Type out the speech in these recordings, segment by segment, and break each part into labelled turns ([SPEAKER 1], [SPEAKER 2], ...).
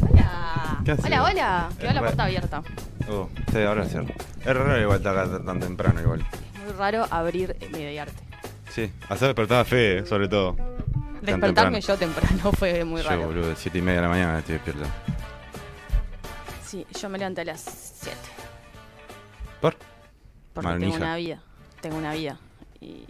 [SPEAKER 1] Hola.
[SPEAKER 2] ¿Qué hace?
[SPEAKER 1] Hola, hola. Quedó la
[SPEAKER 2] Re-
[SPEAKER 1] puerta abierta.
[SPEAKER 2] Oh, sí, ahora sí. Es raro igual estar acá tan temprano igual.
[SPEAKER 1] Es muy raro abrir eh, mediarte.
[SPEAKER 2] Sí, hacer despertar a Fede, sobre todo. Tan
[SPEAKER 1] Despertarme
[SPEAKER 2] temprano.
[SPEAKER 1] yo temprano fue muy
[SPEAKER 2] Yo,
[SPEAKER 1] raro.
[SPEAKER 2] boludo, de 7 y media de la mañana estoy despierto.
[SPEAKER 1] Sí, yo me levanté a las 7.
[SPEAKER 2] ¿Por?
[SPEAKER 1] Porque
[SPEAKER 2] Manija.
[SPEAKER 1] tengo una vida. Tengo una vida. Y,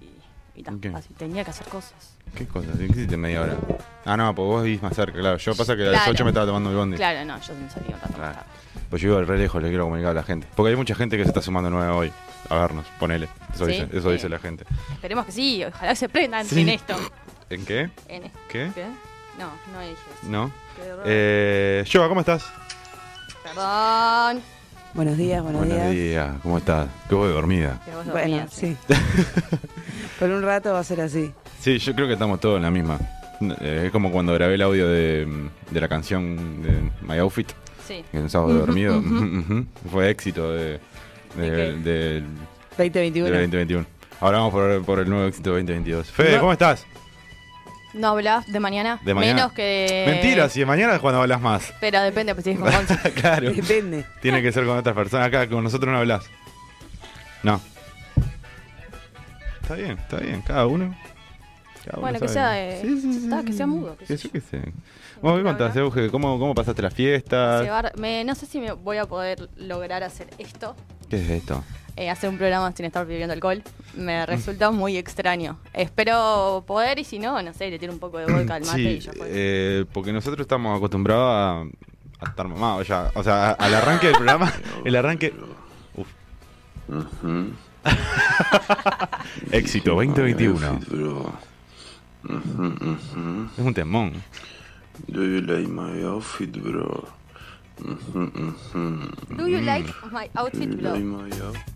[SPEAKER 1] y ta,
[SPEAKER 2] Ok.
[SPEAKER 1] así, tenía que hacer cosas.
[SPEAKER 2] ¿Qué cosa? ¿Qué hiciste media hora? Ah, no, pues vos vivís más cerca, claro. Yo pasa que a las
[SPEAKER 1] Claro.
[SPEAKER 2] 8 me estaba tomando el bondi.
[SPEAKER 1] Claro, no, yo me salí un rato más
[SPEAKER 2] Ah,
[SPEAKER 1] tarde.
[SPEAKER 2] Pues yo vivo re lejos, le quiero comunicar a la gente. Porque hay mucha gente que se está sumando nueva hoy a vernos, ponele. Eso,
[SPEAKER 1] Sí,
[SPEAKER 2] dice, eso
[SPEAKER 1] sí.
[SPEAKER 2] dice la gente.
[SPEAKER 1] Esperemos que sí, ojalá se prendan
[SPEAKER 2] Sí.
[SPEAKER 1] en esto.
[SPEAKER 2] ¿En qué?
[SPEAKER 1] En este. esto.
[SPEAKER 2] ¿Qué?
[SPEAKER 1] ¿Qué? No, no dije eso.
[SPEAKER 2] ¿No?
[SPEAKER 1] Qué raro.
[SPEAKER 2] Eh, Yoga, ¿cómo estás?
[SPEAKER 1] Perdón.
[SPEAKER 3] Buenos días, buenos,
[SPEAKER 2] Buenos días, ¿cómo estás? Qué voy dormida.
[SPEAKER 1] Que vos
[SPEAKER 3] Bueno,
[SPEAKER 1] dormías, eh.
[SPEAKER 3] sí. Por un rato va a ser así.
[SPEAKER 2] Sí, yo creo que estamos todos en la misma. Eh, es como cuando grabé el audio de, de la canción de My Outfit,
[SPEAKER 1] Sí.
[SPEAKER 2] que un sábado dormido. ujú, Fue éxito de,
[SPEAKER 1] ¿De
[SPEAKER 2] de-
[SPEAKER 1] qué?
[SPEAKER 2] del-
[SPEAKER 3] 2021.
[SPEAKER 2] del 2021. Ahora vamos por, por el nuevo éxito 2022. Fede,
[SPEAKER 3] No.
[SPEAKER 2] ¿cómo estás?
[SPEAKER 1] ¿No hablás de mañana?
[SPEAKER 2] De mañana.
[SPEAKER 1] Menos que...
[SPEAKER 2] Mentira, si de mañana es cuando hablas más.
[SPEAKER 1] Pero depende, pues si es con Gonza.
[SPEAKER 2] claro.
[SPEAKER 3] Depende.
[SPEAKER 2] Tiene que ser con otras personas. Acá con nosotros no hablas. No. Está bien, está bien. Cada uno. cada uno
[SPEAKER 1] Bueno, que sea, eh,
[SPEAKER 2] sabe.
[SPEAKER 1] está, que sea mudo, qué sé
[SPEAKER 2] Eso
[SPEAKER 1] yo.
[SPEAKER 2] que sé. Vos me contás, Euge, ¿cómo, cómo pasaste las fiestas?
[SPEAKER 1] Llevar- me- no sé si me voy a poder lograr hacer esto,
[SPEAKER 2] ¿Qué es esto?
[SPEAKER 1] eh, hacer un programa sin estar bebiendo alcohol. Me resulta muy extraño. Espero poder y si no, no sé, le tiro un poco de vodka al mate y
[SPEAKER 2] Sí,
[SPEAKER 1] ya fue.
[SPEAKER 2] eh, porque nosotros estamos acostumbrados a, a estar mamados ya. O sea, a- al arranque del programa, el arranque... Uf. Éxito 2021.
[SPEAKER 4] Bro.
[SPEAKER 2] Es un temón.
[SPEAKER 4] Do you like my outfit, bro?
[SPEAKER 1] Do you like
[SPEAKER 2] Mm.
[SPEAKER 1] my outfit,
[SPEAKER 4] Do you like
[SPEAKER 1] bro?
[SPEAKER 4] my outfit?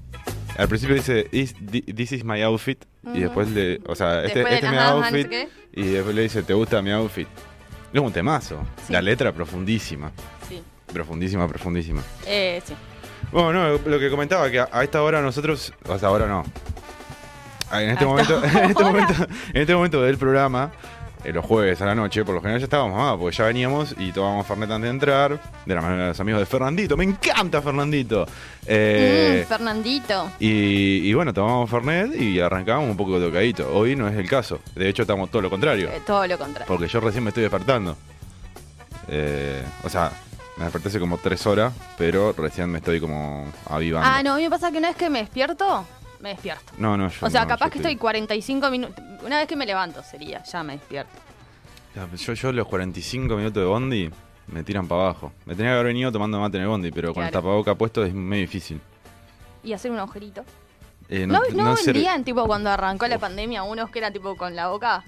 [SPEAKER 2] Al principio dice, "Is- thi- this is my outfit. Y después le. O sea, este,
[SPEAKER 1] Después de
[SPEAKER 2] este es mi
[SPEAKER 1] ajá, ajá, no sé
[SPEAKER 2] outfit.
[SPEAKER 1] qué.
[SPEAKER 2] y después le dice, ¿te gusta mi outfit? Es un temazo.
[SPEAKER 1] Sí.
[SPEAKER 2] La letra profundísima.
[SPEAKER 1] Sí.
[SPEAKER 2] Profundísima, profundísima.
[SPEAKER 1] Eh, sí.
[SPEAKER 2] Bueno, no, lo que comentaba, que a, a esta hora nosotros. O sea, ahora no. Ah, En este,
[SPEAKER 1] ¿A
[SPEAKER 2] momento,
[SPEAKER 1] esta
[SPEAKER 2] en, este
[SPEAKER 1] hora?
[SPEAKER 2] momento, en este momento del programa, eh, los jueves a la noche, por lo general ya estábamos mamados, porque ya veníamos y tomábamos Fernet antes de entrar, de la mano de los amigos de Fernandito. ¡Me encanta Fernandito! Eh,
[SPEAKER 1] Mm, Fernandito.
[SPEAKER 2] y, y bueno, tomamos Fernet y arrancábamos un poco tocadito. Hoy no es el caso. De hecho, estamos todo lo contrario.
[SPEAKER 1] Eh, todo lo contrario.
[SPEAKER 2] Porque yo recién me estoy despertando. Eh, o sea, me desperté hace como tres horas, pero recién me estoy como avivando.
[SPEAKER 1] Ah, no, a mí me pasa que una vez que me despierto, me despierto.
[SPEAKER 2] No, no, yo
[SPEAKER 1] O sea,
[SPEAKER 2] no,
[SPEAKER 1] capaz
[SPEAKER 2] yo
[SPEAKER 1] que estoy 45 minutos. Una vez que me levanto sería, ya me despierto.
[SPEAKER 2] Yo, yo los 45 minutos de bondi me tiran para abajo. Me tenía que haber venido tomando mate en el bondi, pero con el
[SPEAKER 1] Claro.
[SPEAKER 2] tapaboca puesto es medio difícil.
[SPEAKER 1] Y hacer un agujerito.
[SPEAKER 2] Eh,
[SPEAKER 1] ¿No, no,
[SPEAKER 2] ser-
[SPEAKER 1] vendían, tipo, cuando arrancó la pandemia, unos que era tipo con la boca?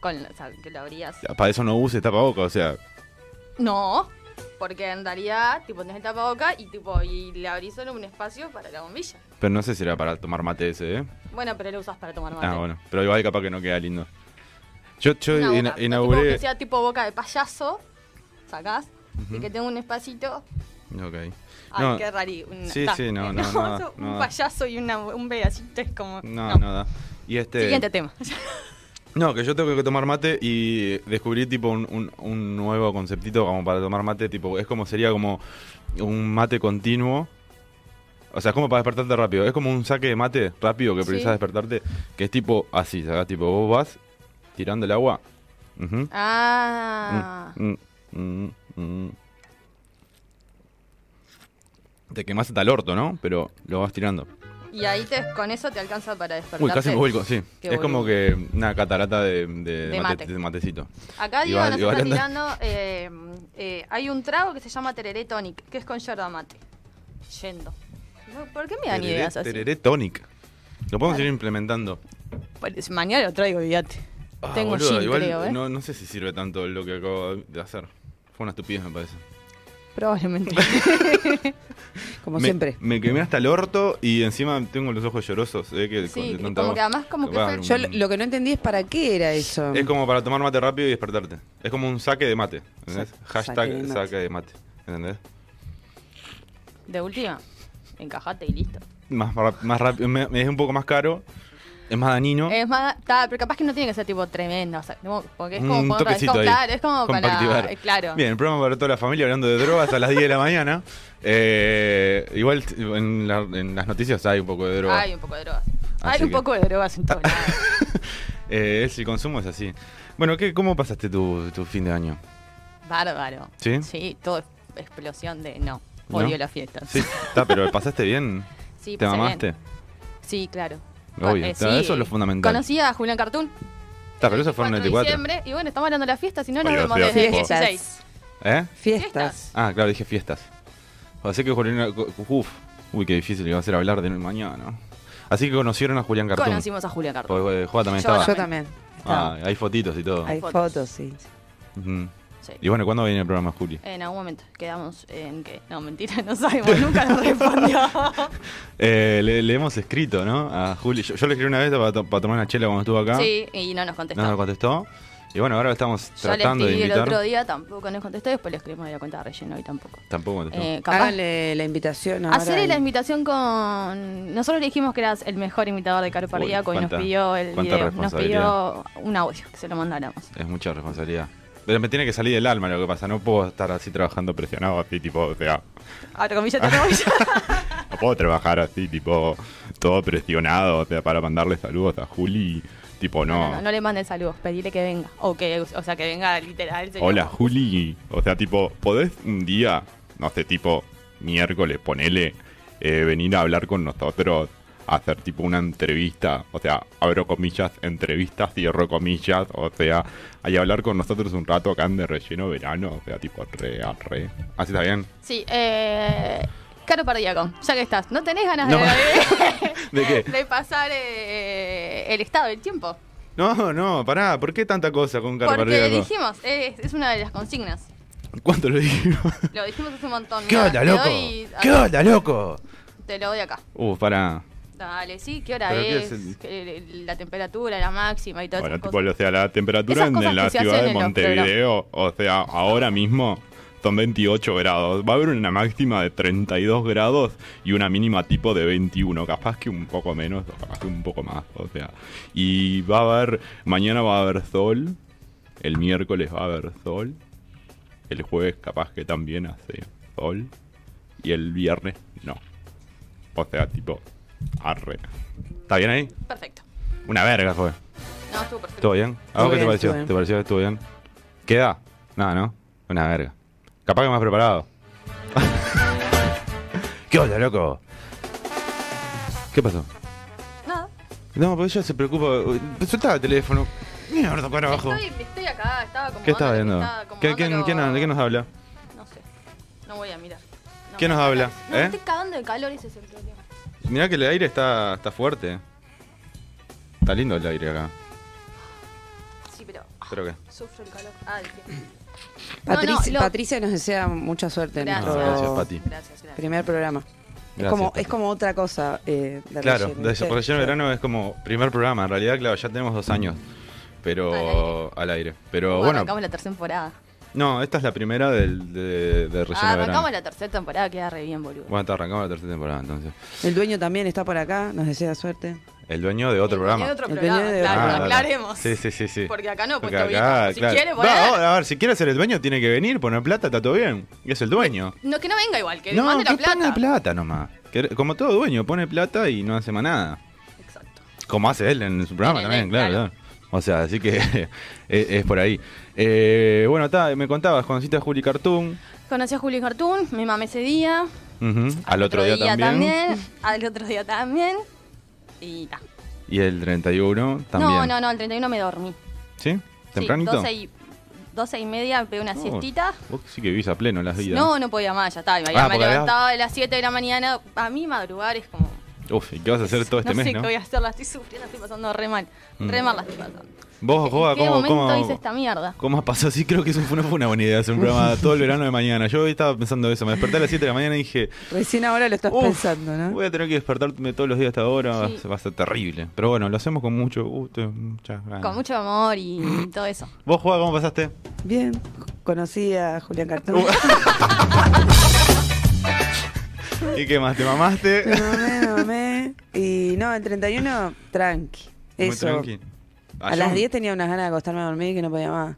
[SPEAKER 1] Con, o sea, que lo abrías.
[SPEAKER 2] Para eso no uses tapaboca, o sea,
[SPEAKER 1] No, porque en realidad, tipo, tenés el tapaboca y, tipo, y le abrís solo un espacio para la bombilla.
[SPEAKER 2] pero no sé si era para tomar mate ese, ¿eh?
[SPEAKER 1] Bueno, pero lo usas para tomar mate.
[SPEAKER 2] Ah, bueno. Pero igual capaz que no queda lindo. Yo, yo
[SPEAKER 1] Una boca,
[SPEAKER 2] ina-
[SPEAKER 1] tipo,
[SPEAKER 2] inauguré...
[SPEAKER 1] que sea tipo boca de payaso, sacás, y que tenga un espacito.
[SPEAKER 2] Ok.
[SPEAKER 1] Ay,
[SPEAKER 2] No,
[SPEAKER 1] qué rari. un-
[SPEAKER 2] Sí,
[SPEAKER 1] ta,
[SPEAKER 2] sí, no,
[SPEAKER 1] eh,
[SPEAKER 2] no, no,
[SPEAKER 1] eso,
[SPEAKER 2] no.
[SPEAKER 1] Un payaso y una- un pedacito es como...
[SPEAKER 2] no,
[SPEAKER 1] no.
[SPEAKER 2] no da. Y este...
[SPEAKER 1] Siguiente tema.
[SPEAKER 2] No, que yo tengo que tomar mate y descubrí tipo un, un- un nuevo conceptito como para tomar mate, tipo, es como sería como un mate continuo. O sea, es como para despertarte rápido. Es como un saque de mate rápido que
[SPEAKER 1] Sí.
[SPEAKER 2] precisas despertarte, que es tipo así, ¿sabes? Tipo, vos vas tirando el agua. Ujú.
[SPEAKER 1] ah...
[SPEAKER 2] Mm, mm, mm, mm. Te quemás hasta el orto, ¿no? Pero lo vas tirando.
[SPEAKER 1] Y ahí te, con eso te alcanza para despertarte.
[SPEAKER 2] Uy, casi me vuelco, sí.
[SPEAKER 1] Qué
[SPEAKER 2] Es como
[SPEAKER 1] boludo.
[SPEAKER 2] que una catarata de, de
[SPEAKER 1] De
[SPEAKER 2] mate-
[SPEAKER 1] mate.
[SPEAKER 2] de matecito.
[SPEAKER 1] Acá
[SPEAKER 2] Y
[SPEAKER 1] Diego
[SPEAKER 2] va-
[SPEAKER 1] nos
[SPEAKER 2] y va
[SPEAKER 1] está tirando.
[SPEAKER 2] hablando-
[SPEAKER 1] eh, eh, hay un trago que se llama Tereré Tonic, que es con yerba mate. Yendo. No, ¿Por qué me dan
[SPEAKER 2] Tereré-
[SPEAKER 1] ideas así?
[SPEAKER 2] Tereré tonic. Lo podemos ir implementando.
[SPEAKER 1] Pues, Mañana lo traigo, olvídate.
[SPEAKER 2] Ah,
[SPEAKER 1] Tengo
[SPEAKER 2] boludo,
[SPEAKER 1] gin,
[SPEAKER 2] igual
[SPEAKER 1] creo, ¿eh?
[SPEAKER 2] no, no sé si sirve tanto lo que acabo de hacer. Fue una estupidez, me parece.
[SPEAKER 1] Probablemente.
[SPEAKER 3] Como
[SPEAKER 2] Me-
[SPEAKER 3] siempre.
[SPEAKER 2] Me quemé hasta el orto y encima tengo los ojos llorosos. eh, que
[SPEAKER 1] Sí, que
[SPEAKER 2] con tanta
[SPEAKER 1] como que
[SPEAKER 2] agua-
[SPEAKER 1] además como que
[SPEAKER 2] Va,
[SPEAKER 1] fue-
[SPEAKER 3] Yo lo- lo que no entendí es para qué era eso.
[SPEAKER 1] Em.
[SPEAKER 2] Es como para tomar mate rápido y despertarte. Es como un saque de mate. ¿entendés?
[SPEAKER 3] Sa-
[SPEAKER 2] Hashtag
[SPEAKER 3] saque
[SPEAKER 2] saque
[SPEAKER 3] de
[SPEAKER 2] de
[SPEAKER 3] mate.
[SPEAKER 2] mate. ¿Entendés?
[SPEAKER 1] De última, encajate y listo.
[SPEAKER 2] Más, rap- más rápido. me- me es un poco más caro. Es más dañino.
[SPEAKER 1] Es más, ta, pero capaz que no tiene que ser tipo tremendo, o sea, como- porque es como
[SPEAKER 2] un
[SPEAKER 1] para- es
[SPEAKER 2] toquecito
[SPEAKER 1] como-
[SPEAKER 2] ahí.
[SPEAKER 1] claro, es como para,
[SPEAKER 2] Compactivar.
[SPEAKER 1] eh, claro.
[SPEAKER 2] Bien, el programa para toda la familia hablando de drogas a las 10 de la mañana. Eh, igual en, la- en las noticias hay un poco de drogas.
[SPEAKER 1] Hay un poco de drogas.
[SPEAKER 2] Así
[SPEAKER 1] Hay un
[SPEAKER 2] que-
[SPEAKER 1] poco de drogas en todos lados.
[SPEAKER 2] Eh, es- el consumo es así. Bueno, ¿qué, ¿cómo pasaste tu, tu fin de año?
[SPEAKER 1] Bárbaro.
[SPEAKER 2] ¿Sí?
[SPEAKER 1] Sí, todo es explosión de no.
[SPEAKER 2] ¿No?
[SPEAKER 1] Odio las fiestas.
[SPEAKER 2] Sí, está, pero ¿pasaste bien?
[SPEAKER 1] Sí,
[SPEAKER 2] ¿Te
[SPEAKER 1] pasé bien.
[SPEAKER 2] mamaste?
[SPEAKER 1] Sí, claro.
[SPEAKER 2] Obvio, está, eso es lo fundamental.
[SPEAKER 1] eh, Conocí a Julián Cartoon.
[SPEAKER 2] Está, pero eso fue en el 24.
[SPEAKER 1] diciembre. Y bueno, estamos hablando de la fiesta, si no nos
[SPEAKER 2] Oye,
[SPEAKER 1] vemos
[SPEAKER 2] pero
[SPEAKER 1] desde el
[SPEAKER 2] tipo-
[SPEAKER 1] 16.
[SPEAKER 2] ¿Eh?
[SPEAKER 3] Fiestas.
[SPEAKER 2] Ah, claro, dije fiestas. Así que Julián... eh, Uf, uy, qué difícil que va a ser hablar de mañana. Así que conocieron a Julián Cartón.
[SPEAKER 1] Conocimos a Julián Cartoon.
[SPEAKER 2] Pues, eh, Juan también
[SPEAKER 1] Yo-
[SPEAKER 2] estaba.
[SPEAKER 3] Yo también.
[SPEAKER 2] Ah,
[SPEAKER 3] estaba.
[SPEAKER 2] hay fotitos y todo.
[SPEAKER 3] Hay
[SPEAKER 1] fotos.
[SPEAKER 3] fotos, sí.
[SPEAKER 2] Ujú.
[SPEAKER 1] Sí.
[SPEAKER 2] Y bueno, ¿cuándo viene el programa, Juli?
[SPEAKER 1] En algún momento quedamos en que. No, mentira, no sabemos, nunca nos respondió.
[SPEAKER 2] Eh, le, le hemos escrito, ¿no? A Juli. Yo, yo le escribí una vez para, to- para tomar una chela cuando estuvo acá.
[SPEAKER 1] Sí, y no nos contestó.
[SPEAKER 2] No nos contestó. Y bueno, ahora lo estamos
[SPEAKER 1] Yo le
[SPEAKER 2] tratando de
[SPEAKER 1] escribí el otro
[SPEAKER 2] invitar.
[SPEAKER 1] día, tampoco nos contestó, después le escribimos de la cuenta de relleno y tampoco.
[SPEAKER 2] Tampoco contestó.
[SPEAKER 1] Eh, capaz
[SPEAKER 3] Ah. Háganle la invitación ahora.
[SPEAKER 1] Hacerle la
[SPEAKER 3] al-
[SPEAKER 1] invitación con. Nosotros le dijimos que eras el mejor imitador de Caro Pardiaco y nos
[SPEAKER 2] cuánta-
[SPEAKER 1] pidió el
[SPEAKER 2] cuánta
[SPEAKER 1] video. Nos pidió
[SPEAKER 2] responsabilidad.
[SPEAKER 1] un audio que se lo mandáramos.
[SPEAKER 2] Es mucha responsabilidad. Pero me tiene que salir del alma lo que pasa. No puedo estar así trabajando presionado así, tipo, o sea,
[SPEAKER 1] Ahora comillas, te comillas.
[SPEAKER 2] no puedo trabajar así, tipo, todo presionado, o sea, para mandarle saludos a Juli. Tipo,
[SPEAKER 1] No,
[SPEAKER 2] no.
[SPEAKER 1] no, no le manden saludos, pedile que venga. O que, o sea, que venga literal. sería-
[SPEAKER 2] Hola, Juli. O sea, tipo, ¿podés un día, no sé, tipo, miércoles, ponele, eh, venir a hablar con nosotros? a Hacer tipo una entrevista, o sea, abro comillas, entrevistas, cierro comillas, o sea, ahí hablar con nosotros un rato acá en de relleno verano, o sea, tipo re, a re. Así está bien.
[SPEAKER 1] Sí, eh. Caro Pardiaco, ya que estás, ¿no tenés ganas
[SPEAKER 2] No.
[SPEAKER 1] de,
[SPEAKER 2] ¿De qué?
[SPEAKER 1] de pasar eh, el estado del tiempo?
[SPEAKER 2] No, no, pará, ¿por qué tanta cosa con Caro
[SPEAKER 1] Porque
[SPEAKER 2] Pardiaco?
[SPEAKER 1] dijimos, es, es una de las consignas.
[SPEAKER 2] ¿Cuánto lo dijimos?
[SPEAKER 1] Lo dijimos hace un montón.
[SPEAKER 2] ¿Qué
[SPEAKER 1] mirá,
[SPEAKER 2] onda,
[SPEAKER 1] te
[SPEAKER 2] loco?
[SPEAKER 1] doy-
[SPEAKER 2] ¿Qué onda, loco?
[SPEAKER 1] Te lo doy acá.
[SPEAKER 2] Uh, pará.
[SPEAKER 1] Dale, sí, ¿qué hora
[SPEAKER 2] ¿Pero qué
[SPEAKER 1] es?
[SPEAKER 2] es el-
[SPEAKER 1] ¿Qué- La temperatura, la máxima y todo
[SPEAKER 2] Bueno,
[SPEAKER 1] esas
[SPEAKER 2] tipo,
[SPEAKER 1] cosas.
[SPEAKER 2] o sea, la temperatura
[SPEAKER 1] Esas
[SPEAKER 2] en,
[SPEAKER 1] cosas
[SPEAKER 2] la
[SPEAKER 1] que se
[SPEAKER 2] ciudad
[SPEAKER 1] hacen
[SPEAKER 2] de
[SPEAKER 1] en los
[SPEAKER 2] Montevideo, o sea, ahora mismo son 28 grados. Va a haber una máxima de 32 grados y una mínima tipo de 21, capaz que un poco menos, o capaz que un poco más, o sea. Y va a haber, mañana va a haber sol, el miércoles va a haber sol, el jueves capaz que también hace sol y el viernes no. O sea, tipo, arre. ¿Está bien ahí?
[SPEAKER 1] Perfecto.
[SPEAKER 2] Una verga, fue.
[SPEAKER 1] No, estuvo perfecto.
[SPEAKER 2] ¿Todo bien? ¿A
[SPEAKER 3] Estuvo
[SPEAKER 2] vos qué te
[SPEAKER 3] bien,
[SPEAKER 2] pareció?
[SPEAKER 3] estuvo bien.
[SPEAKER 2] ¿Te pareció que estuvo bien? ¿Queda? Nada, ¿no? Una verga. Capaz que más preparado. ¿Qué onda, loco? ¿Qué pasó?
[SPEAKER 1] Nada.
[SPEAKER 2] No, porque ella se preocupa. Uy, Soltá el teléfono. Mierda, para abajo.
[SPEAKER 1] Estoy, estoy acá, estaba como.
[SPEAKER 2] ¿Qué estás viendo? ¿Qué, quién, quién, habla? ¿Quién nos habla?
[SPEAKER 1] No sé. No voy a mirar. No,
[SPEAKER 2] ¿Quién
[SPEAKER 1] me
[SPEAKER 2] nos
[SPEAKER 1] da
[SPEAKER 2] habla?
[SPEAKER 1] calor. No,
[SPEAKER 2] ¿Eh?
[SPEAKER 1] me estoy cagando de calor y se sentó bien.
[SPEAKER 2] Mirá que el aire está, está fuerte. Está lindo el aire acá.
[SPEAKER 1] Sí, pero. ah,
[SPEAKER 2] Creo que.
[SPEAKER 1] Sufro el calor. Ah, el pie.
[SPEAKER 3] Patricia,
[SPEAKER 1] No, no, lo-
[SPEAKER 3] Patricia nos desea mucha suerte en
[SPEAKER 1] Gracias.
[SPEAKER 3] nuestro
[SPEAKER 2] gracias, Pati.
[SPEAKER 1] Gracias, gracias.
[SPEAKER 3] primer programa. es,
[SPEAKER 2] Gracias,
[SPEAKER 3] como,
[SPEAKER 2] Pati.
[SPEAKER 3] es como otra cosa. Eh, de
[SPEAKER 2] Claro,
[SPEAKER 3] relleno,
[SPEAKER 2] de
[SPEAKER 3] ¿viste?
[SPEAKER 2] Relleno Verano es como primer programa. En realidad, claro, ya tenemos dos años. Pero al aire. Pero
[SPEAKER 1] Bueno,
[SPEAKER 2] bueno.
[SPEAKER 1] arrancamos la tercera temporada.
[SPEAKER 2] No, esta es la primera del, de, de Relleno
[SPEAKER 1] Ah,
[SPEAKER 2] Verano.
[SPEAKER 1] arrancamos la tercera temporada, queda re bien, boludo.
[SPEAKER 2] Bueno, está, arrancamos la tercera temporada entonces.
[SPEAKER 3] El dueño también está por acá, nos desea sueño
[SPEAKER 2] El dueño de otro
[SPEAKER 1] El
[SPEAKER 2] programa.
[SPEAKER 1] dueño de otro
[SPEAKER 3] El dueño
[SPEAKER 1] programa,
[SPEAKER 3] de
[SPEAKER 1] claro,
[SPEAKER 3] otro
[SPEAKER 2] Ah,
[SPEAKER 1] aclaremos.
[SPEAKER 2] Sí, sí, sí, sí.
[SPEAKER 1] Porque acá no,
[SPEAKER 2] Porque
[SPEAKER 1] puesto
[SPEAKER 2] acá,
[SPEAKER 1] Vito. Si
[SPEAKER 2] claro.
[SPEAKER 1] quiere,
[SPEAKER 2] No,
[SPEAKER 1] poner-
[SPEAKER 2] ahora, a ver, si quiere ser el dueño, tiene que venir, poner plata, está todo bien. Es el dueño.
[SPEAKER 1] No, que no venga igual, que
[SPEAKER 2] no,
[SPEAKER 1] demande la
[SPEAKER 2] que pone
[SPEAKER 1] plata.
[SPEAKER 2] plata nomás. Que- como todo dueño, pone plata y no hace más nada.
[SPEAKER 1] Exacto.
[SPEAKER 2] Como hace él en su programa
[SPEAKER 1] En el
[SPEAKER 2] también,
[SPEAKER 1] de-
[SPEAKER 2] claro,
[SPEAKER 1] claro.
[SPEAKER 2] claro. O sea, así que es, es por ahí. Eh, bueno, ta, me contabas, conociste a Juli Cartoon.
[SPEAKER 1] Conocí a Juli Cartoon, me mamé ese día.
[SPEAKER 2] Ujú, Al otro, día, también.
[SPEAKER 1] Al otro día también. Y ta.
[SPEAKER 2] Y el 31 también.
[SPEAKER 1] No, no, no, el 31 me dormí.
[SPEAKER 2] ¿Sí?
[SPEAKER 1] Sí,
[SPEAKER 2] ¿Tempranito?
[SPEAKER 1] 12 y, 12 y media pegué una
[SPEAKER 2] No,
[SPEAKER 1] siestita.
[SPEAKER 2] Vos sí que vivís a pleno las vidas.
[SPEAKER 1] No, no podía más, ya está. Me,
[SPEAKER 2] Ah,
[SPEAKER 1] me
[SPEAKER 2] porque habías-
[SPEAKER 1] levantaba de las 7 de la mañana. A mí madrugar es como.
[SPEAKER 2] Uf, ¿y qué vas a hacer todo este
[SPEAKER 1] no
[SPEAKER 2] mes,
[SPEAKER 1] sé
[SPEAKER 2] no?
[SPEAKER 1] qué voy a hacer, la estoy sufriendo, la estoy pasando re mal. Re
[SPEAKER 2] Mm.
[SPEAKER 1] mal la estoy pasando.
[SPEAKER 2] Vos, Joa,
[SPEAKER 1] ¿En qué
[SPEAKER 2] ¿cómo,
[SPEAKER 1] momento
[SPEAKER 2] cómo,
[SPEAKER 1] hice esta mierda?
[SPEAKER 2] cómo pasó? Sí, creo que eso fue- no fue una buena idea hacer un programa todo el verano de mañana. Yo hoy estaba pensando eso. Me desperté a las 7 de la mañana y dije,
[SPEAKER 3] Recién ahora lo estás
[SPEAKER 2] Uf,
[SPEAKER 3] pensando, ¿no?
[SPEAKER 2] voy a tener que despertarme todos los días hasta ahora.
[SPEAKER 1] Sí.
[SPEAKER 2] Va a ser terrible. Pero bueno, lo hacemos con mucho gusto. y muchas ganas.
[SPEAKER 1] Con mucho amor y todo eso.
[SPEAKER 2] ¿Vos, Joa, cómo pasaste?
[SPEAKER 3] Bien, conocí a Julián
[SPEAKER 2] Uh.
[SPEAKER 3] Cartón.
[SPEAKER 2] ¿Y qué más? ¿Te mamaste?
[SPEAKER 3] Me mamé, me mamé. Y no, el 31, tranqui. Eso.
[SPEAKER 2] Muy tranqui.
[SPEAKER 3] A
[SPEAKER 2] Ayer-
[SPEAKER 3] las 10 tenía unas ganas de acostarme a dormir que no podía más.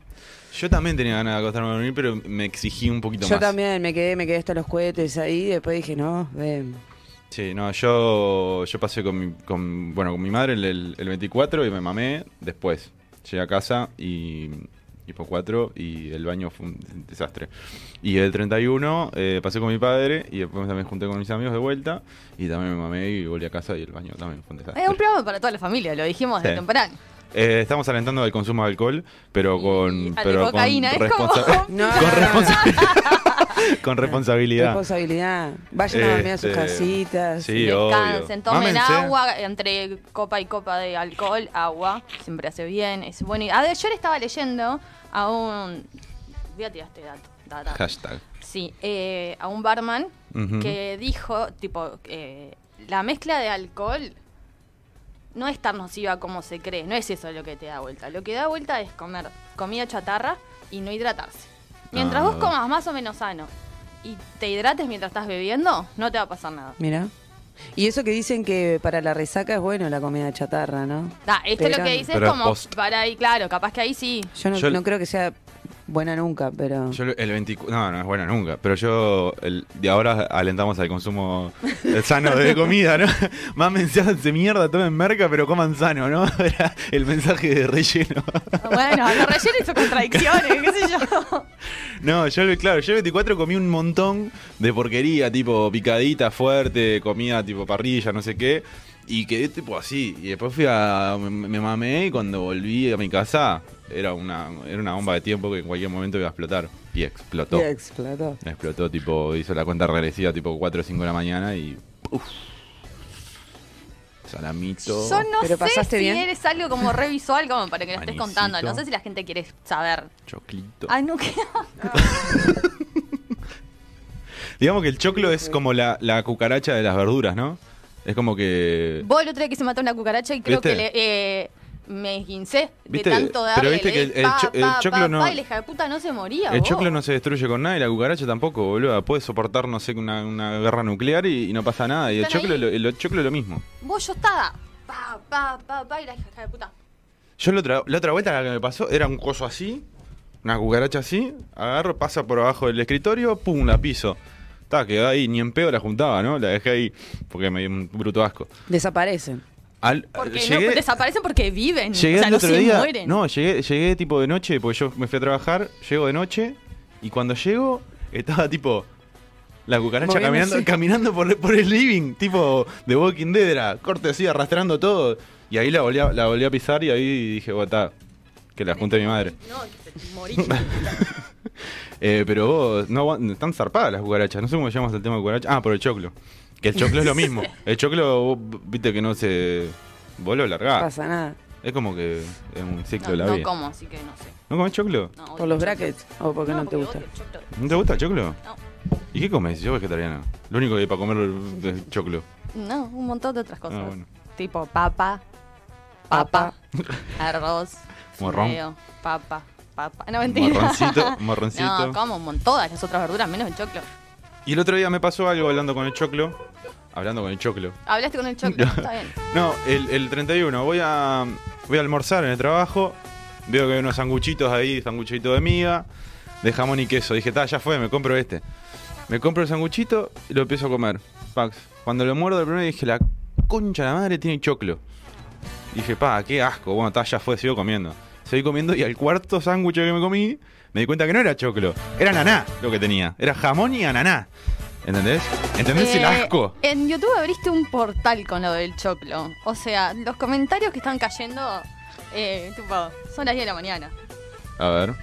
[SPEAKER 2] Yo también tenía ganas de acostarme a dormir, pero me exigí un poquito
[SPEAKER 3] Yo
[SPEAKER 2] más.
[SPEAKER 3] también me quedé, me quedé hasta los cohetes ahí. Después dije, no, ven.
[SPEAKER 2] Sí, no, yo, yo pasé con mi, con, bueno, con mi madre el, el- el 24 y me mamé después. Llegué a casa y, y fue 4 y el baño fue un desastre. Y el 31 eh, pasé con mi padre y después también junté con mis amigos de vuelta y también me mamé y volví a casa y el baño también fue un desastre.
[SPEAKER 1] Es un programa para toda la familia, lo dijimos desde
[SPEAKER 2] Sí.
[SPEAKER 1] temprano.
[SPEAKER 2] Eh, estamos alentando el consumo de alcohol, pero con,
[SPEAKER 1] Y al de
[SPEAKER 2] pero con,
[SPEAKER 1] cocaína, es como-
[SPEAKER 2] responsa-
[SPEAKER 3] No,
[SPEAKER 2] con responsa- con responsabilidad.
[SPEAKER 3] Responsabilidad. Vayan a dormir a sus
[SPEAKER 2] Este,
[SPEAKER 3] casitas.
[SPEAKER 2] Sí,
[SPEAKER 1] Descansen,
[SPEAKER 2] obvio.
[SPEAKER 1] tomen
[SPEAKER 2] Mámense.
[SPEAKER 1] agua, entre copa y copa de alcohol, agua, siempre hace bien, es bueno. Y- A ver, yo le estaba leyendo a un... Voy a tirar este dato. data.
[SPEAKER 2] Hashtag.
[SPEAKER 1] Sí, eh, a un barman
[SPEAKER 2] Ujú.
[SPEAKER 1] que dijo, tipo, eh, la mezcla de alcohol no es tan nociva como se cree, no es eso lo que te da vuelta. Lo que da vuelta es comer comida chatarra y no hidratarse. Mientras
[SPEAKER 2] Ah.
[SPEAKER 1] vos comas más o menos sano y te hidrates mientras estás bebiendo, no te va a pasar nada.
[SPEAKER 3] Mira. Y eso que dicen que para la resaca es bueno la comida chatarra, ¿no?
[SPEAKER 1] Da, esto
[SPEAKER 3] Pero-
[SPEAKER 1] lo que dice es
[SPEAKER 2] Pero es
[SPEAKER 1] como
[SPEAKER 2] post.
[SPEAKER 1] para ahí, claro, capaz que ahí sí.
[SPEAKER 3] Yo no,
[SPEAKER 2] Yo-
[SPEAKER 3] no creo que sea buena nunca, pero.
[SPEAKER 2] Yo el 24, no, no es bueno nunca, pero yo el, de ahora alentamos al consumo sano de comida, ¿no? Mámense, háganse mierda, tomen merca, pero coman sano, ¿no? Era el mensaje de relleno.
[SPEAKER 1] Bueno, los rellenos y sus contradicciones, qué sé yo.
[SPEAKER 2] No, yo, el- claro, yo el 24 comí un montón de porquería, tipo picadita fuerte, comida tipo parrilla, no sé qué, y quedé tipo así. Y después fui a. me, me mamé y cuando volví a mi casa era una, era una bomba de tiempo que en cualquier momento iba a explotar. Y explotó.
[SPEAKER 3] Y explotó.
[SPEAKER 2] Explotó, tipo, hizo la cuenta regresiva, tipo 4 o 5 de la mañana y. uf. salamito.
[SPEAKER 1] Yo no
[SPEAKER 3] ¿Pero
[SPEAKER 1] sé
[SPEAKER 3] pasaste
[SPEAKER 1] si
[SPEAKER 3] bien?
[SPEAKER 1] eres algo como revisual como para que lo estés
[SPEAKER 2] Manicito.
[SPEAKER 1] contando. No sé si la gente quiere saber.
[SPEAKER 2] Choclito.
[SPEAKER 3] Ah.
[SPEAKER 1] Ay, no, qué-
[SPEAKER 2] Digamos que el choclo es como la, la cucaracha de las verduras, ¿no? Es como que.
[SPEAKER 1] Vos el otro día que se mató una cucaracha y creo
[SPEAKER 2] ¿Viste?
[SPEAKER 1] que le, eh, me esguincé de
[SPEAKER 2] ¿Viste?
[SPEAKER 1] tanto darle.
[SPEAKER 2] Pero viste
[SPEAKER 1] le
[SPEAKER 2] que
[SPEAKER 1] di
[SPEAKER 2] el- el
[SPEAKER 1] pa,
[SPEAKER 2] cho- el
[SPEAKER 1] pa,
[SPEAKER 2] choclo
[SPEAKER 1] pa,
[SPEAKER 2] no-
[SPEAKER 1] pa, y la hija de puta no se moría,
[SPEAKER 2] El
[SPEAKER 1] vos.
[SPEAKER 2] choclo no se destruye con nada y la cucaracha tampoco, boludo. Puede soportar, no sé, una, una guerra nuclear y, y no pasa nada. Y el
[SPEAKER 1] Están
[SPEAKER 2] choclo,
[SPEAKER 1] ahí.
[SPEAKER 2] lo- el choclo es lo mismo.
[SPEAKER 1] Vos yo estaba. Pa, pa, pa, pa, y la hija de puta.
[SPEAKER 2] Yo la otra, la otra vuelta la que me pasó era un coso así, una cucaracha así, agarro, pasa por abajo del escritorio, pum, la piso. Está, quedó ahí, ni en pedo la juntaba, ¿no? La dejé ahí porque me dio un bruto asco.
[SPEAKER 3] Desaparecen.
[SPEAKER 2] Al,
[SPEAKER 1] Porque no,
[SPEAKER 2] llegué-
[SPEAKER 1] desaparecen porque viven.
[SPEAKER 2] Llegué
[SPEAKER 1] o sea,
[SPEAKER 2] el
[SPEAKER 1] no
[SPEAKER 2] otro
[SPEAKER 1] se
[SPEAKER 2] día.
[SPEAKER 1] mueren.
[SPEAKER 2] No, llegué, llegué tipo de noche, porque yo me fui a trabajar, llego de noche, y cuando llego, estaba tipo. La cucaracha
[SPEAKER 3] Moviéndose.
[SPEAKER 2] caminando, caminando por, por el living, tipo de Walking Dead, era corte así, arrastrando todo. Y ahí la volví a, la volví a pisar y ahí dije, bueno, está, que la junte mi madre.
[SPEAKER 1] No, que se morí.
[SPEAKER 2] Eh, pero vos, no, aguant- están zarpadas las cucarachas. No sé cómo llamamos el tema de cucarachas. Ah, por el choclo. Que el choclo es lo mismo. El choclo, vos viste que no se. Vos lo largás.
[SPEAKER 3] Pasa nada.
[SPEAKER 2] Es como que es un ciclo
[SPEAKER 1] no,
[SPEAKER 2] de la
[SPEAKER 1] no
[SPEAKER 2] vida.
[SPEAKER 1] como, así que no sé.
[SPEAKER 2] ¿No comes choclo?
[SPEAKER 1] No, odio
[SPEAKER 3] Por los
[SPEAKER 1] el choclo.
[SPEAKER 3] brackets o porque no, te gusta.
[SPEAKER 1] odio el choclo.
[SPEAKER 2] ¿No te gusta el choclo?
[SPEAKER 1] No.
[SPEAKER 2] ¿Y qué comes? Yo vegetariano. Lo único que hay para comer es es choclo.
[SPEAKER 1] No, un montón de otras cosas.
[SPEAKER 2] Ah, bueno.
[SPEAKER 1] Tipo papa, papa,
[SPEAKER 3] Papa.
[SPEAKER 1] arroz,
[SPEAKER 2] Morrón.
[SPEAKER 1] fideo, papa, papa. No, mentira.
[SPEAKER 2] Morroncito, morroncito.
[SPEAKER 1] No, como un montón, todas las otras verduras, menos el choclo.
[SPEAKER 2] Y el otro día me pasó algo hablando con el choclo. Hablando con el choclo.
[SPEAKER 1] Hablaste con el choclo, está bien.
[SPEAKER 2] No, el, el 31. Voy a, voy a almorzar en el trabajo. Veo que hay unos sanguchitos ahí, sanguchito de miga, de jamón y queso. Dije, ta, ya fue, me compro este. Me compro el sanguchito y lo empiezo a comer. Pax. Cuando lo muerdo el primero dije, la concha de la madre tiene choclo. Dije, pa, qué asco. Bueno, ta, ya fue, sigo comiendo. Seguí comiendo y al cuarto sándwich que me comí, me di cuenta que no era choclo. Era naná lo que tenía. Era jamón y ananá. ¿Entendés? ¿Entendés el
[SPEAKER 1] Eh,
[SPEAKER 2] asco?
[SPEAKER 1] En YouTube abriste un portal con lo del choclo. O sea, los comentarios que están cayendo, eh, tipo, son las 10 de la mañana.
[SPEAKER 2] A ver.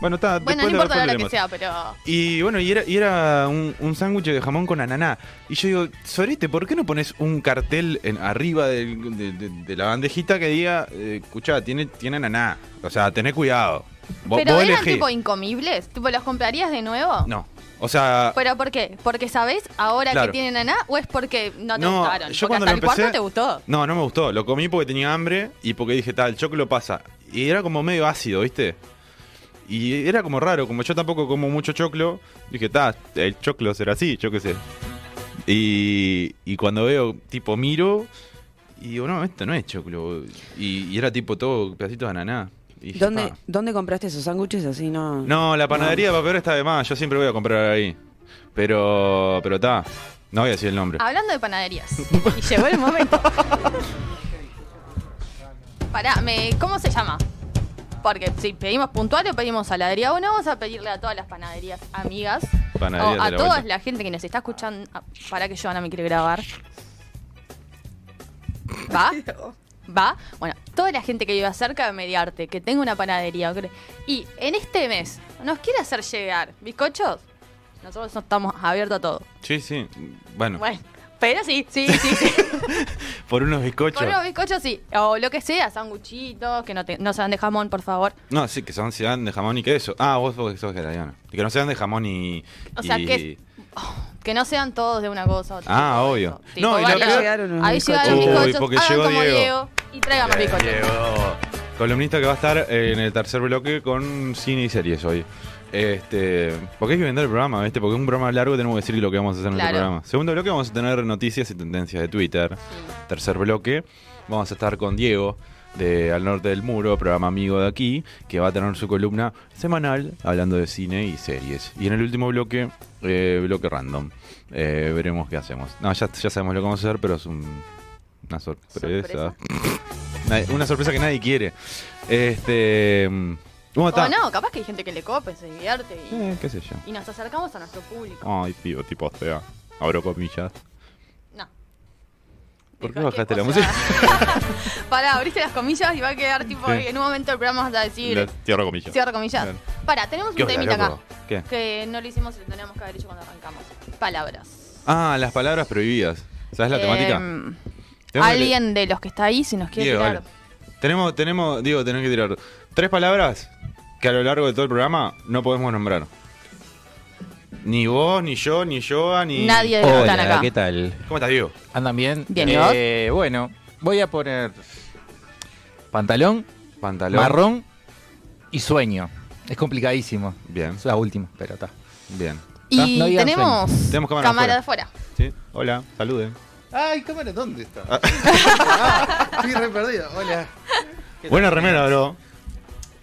[SPEAKER 2] Bueno, está.
[SPEAKER 1] Bueno, no
[SPEAKER 2] después-
[SPEAKER 1] importa la
[SPEAKER 2] después
[SPEAKER 1] hora
[SPEAKER 2] lo
[SPEAKER 1] que
[SPEAKER 2] leemos.
[SPEAKER 1] sea, pero.
[SPEAKER 2] Y bueno, y era, y era un, un sándwich de jamón con ananá. Y yo digo, Sorete, ¿por qué no pones un cartel en arriba del- de, de- de la bandejita que diga, eh, escuchá, tiene, tiene ananá? O sea, tené cuidado. Vo-
[SPEAKER 1] ¿Pero
[SPEAKER 2] vos
[SPEAKER 1] eran
[SPEAKER 2] elegí.
[SPEAKER 1] tipo incomibles? ¿Tipo los comprarías de nuevo?
[SPEAKER 2] No. O sea,
[SPEAKER 1] ¿Pero por qué? ¿Porque sabés ahora
[SPEAKER 2] Claro.
[SPEAKER 1] que tienen naná o es porque no te
[SPEAKER 2] No,
[SPEAKER 1] gustaron?
[SPEAKER 2] yo
[SPEAKER 1] porque
[SPEAKER 2] cuando
[SPEAKER 1] hasta
[SPEAKER 2] lo
[SPEAKER 1] el cuarto
[SPEAKER 2] empecé-
[SPEAKER 1] te gustó.
[SPEAKER 2] no, no me gustó. Lo comí porque tenía hambre y porque dije, tal, el choclo pasa. Y era como medio ácido, ¿viste? Y era como raro, como yo tampoco como mucho choclo, dije, ta, el choclo será así, yo qué sé. Y, y cuando veo, tipo, miro Y digo, no, esto no es choclo. Y, y era tipo todo pedacitos de ananá. Y dije,
[SPEAKER 3] ¿Dónde,
[SPEAKER 2] pa.
[SPEAKER 3] ¿Dónde compraste esos sándwiches así? No.
[SPEAKER 2] No, la panadería de Papeador está de más. Yo siempre voy a comprar ahí. Pero, pero está. No voy a decir el nombre.
[SPEAKER 1] Hablando de panaderías. y llegó el momento. Pará, me, ¿cómo se llama? Porque si pedimos puntual o pedimos saladería uno, vamos a pedirle a todas las panaderías amigas.
[SPEAKER 2] Panaderías
[SPEAKER 1] o a
[SPEAKER 2] de la
[SPEAKER 1] toda
[SPEAKER 2] vuelta.
[SPEAKER 1] la gente que nos está escuchando. Ah, Pará que Joana me quiere grabar. ¿Va? ¿Va? Bueno, toda la gente que vive cerca de Mediarte, que tenga una panadería. o que- Y en este mes, ¿nos quiere hacer llegar bizcochos? Nosotros no estamos abiertos a todo.
[SPEAKER 2] Sí, sí. Bueno,
[SPEAKER 1] Bueno, pero sí, sí, sí. sí.
[SPEAKER 2] por unos bizcochos.
[SPEAKER 1] Con unos bizcochos sí. O lo que sea, sanguchitos, que no, te- no sean de jamón, por favor.
[SPEAKER 2] No, sí, que son, sean de jamón y queso. Ah, vos, vos sos vegetariana. Que no sean de jamón y.
[SPEAKER 1] O sea,
[SPEAKER 2] y-
[SPEAKER 1] que- Que no sean todos de una cosa u otra.
[SPEAKER 2] Ah,
[SPEAKER 1] Todo
[SPEAKER 2] obvio.
[SPEAKER 1] eso. Tipo,
[SPEAKER 2] No, y la
[SPEAKER 1] variedad.
[SPEAKER 2] peor-
[SPEAKER 3] Llegaron unos
[SPEAKER 1] Ahí
[SPEAKER 3] bizcochos.
[SPEAKER 1] llegaron los
[SPEAKER 2] Uy,
[SPEAKER 1] bizcochos.
[SPEAKER 2] porque
[SPEAKER 1] Hagan
[SPEAKER 2] llegó
[SPEAKER 1] como Diego.
[SPEAKER 2] Diego. Eh,
[SPEAKER 1] y traigan los bizcochos.
[SPEAKER 2] Diego. Columnista que va a estar eh, en el tercer bloque con cine y series hoy. Este, porque hay que vender el programa, ¿viste? Porque es un programa largo tenemos que decir lo que vamos a hacer en
[SPEAKER 1] Claro.
[SPEAKER 2] el programa. Segundo bloque vamos a tener noticias y tendencias de Twitter. Tercer bloque vamos a estar con Diego de Al Norte del Muro, programa amigo de aquí, que va a tener su columna semanal hablando de cine y series. Y en el último bloque, eh, bloque random. Eh, veremos qué hacemos. No, ya, ya sabemos lo que vamos a hacer, pero es un- una
[SPEAKER 1] ¿Sorpresa?
[SPEAKER 2] sorpresa. Nadie- Una sorpresa que nadie quiere. Este. mm, ¿Cómo está?
[SPEAKER 1] O no, capaz que hay gente que le cope, se divierte y,
[SPEAKER 2] Eh, ¿Qué sé yo?
[SPEAKER 1] y nos acercamos a nuestro público.
[SPEAKER 2] Ay, tío, tipo, o sea, abro comillas.
[SPEAKER 1] No.
[SPEAKER 2] ¿Por
[SPEAKER 1] De
[SPEAKER 2] qué
[SPEAKER 1] cualquier
[SPEAKER 2] bajaste la
[SPEAKER 1] cosa. Pará, abriste las comillas y va a quedar tipo.
[SPEAKER 2] Sí.
[SPEAKER 1] En un momento el programa vas a decir.
[SPEAKER 2] Le- Cierro comillas.
[SPEAKER 1] Cierra comillas.
[SPEAKER 2] Claro.
[SPEAKER 1] Pará, tenemos
[SPEAKER 2] ¿Qué
[SPEAKER 1] un
[SPEAKER 2] onda,
[SPEAKER 1] temita acá.
[SPEAKER 2] loco? ¿Qué?
[SPEAKER 1] Que no lo hicimos y lo teníamos que haber hecho cuando arrancamos. Palabras.
[SPEAKER 2] Ah, las palabras prohibidas. ¿Sabes la temática?
[SPEAKER 1] Em,
[SPEAKER 2] Tenemos que-
[SPEAKER 1] alguien de los que está ahí, si nos quiere
[SPEAKER 2] Diego,
[SPEAKER 1] tirar.
[SPEAKER 2] dale. Tenemos, tenemos, digo, tenés que tirar tres palabras que a lo largo de todo el programa no podemos nombrar. Ni vos, ni yo, ni Joa, ni.
[SPEAKER 1] Nadie de los que están
[SPEAKER 5] Hola,
[SPEAKER 1] acá.
[SPEAKER 5] ¿qué tal?
[SPEAKER 2] ¿Cómo estás, Diego?
[SPEAKER 5] ¿Andan bien?
[SPEAKER 1] Bien,
[SPEAKER 5] Eh, bueno, voy a poner pantalón,
[SPEAKER 2] Pantalón.
[SPEAKER 5] marrón y sueño. Es complicadísimo.
[SPEAKER 2] Bien,
[SPEAKER 5] Es la última, pero está.
[SPEAKER 2] bien.
[SPEAKER 1] Y
[SPEAKER 5] No digan
[SPEAKER 1] tenemos,
[SPEAKER 5] sueño.
[SPEAKER 2] Tenemos cámara
[SPEAKER 1] cámara de afuera.
[SPEAKER 2] ¿Sí? Hola, saluden.
[SPEAKER 6] Ay, cámara, ¿dónde está? Ah, estoy re perdido. Hola.
[SPEAKER 2] Buena remera, bro.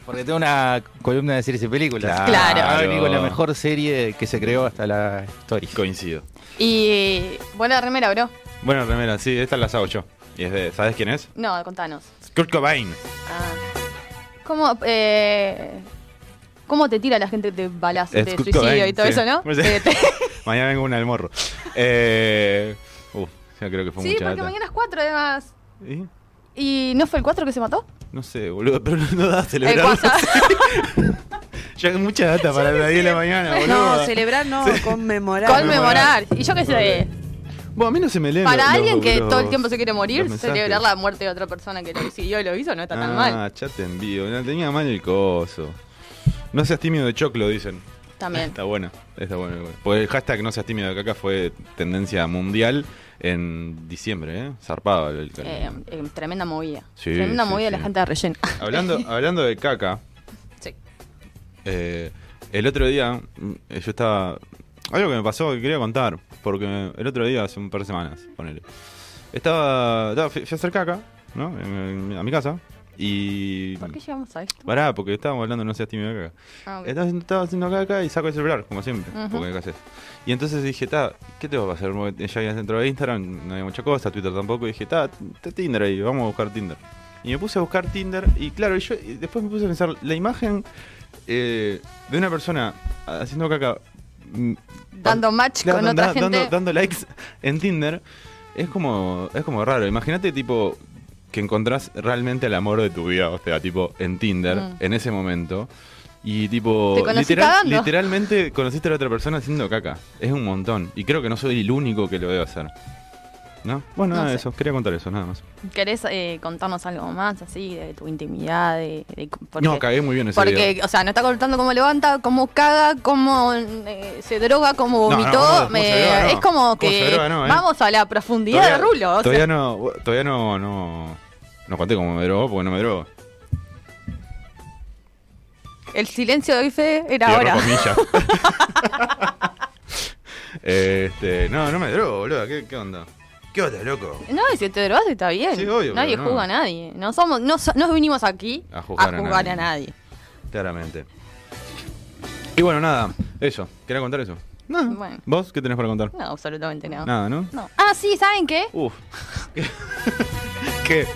[SPEAKER 5] Porque tengo una columna de series y películas.
[SPEAKER 1] Claro.
[SPEAKER 5] Ah, venir con la mejor serie que se creó hasta la historia.
[SPEAKER 2] Coincido.
[SPEAKER 1] Y buena remera, bro.
[SPEAKER 2] Bueno, remera, sí, esta la hago yo. Y es de, ¿Sabes quién es?
[SPEAKER 1] No, contanos.
[SPEAKER 2] Kurt Cobain.
[SPEAKER 1] ¿Cómo, eh, ¿Cómo te tira la gente de balazo, de
[SPEAKER 2] Es Kurt
[SPEAKER 1] suicidio
[SPEAKER 2] Cobain,
[SPEAKER 1] y todo
[SPEAKER 2] sí.
[SPEAKER 1] eso, no?
[SPEAKER 2] Sí.
[SPEAKER 1] Eh, te-
[SPEAKER 2] Mañana vengo una del morro. Eh, uf, ya creo que fue
[SPEAKER 1] sí,
[SPEAKER 2] mucha
[SPEAKER 1] porque
[SPEAKER 2] data.
[SPEAKER 1] mañana es 4 además.
[SPEAKER 2] ¿Y?
[SPEAKER 1] ¿Y no fue el 4 que se mató? Eh,
[SPEAKER 2] No sé, boludo, pero no, no da a
[SPEAKER 1] El
[SPEAKER 2] celebrar.
[SPEAKER 1] 4.
[SPEAKER 2] ya hay mucha data para las 10 de la mañana, boludo.
[SPEAKER 3] No, celebrar no, conmemorar.
[SPEAKER 1] Conmemorar. Y yo qué sé.
[SPEAKER 2] Bueno, a mí no se me leen
[SPEAKER 1] Para
[SPEAKER 2] los-
[SPEAKER 1] alguien
[SPEAKER 2] los-
[SPEAKER 1] que
[SPEAKER 2] los-
[SPEAKER 1] todo el tiempo se quiere morir,
[SPEAKER 2] los mensajes.
[SPEAKER 1] celebrar la muerte de otra persona que lo siguió y lo hizo no está tan
[SPEAKER 2] ah,
[SPEAKER 1] mal.
[SPEAKER 2] ya te envío. No, tenía mal el coso. No seas tímido de choclo, dicen.
[SPEAKER 1] También.
[SPEAKER 2] Está bueno, está bueno. Porque el hashtag no seas tímido de caca fue tendencia mundial en diciembre, ¿eh? Zarpado el, el-
[SPEAKER 1] Eh, eh, tremenda movida.
[SPEAKER 2] Sí,
[SPEAKER 1] tremenda
[SPEAKER 2] sí,
[SPEAKER 1] movida de la
[SPEAKER 2] sí.
[SPEAKER 1] gente de relleno.
[SPEAKER 2] Hablando, hablando de caca,
[SPEAKER 1] Sí.
[SPEAKER 2] eh, el otro día mm, eh, yo estaba... Algo que me pasó que quería contar, porque el otro día, hace un par de semanas, ponele. Estaba... estaba- fui fui a hacer caca, ¿no? En- en- a mi casa. Y...
[SPEAKER 1] ¿Por qué llegamos a esto?
[SPEAKER 2] Pará, porque estábamos hablando no seas tímido de caca.
[SPEAKER 1] Ah, ok.
[SPEAKER 2] Estaba, estaba haciendo caca y saco el celular, como siempre,
[SPEAKER 1] Ujú.
[SPEAKER 2] porque ¿qué haces? Y entonces dije, ta, ¿qué te va a pasar? Porque Ya habías entrado a Instagram, no había mucha cosa, Twitter tampoco, y dije, ta, está Tinder ahí, vamos a buscar Tinder. Y me puse a buscar Tinder, y claro, y yo y después me puse a pensar, la imagen eh, de una persona haciendo caca, mm,
[SPEAKER 1] Dando match
[SPEAKER 2] claro,
[SPEAKER 1] con
[SPEAKER 2] dan-
[SPEAKER 1] otra
[SPEAKER 2] dan-
[SPEAKER 1] gente.
[SPEAKER 2] dando, dando likes en Tinder, es como, es como raro. Imagínate, tipo, que encontrás realmente el amor de tu vida, o sea, tipo, en Tinder,
[SPEAKER 1] Mm.
[SPEAKER 2] en ese momento. Y tipo,
[SPEAKER 1] Te conocí cagando.
[SPEAKER 2] literalmente conociste a la otra persona haciendo caca. Es un montón. Y creo que no soy el único que lo debe hacer. ¿No? Bueno,
[SPEAKER 1] No
[SPEAKER 2] nada de
[SPEAKER 1] sé.
[SPEAKER 2] eso. Quería contar eso, nada más.
[SPEAKER 1] ¿Querés eh, contarnos algo más así de tu intimidad? De, de- porque-
[SPEAKER 2] no, cagué muy bien ese día.
[SPEAKER 1] Porque, o sea, no está contando cómo levanta, cómo caga, cómo eh, se droga, cómo
[SPEAKER 2] No, no,
[SPEAKER 1] vomitó.
[SPEAKER 2] cómo- cómo
[SPEAKER 1] me-
[SPEAKER 2] se droga, no.
[SPEAKER 1] Es como
[SPEAKER 2] Cómo
[SPEAKER 1] que
[SPEAKER 2] se droga, no, eh.
[SPEAKER 1] vamos a la profundidad de Rulo. o sea.
[SPEAKER 2] todavía no, todavía no, no, no conté cómo me drogó porque no me drogo.
[SPEAKER 1] el silencio de hoy, Fede, era
[SPEAKER 2] Cierro
[SPEAKER 1] ahora.
[SPEAKER 2] comillas. este, no, no me drogo, boludo. ¿Qué, qué onda? ¿Qué onda, loco?
[SPEAKER 1] No, y si te drogaste está bien.
[SPEAKER 2] Sí, obvio,
[SPEAKER 1] nadie
[SPEAKER 2] pero no.
[SPEAKER 1] juzga a nadie. No somos, no, so- no vinimos aquí
[SPEAKER 2] A juzgar a nadie.
[SPEAKER 1] a nadie.
[SPEAKER 2] Claramente. Y bueno, nada, eso. ¿Quería contar eso? No.
[SPEAKER 1] Bueno.
[SPEAKER 2] ¿Vos qué tenés para contar?
[SPEAKER 1] No, absolutamente nada.
[SPEAKER 2] Nada, ¿no?
[SPEAKER 1] No. Ah, sí, ¿saben qué?
[SPEAKER 2] Uf. ¿Qué?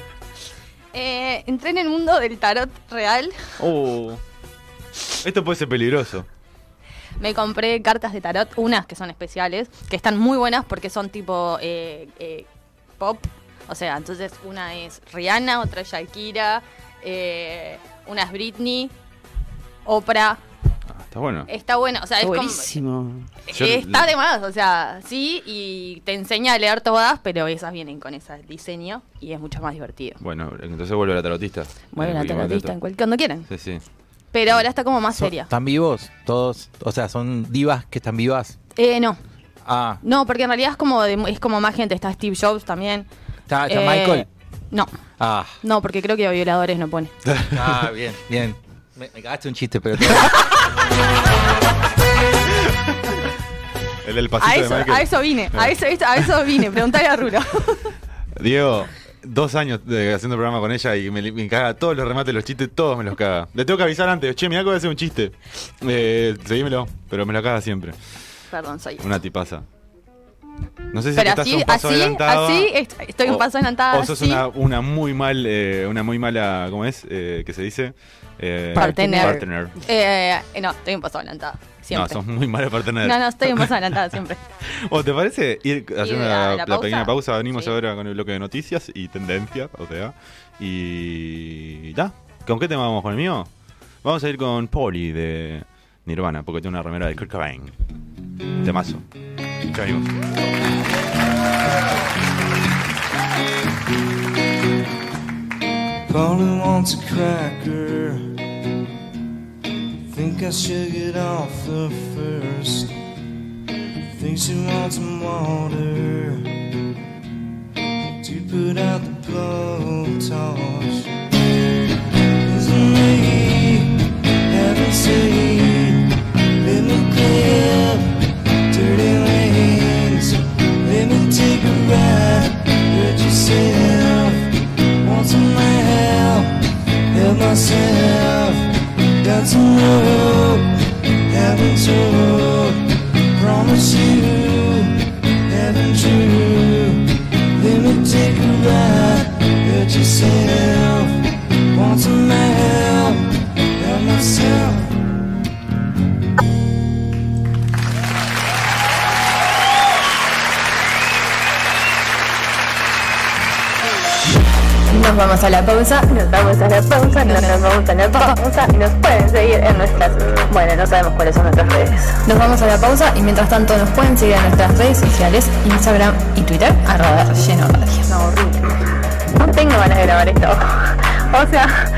[SPEAKER 1] Eh, entré en el mundo del tarot real.
[SPEAKER 2] Uh. Esto puede ser peligroso.
[SPEAKER 1] Me compré cartas de tarot, unas que son especiales, que están muy buenas porque son tipo eh, eh, pop. O sea, entonces una es Rihanna, otra es Shakira, eh, una es Britney, Oprah.
[SPEAKER 2] Ah, está bueno.
[SPEAKER 1] Está bueno, o sea, es
[SPEAKER 3] Está
[SPEAKER 1] como- eh,
[SPEAKER 3] buenísimo.
[SPEAKER 2] Yo-
[SPEAKER 1] Está de más, o sea, sí, y te enseña a leer todas, pero esas vienen con ese diseño y es mucho más divertido.
[SPEAKER 2] Bueno, entonces vuelve la tarotista.
[SPEAKER 1] Vuelven a
[SPEAKER 2] Eh,
[SPEAKER 1] tarotista en cualquier, cuando quieran.
[SPEAKER 2] Sí, sí.
[SPEAKER 1] Pero ahora está como más
[SPEAKER 5] Son-
[SPEAKER 1] seria.
[SPEAKER 5] ¿Están vivos? Todos. O sea, son divas que están vivas.
[SPEAKER 1] Eh, no,
[SPEAKER 5] Ah,
[SPEAKER 1] no, porque en realidad es como, de- es como más gente, está Steve Jobs también.
[SPEAKER 2] Ah,
[SPEAKER 5] ¿está, está
[SPEAKER 1] Eh,
[SPEAKER 5] Michael?
[SPEAKER 1] No,
[SPEAKER 5] Ah,
[SPEAKER 1] no, porque creo que a violadores no pone.
[SPEAKER 5] ah, bien, bien. Me, me cagaste un chiste, pero...
[SPEAKER 2] El del
[SPEAKER 1] A
[SPEAKER 2] pasito
[SPEAKER 1] eso,
[SPEAKER 2] de Michael.
[SPEAKER 1] a eso vine, a eso, a eso vine, preguntale a Rulo.
[SPEAKER 2] Diego, dos años de- haciendo programa con ella y me, me caga todos los remates, los chistes, todos me los caga. Le tengo que avisar antes, che, mirá que voy a hacer un chiste. Eh, seguímelo, pero me lo caga siempre.
[SPEAKER 1] Perdón, soy.
[SPEAKER 2] Una tipaza. No sé si
[SPEAKER 1] Pero
[SPEAKER 2] es que estás
[SPEAKER 1] así,
[SPEAKER 2] un paso
[SPEAKER 1] así,
[SPEAKER 2] adelantado.
[SPEAKER 1] así, est- estoy un
[SPEAKER 2] o-
[SPEAKER 1] paso adelantada.
[SPEAKER 2] O sos
[SPEAKER 1] así.
[SPEAKER 2] una, una muy mal, eh, una muy mala, ¿cómo es? Eh, ¿Qué se dice? Eh,
[SPEAKER 1] Partener.
[SPEAKER 2] partner.
[SPEAKER 1] Eh, no, estoy un paso adelantada,
[SPEAKER 2] No,
[SPEAKER 1] siempre.
[SPEAKER 2] sos muy mala partener.
[SPEAKER 1] No, no, estoy un paso adelantada siempre.
[SPEAKER 2] ¿O Oh, te parece ir haciendo
[SPEAKER 1] la-
[SPEAKER 2] la,
[SPEAKER 1] la
[SPEAKER 2] la pequeña
[SPEAKER 1] pausa?
[SPEAKER 2] pausa? Venimos
[SPEAKER 1] Sí.
[SPEAKER 2] ahora con el bloque de noticias y tendencias, o sea. Y. ya. ¿Con qué tema vamos con el mío? Vamos a ir con Polly de Nirvana, porque tiene una remera de Kurt Cobain. Temazo. Ya venimos.
[SPEAKER 7] Polly wants a cracker. Think I should get off the first. Think she wants some water to put out the blowtorch. Isn't me heaven seen? Let me clear dirty lanes. Let me take a ride. Hurt yourself. Want some help, help myself. Got some rope, haven't told. Promise you, haven't true. Let me take a ride, hurt yourself. Want some help, help myself.
[SPEAKER 8] Nos vamos a la pausa, nos vamos a la pausa, no nos vamos a la pausa. Nos pueden seguir en nuestras. Bueno, no sabemos cuáles son nuestras redes. Nos vamos a la pausa y mientras tanto nos pueden seguir en nuestras redes sociales, Instagram y Twitter, arroba lleno radio. No, horrible. No tengo ganas de grabar esto. O sea.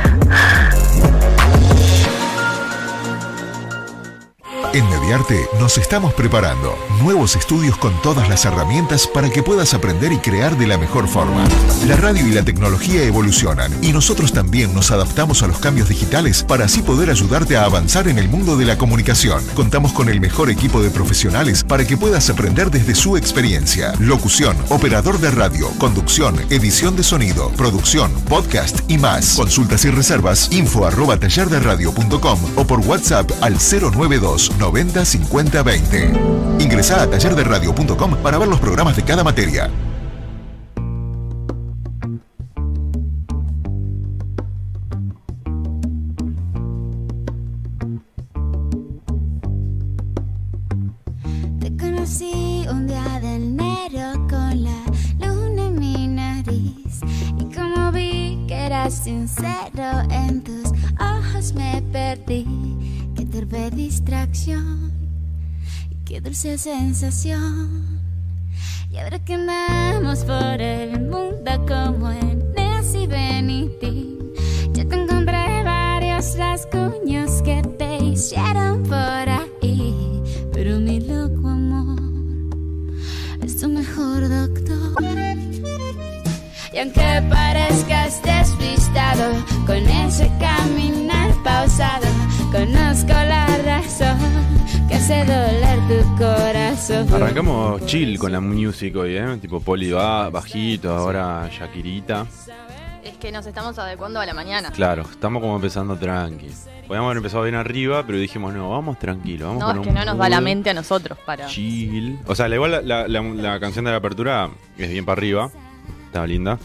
[SPEAKER 9] En Mediarte nos estamos preparando nuevos estudios con todas las herramientas para que puedas aprender y crear de la mejor forma. La radio y la tecnología evolucionan y nosotros también nos adaptamos a los cambios digitales para así poder ayudarte a avanzar en el mundo de la comunicación. Contamos con el mejor equipo de profesionales para que puedas aprender desde su experiencia. Locución, operador de radio, conducción, edición de sonido, producción, podcast y más. Consultas y reservas, info arroba tallerderadio.com o por WhatsApp al 092 90 50 20. Ingresá a tallerderadio.com para ver los programas de cada materia.
[SPEAKER 10] Te conocí un día de enero con la luna en mi nariz y como vi que eras sincero en tus ojos me perdí. Qué torpe distracción, qué dulce sensación. Y ahora que andamos por el mundo como en y Benitín, yo te encontré varios rasguños que te hicieron por ahí. Pero mi loco amor es tu mejor doctor. Y aunque parezcas despistado con ese caminar pausado, conozco la razón que hace doler tu corazón.
[SPEAKER 2] Arrancamos chill con la music hoy, ¿eh? Tipo poli va, bajito, ahora Shakirita.
[SPEAKER 1] Es que nos estamos adecuando a la mañana.
[SPEAKER 2] Claro, estamos como empezando tranqui. Podíamos haber empezado bien arriba, pero dijimos, no, vamos tranquilo, vamos
[SPEAKER 1] No,
[SPEAKER 2] con
[SPEAKER 1] es
[SPEAKER 2] un
[SPEAKER 1] que no nos da la
[SPEAKER 2] mood
[SPEAKER 1] mente a nosotros para.
[SPEAKER 2] Chill. O sea, la- igual la, la- la- la canción de la apertura es bien para arriba, está linda,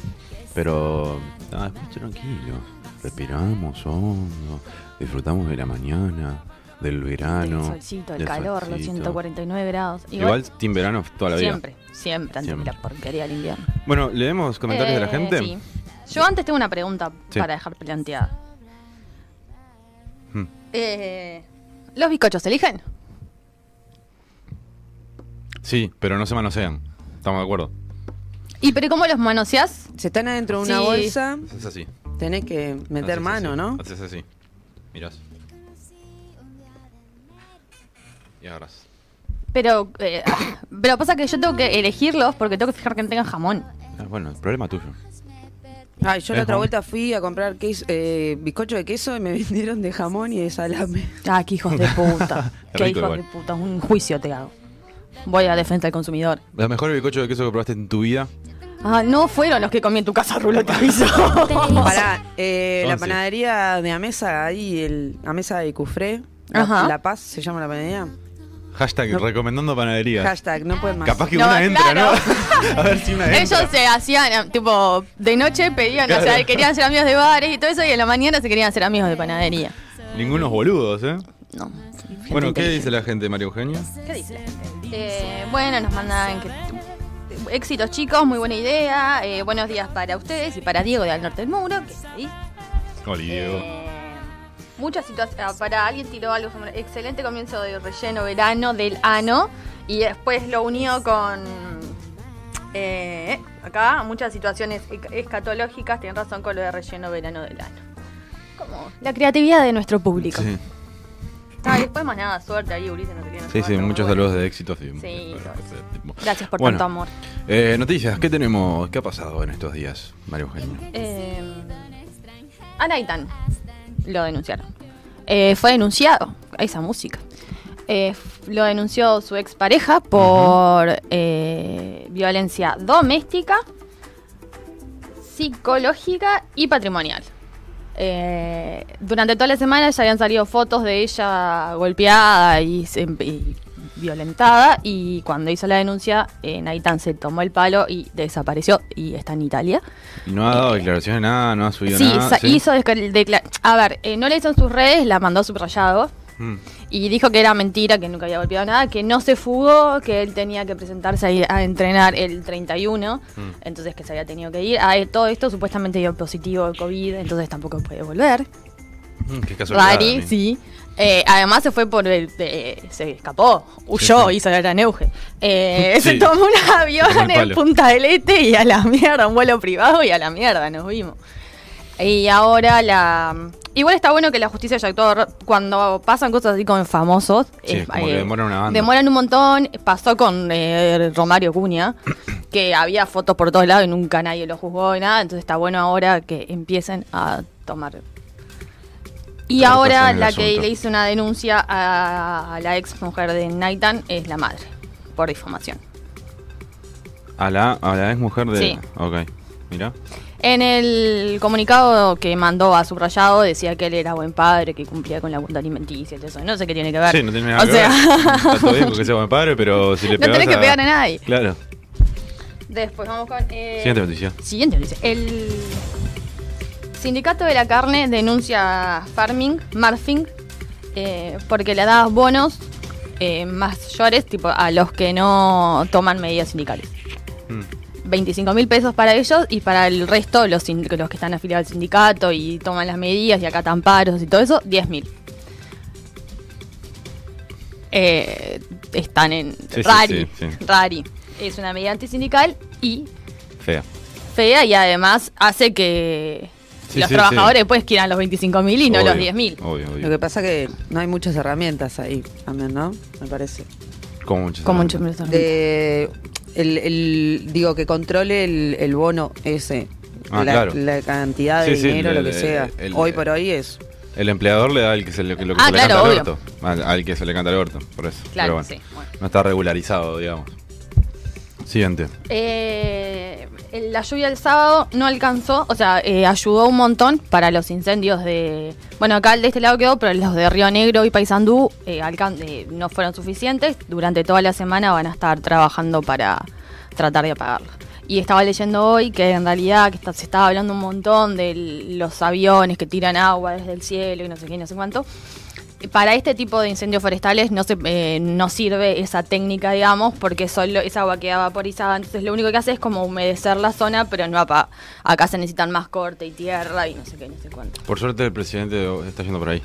[SPEAKER 2] pero nada, después tranquilo. Respiramos hondo, disfrutamos de la mañana, del verano.
[SPEAKER 1] el solcito, el
[SPEAKER 2] del
[SPEAKER 1] calor, los
[SPEAKER 2] solcito.
[SPEAKER 1] 149 grados.
[SPEAKER 2] Igual, team verano toda la vida.
[SPEAKER 1] siempre, siempre, antes de la porquería del invierno.
[SPEAKER 2] Bueno, ¿leemos comentarios de la
[SPEAKER 1] Eh,
[SPEAKER 2] gente?
[SPEAKER 1] sí. Yo antes tengo una pregunta
[SPEAKER 2] Sí.
[SPEAKER 1] para dejar planteada.
[SPEAKER 2] Hmm.
[SPEAKER 1] Eh, ¿Los bizcochos se eligen?
[SPEAKER 2] Sí, pero no se manosean. Estamos de acuerdo.
[SPEAKER 1] ¿Y pero cómo los manoseás?
[SPEAKER 3] Se están adentro de una
[SPEAKER 1] Sí.
[SPEAKER 3] bolsa,
[SPEAKER 2] Es así.
[SPEAKER 3] tenés que meter
[SPEAKER 2] Haces
[SPEAKER 3] mano,
[SPEAKER 2] así,
[SPEAKER 3] ¿no?
[SPEAKER 2] Haces así. Mirás. Y agarras.
[SPEAKER 1] Pero, eh, pero pasa que yo tengo que elegirlos porque tengo que fijar que tengan jamón.
[SPEAKER 2] Ah, bueno, el problema tuyo.
[SPEAKER 3] Ay, yo
[SPEAKER 2] Es
[SPEAKER 3] la otra
[SPEAKER 2] bueno.
[SPEAKER 3] vuelta fui a comprar queso, eh, bizcocho de queso y me vendieron de jamón y de salame.
[SPEAKER 1] Ah, qué hijos de puta.
[SPEAKER 2] Qué
[SPEAKER 1] qué
[SPEAKER 2] rico
[SPEAKER 1] hijos
[SPEAKER 2] igual.
[SPEAKER 1] de puta. Un juicio te hago. Voy a defensa del consumidor.
[SPEAKER 2] ¿Los mejores bizcochos de queso que probaste en tu vida?
[SPEAKER 1] Ah, no fueron los que comí en tu casa, Rulo, te aviso.
[SPEAKER 3] Pará, eh, la
[SPEAKER 2] Entonces.
[SPEAKER 3] panadería de Amesa, ahí, el, Amesa de Cufré,
[SPEAKER 1] Ajá.
[SPEAKER 3] la, La Paz, se llama la panadería.
[SPEAKER 2] Hashtag recomendando panaderías.
[SPEAKER 3] Hashtag, no pueden más.
[SPEAKER 2] Capaz que
[SPEAKER 1] No,
[SPEAKER 2] una entra,
[SPEAKER 1] claro.
[SPEAKER 2] ¿no? a ver si una entra.
[SPEAKER 1] Ellos se hacían, eh, tipo, de noche pedían, o sea,
[SPEAKER 2] Claro.
[SPEAKER 1] querían ser amigos de bares y todo eso, y en la mañana se querían hacer amigos de panadería.
[SPEAKER 2] Ningunos boludos, ¿eh?
[SPEAKER 1] No.
[SPEAKER 2] Bueno, ¿qué dice la gente, María Eugenia?
[SPEAKER 1] ¿Qué dice? Eh, bueno, nos mandan que- éxitos chicos, muy buena idea. eh, buenos días para ustedes y para Diego de Al Norte del Muro, que está ahí.
[SPEAKER 2] Oli, Diego.
[SPEAKER 1] Eh, muchas situaciones. Para alguien tiró algo sobre- Excelente comienzo de relleno verano del ano. Y después lo unió con. eh, acá, muchas situaciones ec- escatológicas. Tienen razón con lo de relleno verano del ano. Como la creatividad de nuestro público.
[SPEAKER 2] Sí,
[SPEAKER 1] Ah, y después más nada, suerte ahí, Ulises, no sé qué. no sé
[SPEAKER 2] sí, sí,
[SPEAKER 1] cuánto,
[SPEAKER 2] muchos
[SPEAKER 1] muy bueno.
[SPEAKER 2] saludos de éxitos. y-
[SPEAKER 1] Sí,
[SPEAKER 2] tipo-
[SPEAKER 1] Gracias por
[SPEAKER 2] Bueno,
[SPEAKER 1] tanto amor.
[SPEAKER 2] Eh, noticias, ¿qué tenemos? ¿Qué ha pasado en estos días, María Eugenia?
[SPEAKER 1] Eh, a Naitan lo denunciaron. Eh, fue denunciado, a esa música. Eh, f- lo denunció su expareja por eh, violencia doméstica, psicológica y patrimonial. Eh, durante toda la semana ya habían salido fotos de ella golpeada y, se- y violentada y cuando hizo la denuncia, eh, Naitan se tomó el palo y desapareció y está en Italia.
[SPEAKER 2] Y no ha dado declaraciones, nada, no ha
[SPEAKER 1] Sí,
[SPEAKER 2] subido nada.
[SPEAKER 1] sa- hizo declaración. A ver, eh, no la hizo en sus redes, la mandó subrayado
[SPEAKER 2] Mm.
[SPEAKER 1] y dijo que era mentira, que nunca había golpeado nada, que no se fugó, que él tenía que presentarse ahí a entrenar el 31,
[SPEAKER 2] Mm.
[SPEAKER 1] entonces que se había tenido que ir. A eh, todo esto supuestamente dio positivo de COVID, entonces tampoco puede volver.
[SPEAKER 2] Mm, Qué casualidad.
[SPEAKER 1] Rari,
[SPEAKER 2] también.
[SPEAKER 1] sí. Eh, además se fue por el... eh, se escapó, huyó,
[SPEAKER 2] Sí, sí.
[SPEAKER 1] hizo la gran euge. Eh,
[SPEAKER 2] Sí.
[SPEAKER 1] Se tomó un
[SPEAKER 2] Se
[SPEAKER 1] avión
[SPEAKER 2] tomó el
[SPEAKER 1] en
[SPEAKER 2] palo.
[SPEAKER 1] Punta del Este y a la mierda, un vuelo privado y a la mierda, nos vimos. Y ahora la... Igual está bueno que la justicia haya actuado ra- cuando pasan cosas así con famosos.
[SPEAKER 2] Sí,
[SPEAKER 1] eh,
[SPEAKER 2] como que
[SPEAKER 1] eh,
[SPEAKER 2] demoran una banda.
[SPEAKER 1] demoran un montón. Pasó con eh, Romario Cuña, que había fotos por todos lados y nunca nadie lo juzgó y nada. Entonces está bueno ahora que empiecen a tomar y
[SPEAKER 2] Cartas
[SPEAKER 1] ahora
[SPEAKER 2] en el
[SPEAKER 1] la que
[SPEAKER 2] asunto.
[SPEAKER 1] le hizo una denuncia a, a la ex mujer de Naitan es la madre, por difamación.
[SPEAKER 2] A la, a la ex mujer de.
[SPEAKER 1] Sí.
[SPEAKER 2] Ok, mira.
[SPEAKER 1] En el comunicado que mandó a subrayado decía que él era buen padre, que cumplía con la cuota alimenticia y todo eso. No sé qué tiene que ver.
[SPEAKER 2] Sí, no tiene nada
[SPEAKER 1] o
[SPEAKER 2] que
[SPEAKER 1] sea,
[SPEAKER 2] ver. Está todo bien con que sea buen padre, pero si le
[SPEAKER 1] No tenés
[SPEAKER 2] pegás
[SPEAKER 1] que pegar a nadie.
[SPEAKER 2] Claro.
[SPEAKER 1] Después vamos con. eh,
[SPEAKER 2] Siguiente noticia.
[SPEAKER 1] Siguiente noticia. El Sindicato de la Carne denuncia farming, marfing, eh, porque le da bonos eh, mayores tipo, a los que no toman medidas sindicales.
[SPEAKER 2] Mm.
[SPEAKER 1] 25 mil pesos para ellos y para el resto, los, sin- los que están afiliados al sindicato y toman las medidas y acatan paros y todo eso, 10 mil. Eh, están en
[SPEAKER 2] Sí, sí,
[SPEAKER 1] Rari.
[SPEAKER 2] sí, sí.
[SPEAKER 1] Rari es una medida antisindical y
[SPEAKER 2] Fea.
[SPEAKER 1] fea y además hace que
[SPEAKER 2] Sí,
[SPEAKER 1] los
[SPEAKER 2] sí,
[SPEAKER 1] trabajadores
[SPEAKER 2] sí.
[SPEAKER 1] después quieran los 25 mil y no los
[SPEAKER 2] Obvio,
[SPEAKER 1] 10 mil.
[SPEAKER 2] Obvio,
[SPEAKER 3] Lo
[SPEAKER 2] obvio.
[SPEAKER 3] que pasa que no hay muchas herramientas ahí también, ¿no? Me parece.
[SPEAKER 2] Como muchas
[SPEAKER 1] Como
[SPEAKER 2] herramientas.
[SPEAKER 1] muchos
[SPEAKER 3] De, el, el- digo, que controle el, el bono ese.
[SPEAKER 2] Ah,
[SPEAKER 3] la,
[SPEAKER 2] claro.
[SPEAKER 3] la cantidad de
[SPEAKER 2] Sí, sí,
[SPEAKER 3] dinero,
[SPEAKER 2] el-
[SPEAKER 3] lo que
[SPEAKER 2] el-
[SPEAKER 3] sea.
[SPEAKER 2] el-
[SPEAKER 3] hoy por hoy es.
[SPEAKER 2] El empleador le da al que se le, lo que
[SPEAKER 1] Ah,
[SPEAKER 2] se le
[SPEAKER 1] claro,
[SPEAKER 2] canta el
[SPEAKER 1] obvio.
[SPEAKER 2] orto. Al, al que se le canta el orto, por eso.
[SPEAKER 1] Claro,
[SPEAKER 2] Pero bueno,
[SPEAKER 1] sí, bueno.
[SPEAKER 2] No está regularizado, digamos. Siguiente.
[SPEAKER 1] Eh, la lluvia el sábado no alcanzó, o sea, eh, ayudó un montón para los incendios de. Bueno, acá el de este lado quedó, pero los de Río Negro y Paysandú eh, alcan- eh, no fueron suficientes. Durante toda la semana van a estar trabajando para tratar de apagarla. Y estaba leyendo hoy que en realidad que está- se estaba hablando un montón de los aviones que tiran agua desde el cielo y no sé qué, y no sé cuánto para este tipo de incendios forestales no se eh, no sirve esa técnica, digamos, porque solo esa agua queda vaporizada. Entonces lo único que hace es como humedecer la zona, pero no apa- acá se necesitan más corte y tierra y no sé qué, no sé cuánto.
[SPEAKER 2] Por suerte el presidente está yendo por ahí.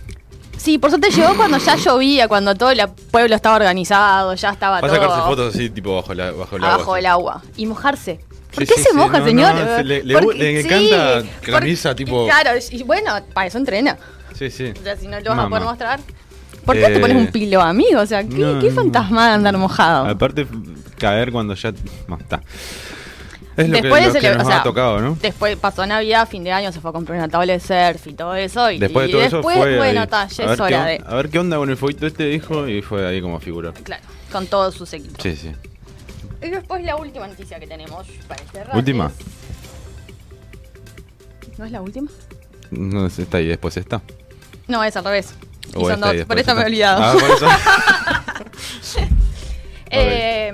[SPEAKER 1] Sí, por suerte llegó cuando ya llovía, cuando todo el pueblo estaba organizado, ya estaba
[SPEAKER 2] Va a
[SPEAKER 1] todo
[SPEAKER 2] sacarse fotos así, tipo bajo, la, bajo el
[SPEAKER 1] abajo
[SPEAKER 2] agua.
[SPEAKER 1] del agua. Y mojarse. ¿Por
[SPEAKER 2] Sí,
[SPEAKER 1] qué
[SPEAKER 2] sí,
[SPEAKER 1] se
[SPEAKER 2] sí,
[SPEAKER 1] moja,
[SPEAKER 2] no,
[SPEAKER 1] señor?
[SPEAKER 2] no, se le- le-
[SPEAKER 1] Porque-
[SPEAKER 2] le
[SPEAKER 1] sí,
[SPEAKER 2] encanta
[SPEAKER 1] porque-
[SPEAKER 2] graniza, tipo-
[SPEAKER 1] Claro, y bueno, para eso entrena.
[SPEAKER 2] Sí, sí.
[SPEAKER 1] O sea, si no lo vas a
[SPEAKER 2] Mamá.
[SPEAKER 1] poder mostrar. ¿Por qué te pones
[SPEAKER 2] Eh,
[SPEAKER 1] un pilo, amigo? O sea, ¿qué,
[SPEAKER 2] no,
[SPEAKER 1] qué
[SPEAKER 2] no.
[SPEAKER 1] fantasma de andar mojado?
[SPEAKER 2] Aparte, caer cuando ya. Bueno, está. Es lo
[SPEAKER 1] Después
[SPEAKER 2] que,
[SPEAKER 1] de
[SPEAKER 2] lo que
[SPEAKER 1] celebra-
[SPEAKER 2] nos
[SPEAKER 1] o sea,
[SPEAKER 2] ha tocado, ¿no?
[SPEAKER 1] Después pasó Navidad, fin de año, se fue a comprar una tabla de surf y todo eso. Y
[SPEAKER 2] Después
[SPEAKER 1] y
[SPEAKER 2] de todo
[SPEAKER 1] después,
[SPEAKER 2] eso fue.
[SPEAKER 1] bueno,
[SPEAKER 2] ahí.
[SPEAKER 1] ta, ya
[SPEAKER 2] a, ver
[SPEAKER 1] es
[SPEAKER 2] qué
[SPEAKER 1] hora
[SPEAKER 2] on-
[SPEAKER 1] de.
[SPEAKER 2] a ver qué onda con el fueguito este dijo y fue ahí como figura.
[SPEAKER 1] Claro, con todos sus equipos.
[SPEAKER 2] Sí, sí.
[SPEAKER 1] Y después la última noticia que tenemos para cerrar.
[SPEAKER 2] Última.
[SPEAKER 1] es- ¿No es la última?
[SPEAKER 2] No, es esta y después esta.
[SPEAKER 1] No, es al revés.
[SPEAKER 2] O
[SPEAKER 1] Y son
[SPEAKER 2] esta y
[SPEAKER 1] dos. Por
[SPEAKER 2] después
[SPEAKER 1] eso me he
[SPEAKER 2] esta.
[SPEAKER 1] olvidado.
[SPEAKER 2] Ah, por eso.
[SPEAKER 1] Eh,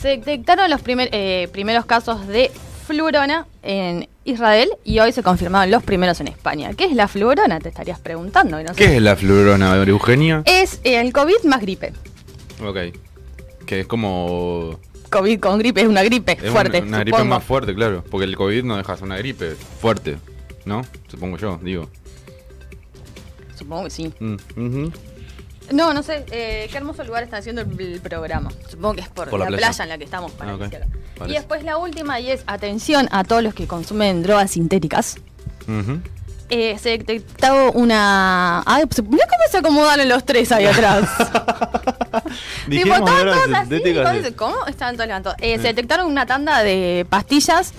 [SPEAKER 1] se detectaron los primer- eh, primeros casos de fluorona en Israel y hoy se confirmaron los primeros en España. ¿Qué es la fluorona? Te estarías preguntando. y no sé.
[SPEAKER 2] ¿Qué es la florona, Eugenia?
[SPEAKER 1] Es eh, el COVID más gripe.
[SPEAKER 2] Ok. Que es como.
[SPEAKER 1] COVID con gripe es una gripe
[SPEAKER 2] es
[SPEAKER 1] fuerte.
[SPEAKER 2] Una, una gripe
[SPEAKER 1] supongo.
[SPEAKER 2] más fuerte, claro. Porque el COVID no deja de ser una gripe fuerte, ¿no? Supongo yo, digo.
[SPEAKER 1] Supongo que sí.
[SPEAKER 2] Mm, ujú.
[SPEAKER 1] No, no sé, eh, qué hermoso lugar está haciendo el, el programa. Supongo que es por,
[SPEAKER 2] Por
[SPEAKER 1] la,
[SPEAKER 2] la
[SPEAKER 1] playa.
[SPEAKER 2] playa.
[SPEAKER 1] en la que estamos para
[SPEAKER 2] Ah, ok.
[SPEAKER 1] iniciar. Y
[SPEAKER 2] Parece.
[SPEAKER 1] después la última y es, atención a todos los que consumen drogas sintéticas.
[SPEAKER 2] Ujú.
[SPEAKER 1] Eh, se detectó una... Ay, pues, mirá cómo se acomodaron los tres ahí atrás. Tipo,
[SPEAKER 2] Dijimos
[SPEAKER 1] estaban
[SPEAKER 2] drogas
[SPEAKER 1] todos así,
[SPEAKER 2] sintéticas,
[SPEAKER 1] todos
[SPEAKER 2] sí.
[SPEAKER 1] dicen, ¿Cómo? Estaban todos levantados. Eh,
[SPEAKER 2] Eh.
[SPEAKER 1] Se detectaron una tanda de pastillas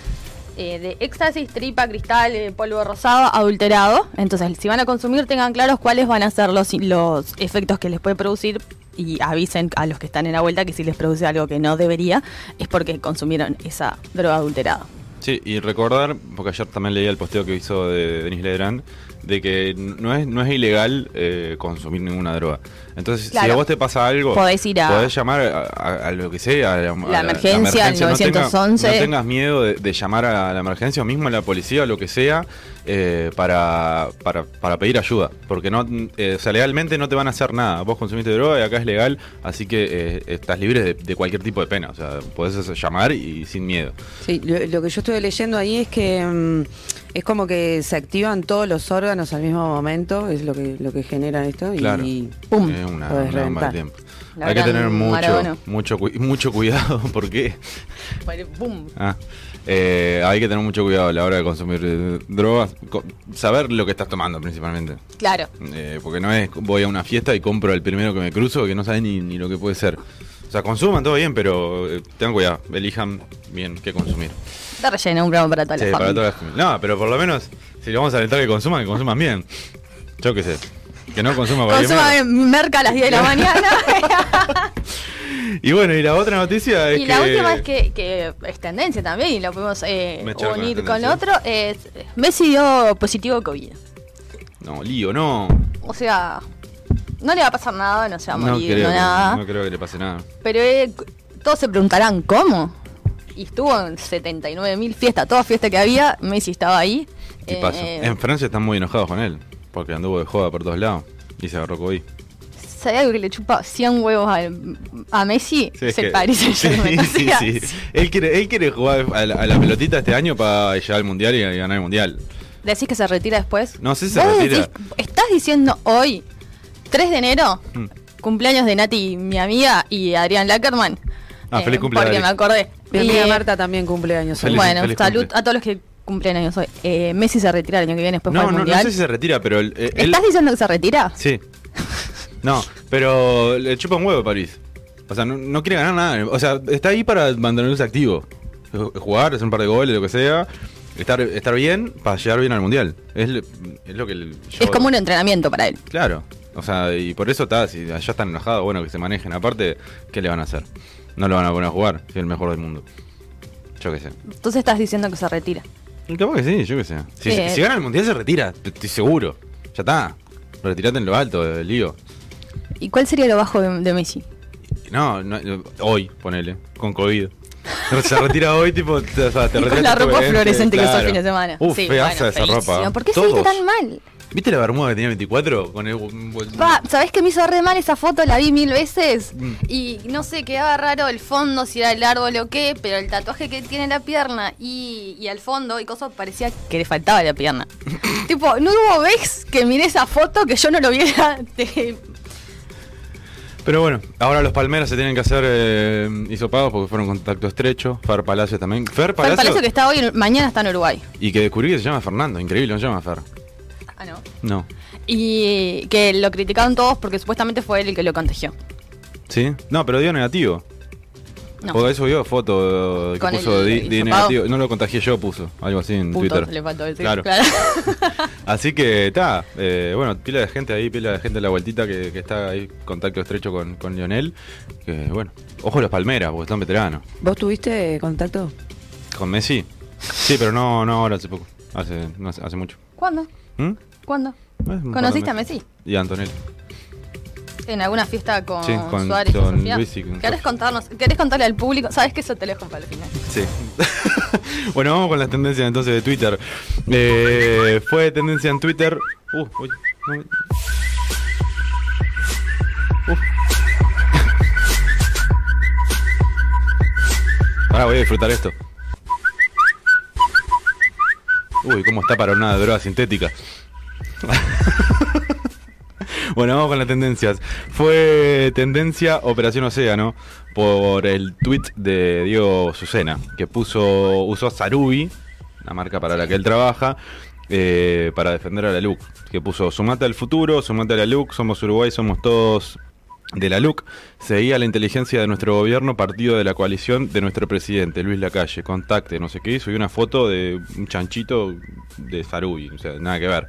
[SPEAKER 1] eh, de éxtasis, tripa, cristal, eh, polvo rosado, adulterado. Entonces, si van a consumir, tengan claros cuáles van a ser los, los efectos que les puede producir y avisen a los que están en la vuelta que si les produce algo que no debería, es porque consumieron esa droga adulterada.
[SPEAKER 2] Sí, y recordar, porque ayer también leía el posteo que hizo de Denis Legrand, de que no es, no es ilegal eh, consumir ninguna droga. Entonces, si
[SPEAKER 1] Claro.
[SPEAKER 2] a vos te pasa algo,
[SPEAKER 1] Podés ir a-
[SPEAKER 2] podés llamar a, a- a lo que sea, a la, a la- la
[SPEAKER 1] emergencia, al
[SPEAKER 2] No tenga-
[SPEAKER 1] 911.
[SPEAKER 2] No, tengas miedo de, de llamar a la emergencia o mismo a la policía o lo que sea eh, para, para, para pedir ayuda. Porque no, eh, o sea, legalmente no te van a hacer nada. Vos consumiste droga y acá es legal, así que eh, estás libre de, de cualquier tipo de pena. O sea, podés eh, llamar y sin miedo.
[SPEAKER 3] Sí, lo, lo que yo estuve leyendo ahí es que mm, es como que se activan todos los órganos al mismo momento, es lo que lo que genera esto
[SPEAKER 2] Claro.
[SPEAKER 3] y
[SPEAKER 1] ¡pum!
[SPEAKER 2] Es una,
[SPEAKER 3] podés
[SPEAKER 2] una bomba
[SPEAKER 3] reventar.
[SPEAKER 2] de tiempo.
[SPEAKER 1] La
[SPEAKER 2] Hay que
[SPEAKER 1] gran
[SPEAKER 2] tener
[SPEAKER 1] Maradona.
[SPEAKER 2] mucho, mucho, cui- mucho cuidado porque
[SPEAKER 1] Bueno, ¡Bum!
[SPEAKER 2] ah, eh, hay que tener mucho cuidado a la hora de consumir eh, drogas. Co- saber lo que estás tomando principalmente.
[SPEAKER 1] Claro.
[SPEAKER 2] Eh, porque no es voy a una fiesta y compro el primero que me cruzo que no sabe ni, ni lo que puede ser. O sea, consuman todo bien, pero eh, tengan cuidado. Elijan bien qué consumir.
[SPEAKER 1] Te relleno un programa para toda la
[SPEAKER 2] Sí, para
[SPEAKER 1] familia.
[SPEAKER 2] todas las- No, pero por lo menos si le vamos a alentar que consuman, que consuman bien. Yo qué sé. Que no consuma cualquier
[SPEAKER 1] Consuma
[SPEAKER 2] mierda.
[SPEAKER 1] eh, merca a las 10 de la mañana.
[SPEAKER 2] Y bueno, y la otra noticia es
[SPEAKER 1] Y
[SPEAKER 2] que...
[SPEAKER 1] la última es que, que es tendencia también y lo podemos eh,
[SPEAKER 2] Mechar con
[SPEAKER 1] unir
[SPEAKER 2] la
[SPEAKER 1] con,
[SPEAKER 2] tendencia.
[SPEAKER 1] otro. Es, Messi dio positivo COVID.
[SPEAKER 2] No, lío, no.
[SPEAKER 1] O sea, no le va a pasar nada, no se va a
[SPEAKER 2] No
[SPEAKER 1] morir, no,
[SPEAKER 2] creo, que-
[SPEAKER 1] nada.
[SPEAKER 2] no creo que le pase nada.
[SPEAKER 1] Pero eh, todos se preguntarán, ¿cómo? Y estuvo en 79.000 fiestas, toda fiesta que había, Messi estaba ahí.
[SPEAKER 2] Y pasa.
[SPEAKER 1] Eh,
[SPEAKER 2] en Francia están muy enojados con él, porque anduvo de joda por todos lados y se agarró COVID.
[SPEAKER 1] ¿Sabía algo que le chupa 100 huevos al- a Messi?
[SPEAKER 2] Sí,
[SPEAKER 1] es
[SPEAKER 2] es
[SPEAKER 1] el
[SPEAKER 2] que-
[SPEAKER 1] Paris Saint-Germain, o
[SPEAKER 2] Sí,
[SPEAKER 1] sea,
[SPEAKER 2] sí, sí. Él quiere, él quiere jugar a la, a la pelotita este año para llegar al mundial y ganar el mundial.
[SPEAKER 1] ¿Decís que se retira después?
[SPEAKER 2] No sé si se
[SPEAKER 1] ¿Vos
[SPEAKER 2] retira.
[SPEAKER 1] decís- ¿Estás diciendo hoy, 3 de enero,
[SPEAKER 2] Mm.
[SPEAKER 1] cumpleaños de Nati, mi amiga, y Adrián Lackerman?
[SPEAKER 2] Ah, feliz cumpleaños,
[SPEAKER 1] eh, Porque me
[SPEAKER 2] Alex.
[SPEAKER 1] acordé.
[SPEAKER 3] Mi
[SPEAKER 1] Y,
[SPEAKER 3] amiga
[SPEAKER 1] eh,
[SPEAKER 3] Marta también cumple años hoy.
[SPEAKER 2] Feliz-
[SPEAKER 1] bueno,
[SPEAKER 2] feliz
[SPEAKER 1] salud
[SPEAKER 2] cumple.
[SPEAKER 1] a todos los que cumplen años hoy. Eh, Messi se retira el año que viene después para
[SPEAKER 2] No,
[SPEAKER 1] el
[SPEAKER 2] no, no
[SPEAKER 1] Mundial.
[SPEAKER 2] sé si se retira, pero el- eh, él...
[SPEAKER 1] ¿Estás diciendo que se retira?
[SPEAKER 2] Sí. No, pero le chupa un huevo París. O sea, no, no quiere ganar nada. O sea, está ahí para mantenerse activo. Jugar, hacer un par de goles, lo que sea. Estar, estar bien para llegar bien al mundial. Es, le- es lo que el- yo.
[SPEAKER 11] Es como un entrenamiento para él.
[SPEAKER 2] Claro. O sea, y por eso está, si allá están enojados, bueno, que se manejen. Aparte, ¿qué le van a hacer? No lo van a poner a jugar, si es el mejor del mundo. Yo qué sé.
[SPEAKER 11] Entonces estás diciendo que se retira.
[SPEAKER 2] Y Capaz que sí, yo qué sé. Si,
[SPEAKER 11] Sí.
[SPEAKER 2] si gana el mundial se retira, te- estoy seguro. Ya está. Retirate en lo alto del lío.
[SPEAKER 11] ¿Y cuál sería lo bajo de, de Messi?
[SPEAKER 2] No, no, no, hoy, ponele, con COVID. Se retira hoy, tipo, te- o sea, te
[SPEAKER 11] Y con
[SPEAKER 2] retiras
[SPEAKER 11] la
[SPEAKER 2] tu
[SPEAKER 11] ropa
[SPEAKER 2] coherente,
[SPEAKER 11] fluorescente que usó el
[SPEAKER 2] claro.
[SPEAKER 11] fin de semana.
[SPEAKER 2] Uf,
[SPEAKER 11] Sí,
[SPEAKER 2] feaza
[SPEAKER 11] bueno,
[SPEAKER 2] esa
[SPEAKER 11] feísimo.
[SPEAKER 2] ropa.
[SPEAKER 11] ¿Por qué se
[SPEAKER 2] Todos.
[SPEAKER 11] viste tan mal?
[SPEAKER 2] ¿Viste la bermuda que tenía 24? Con el. el-
[SPEAKER 1] Pa, ¿sabés que me hizo re mal esa foto? La vi mil veces.
[SPEAKER 2] Mm.
[SPEAKER 1] Y no sé, quedaba raro el fondo, si era el árbol o qué, pero el tatuaje que tiene en la pierna y, y al fondo y cosas parecía
[SPEAKER 11] Que le faltaba la pierna. tipo, no hubo vez que miré esa foto que yo no lo viera. de-
[SPEAKER 2] Pero bueno, ahora los palmeras se tienen que hacer eh, hisopados porque fueron contacto estrecho. Fer Palacio también. Fer
[SPEAKER 11] Fer
[SPEAKER 2] Palacio.
[SPEAKER 11] Palacio que está hoy, en- mañana está en Uruguay.
[SPEAKER 2] Y que descubrí que se llama Fernando. Increíble, no se llama Fer.
[SPEAKER 11] Ah, no.
[SPEAKER 2] No.
[SPEAKER 11] Y que lo criticaron todos porque supuestamente fue él el que lo contagió.
[SPEAKER 2] ¿Sí? No, pero dio negativo.
[SPEAKER 11] No.
[SPEAKER 2] Porque eso dio foto eh, que
[SPEAKER 11] Con
[SPEAKER 2] puso
[SPEAKER 11] el
[SPEAKER 2] di, di
[SPEAKER 11] hisopado.
[SPEAKER 2] negativo. No lo contagié yo, puso. Algo así en
[SPEAKER 11] Puto,
[SPEAKER 2] Twitter.
[SPEAKER 11] le faltó decir.
[SPEAKER 2] Claro.
[SPEAKER 11] claro.
[SPEAKER 2] Así que está, eh, bueno, pila de gente ahí, pila de gente a la vueltita que, que está ahí contacto estrecho con, con Lionel. Que bueno, ojo los Palmeras, porque están veteranos.
[SPEAKER 3] ¿Vos tuviste contacto?
[SPEAKER 2] Con Messi, sí, pero no, no ahora hace poco, hace, no hace, hace mucho.
[SPEAKER 1] ¿Cuándo?
[SPEAKER 2] ¿Mm?
[SPEAKER 1] ¿Cuándo?
[SPEAKER 2] Eh, un
[SPEAKER 1] ¿Conociste
[SPEAKER 2] par de
[SPEAKER 1] a
[SPEAKER 2] meses.
[SPEAKER 1] Messi?
[SPEAKER 2] Y a Antonella.
[SPEAKER 1] En alguna fiesta con,
[SPEAKER 2] Sí, con-
[SPEAKER 1] Suárez
[SPEAKER 2] con
[SPEAKER 1] y Sofía.
[SPEAKER 2] Luis y con
[SPEAKER 1] ¿Querés
[SPEAKER 2] Sofía.
[SPEAKER 1] contarnos? ¿Querés contarle al público? Sabes que eso te lo dejo para el final.
[SPEAKER 2] Sí. bueno, vamos con las tendencias entonces de Twitter. Eh, fue tendencia en Twitter. Uh, uy, no me- Ahora voy a disfrutar esto. Uy, cómo está para una droga sintética. bueno, vamos con las tendencias. Fue tendencia Operación Océano por el tweet de Diego Susena, que puso usó Sarubi, la marca para la que él trabaja, eh, para defender a la LUC. Que puso, sumate al futuro, sumate a la LUC, somos Uruguay, somos todos de la LUC, seguía la inteligencia de nuestro gobierno, partido de la coalición de nuestro presidente, Luis Lacalle, contacte, no sé qué, y subí una foto de un chanchito de Sarubi, o sea, nada que ver.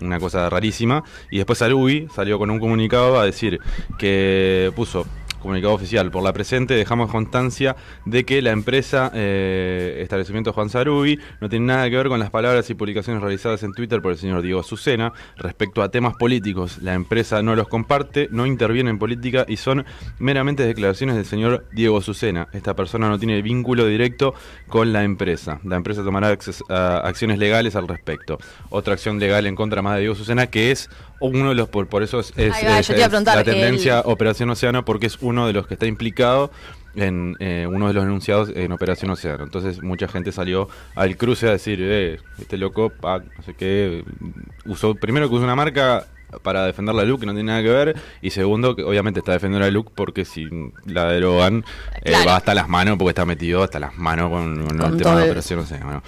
[SPEAKER 2] Una cosa rarísima. Y después Sarubi salió con un comunicado a decir que puso comunicado oficial por la presente dejamos constancia de que la empresa eh, establecimiento Juan Sarubi no tiene nada que ver con las palabras y publicaciones realizadas en Twitter por el señor Diego Azucena respecto a temas políticos la empresa no los comparte no interviene en política y son meramente declaraciones del señor Diego Azucena esta persona no tiene vínculo directo con la empresa la empresa tomará acces- a- acciones legales al respecto otra acción legal en contra más de Diego Azucena que es uno de los por, por eso es, es-
[SPEAKER 11] Ahí va,
[SPEAKER 2] es-
[SPEAKER 11] yo te iba a
[SPEAKER 2] es
[SPEAKER 11] preguntar, eh,
[SPEAKER 2] la
[SPEAKER 11] el-
[SPEAKER 2] tendencia Operación Océano porque es uno de los que está implicado en eh, uno de los enunciados en Operación Océano. Entonces mucha gente salió al cruce a decir, eh, este loco, pa, no sé qué, usó, primero que usó una marca para defender la LUC que no tiene nada que ver y segundo que obviamente está defendiendo la LUC porque si la derogan eh, va hasta las manos porque está metido hasta las manos con, con
[SPEAKER 11] Con
[SPEAKER 2] el tema
[SPEAKER 11] todo
[SPEAKER 2] de
[SPEAKER 11] el-
[SPEAKER 2] Operación Océano.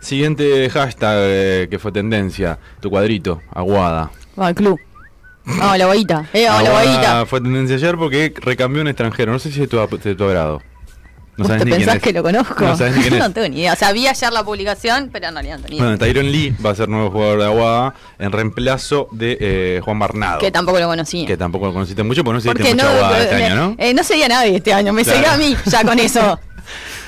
[SPEAKER 2] Siguiente hashtag eh, que fue tendencia, tu cuadrito, aguada.
[SPEAKER 11] Va al club. Vamos, la boita. Eh, vamos, la
[SPEAKER 2] Ahora
[SPEAKER 11] boita.
[SPEAKER 2] Fue tendencia ayer porque recambió un extranjero. No sé si es de tu, de tu agrado. No
[SPEAKER 11] ¿Vos
[SPEAKER 2] sabes
[SPEAKER 11] te
[SPEAKER 2] ni quién
[SPEAKER 11] pensás
[SPEAKER 2] es.
[SPEAKER 11] que lo conozco?
[SPEAKER 2] No sabes ni quién es.
[SPEAKER 11] tengo ni idea. O sea, vi ayer la publicación, pero no le ni idea.
[SPEAKER 2] Bueno, Tyron Lee va a ser nuevo jugador de Aguada en reemplazo de eh, Juan Barnado.
[SPEAKER 11] que tampoco lo conocía.
[SPEAKER 2] que tampoco lo conociste mucho porque no
[SPEAKER 11] Porque
[SPEAKER 2] seguiste mucho
[SPEAKER 11] no,
[SPEAKER 2] Aguada este
[SPEAKER 11] me-
[SPEAKER 2] año, ¿no?
[SPEAKER 11] eh, no seguía a nadie este año, me
[SPEAKER 2] Claro.
[SPEAKER 11] seguía a mí ya con eso.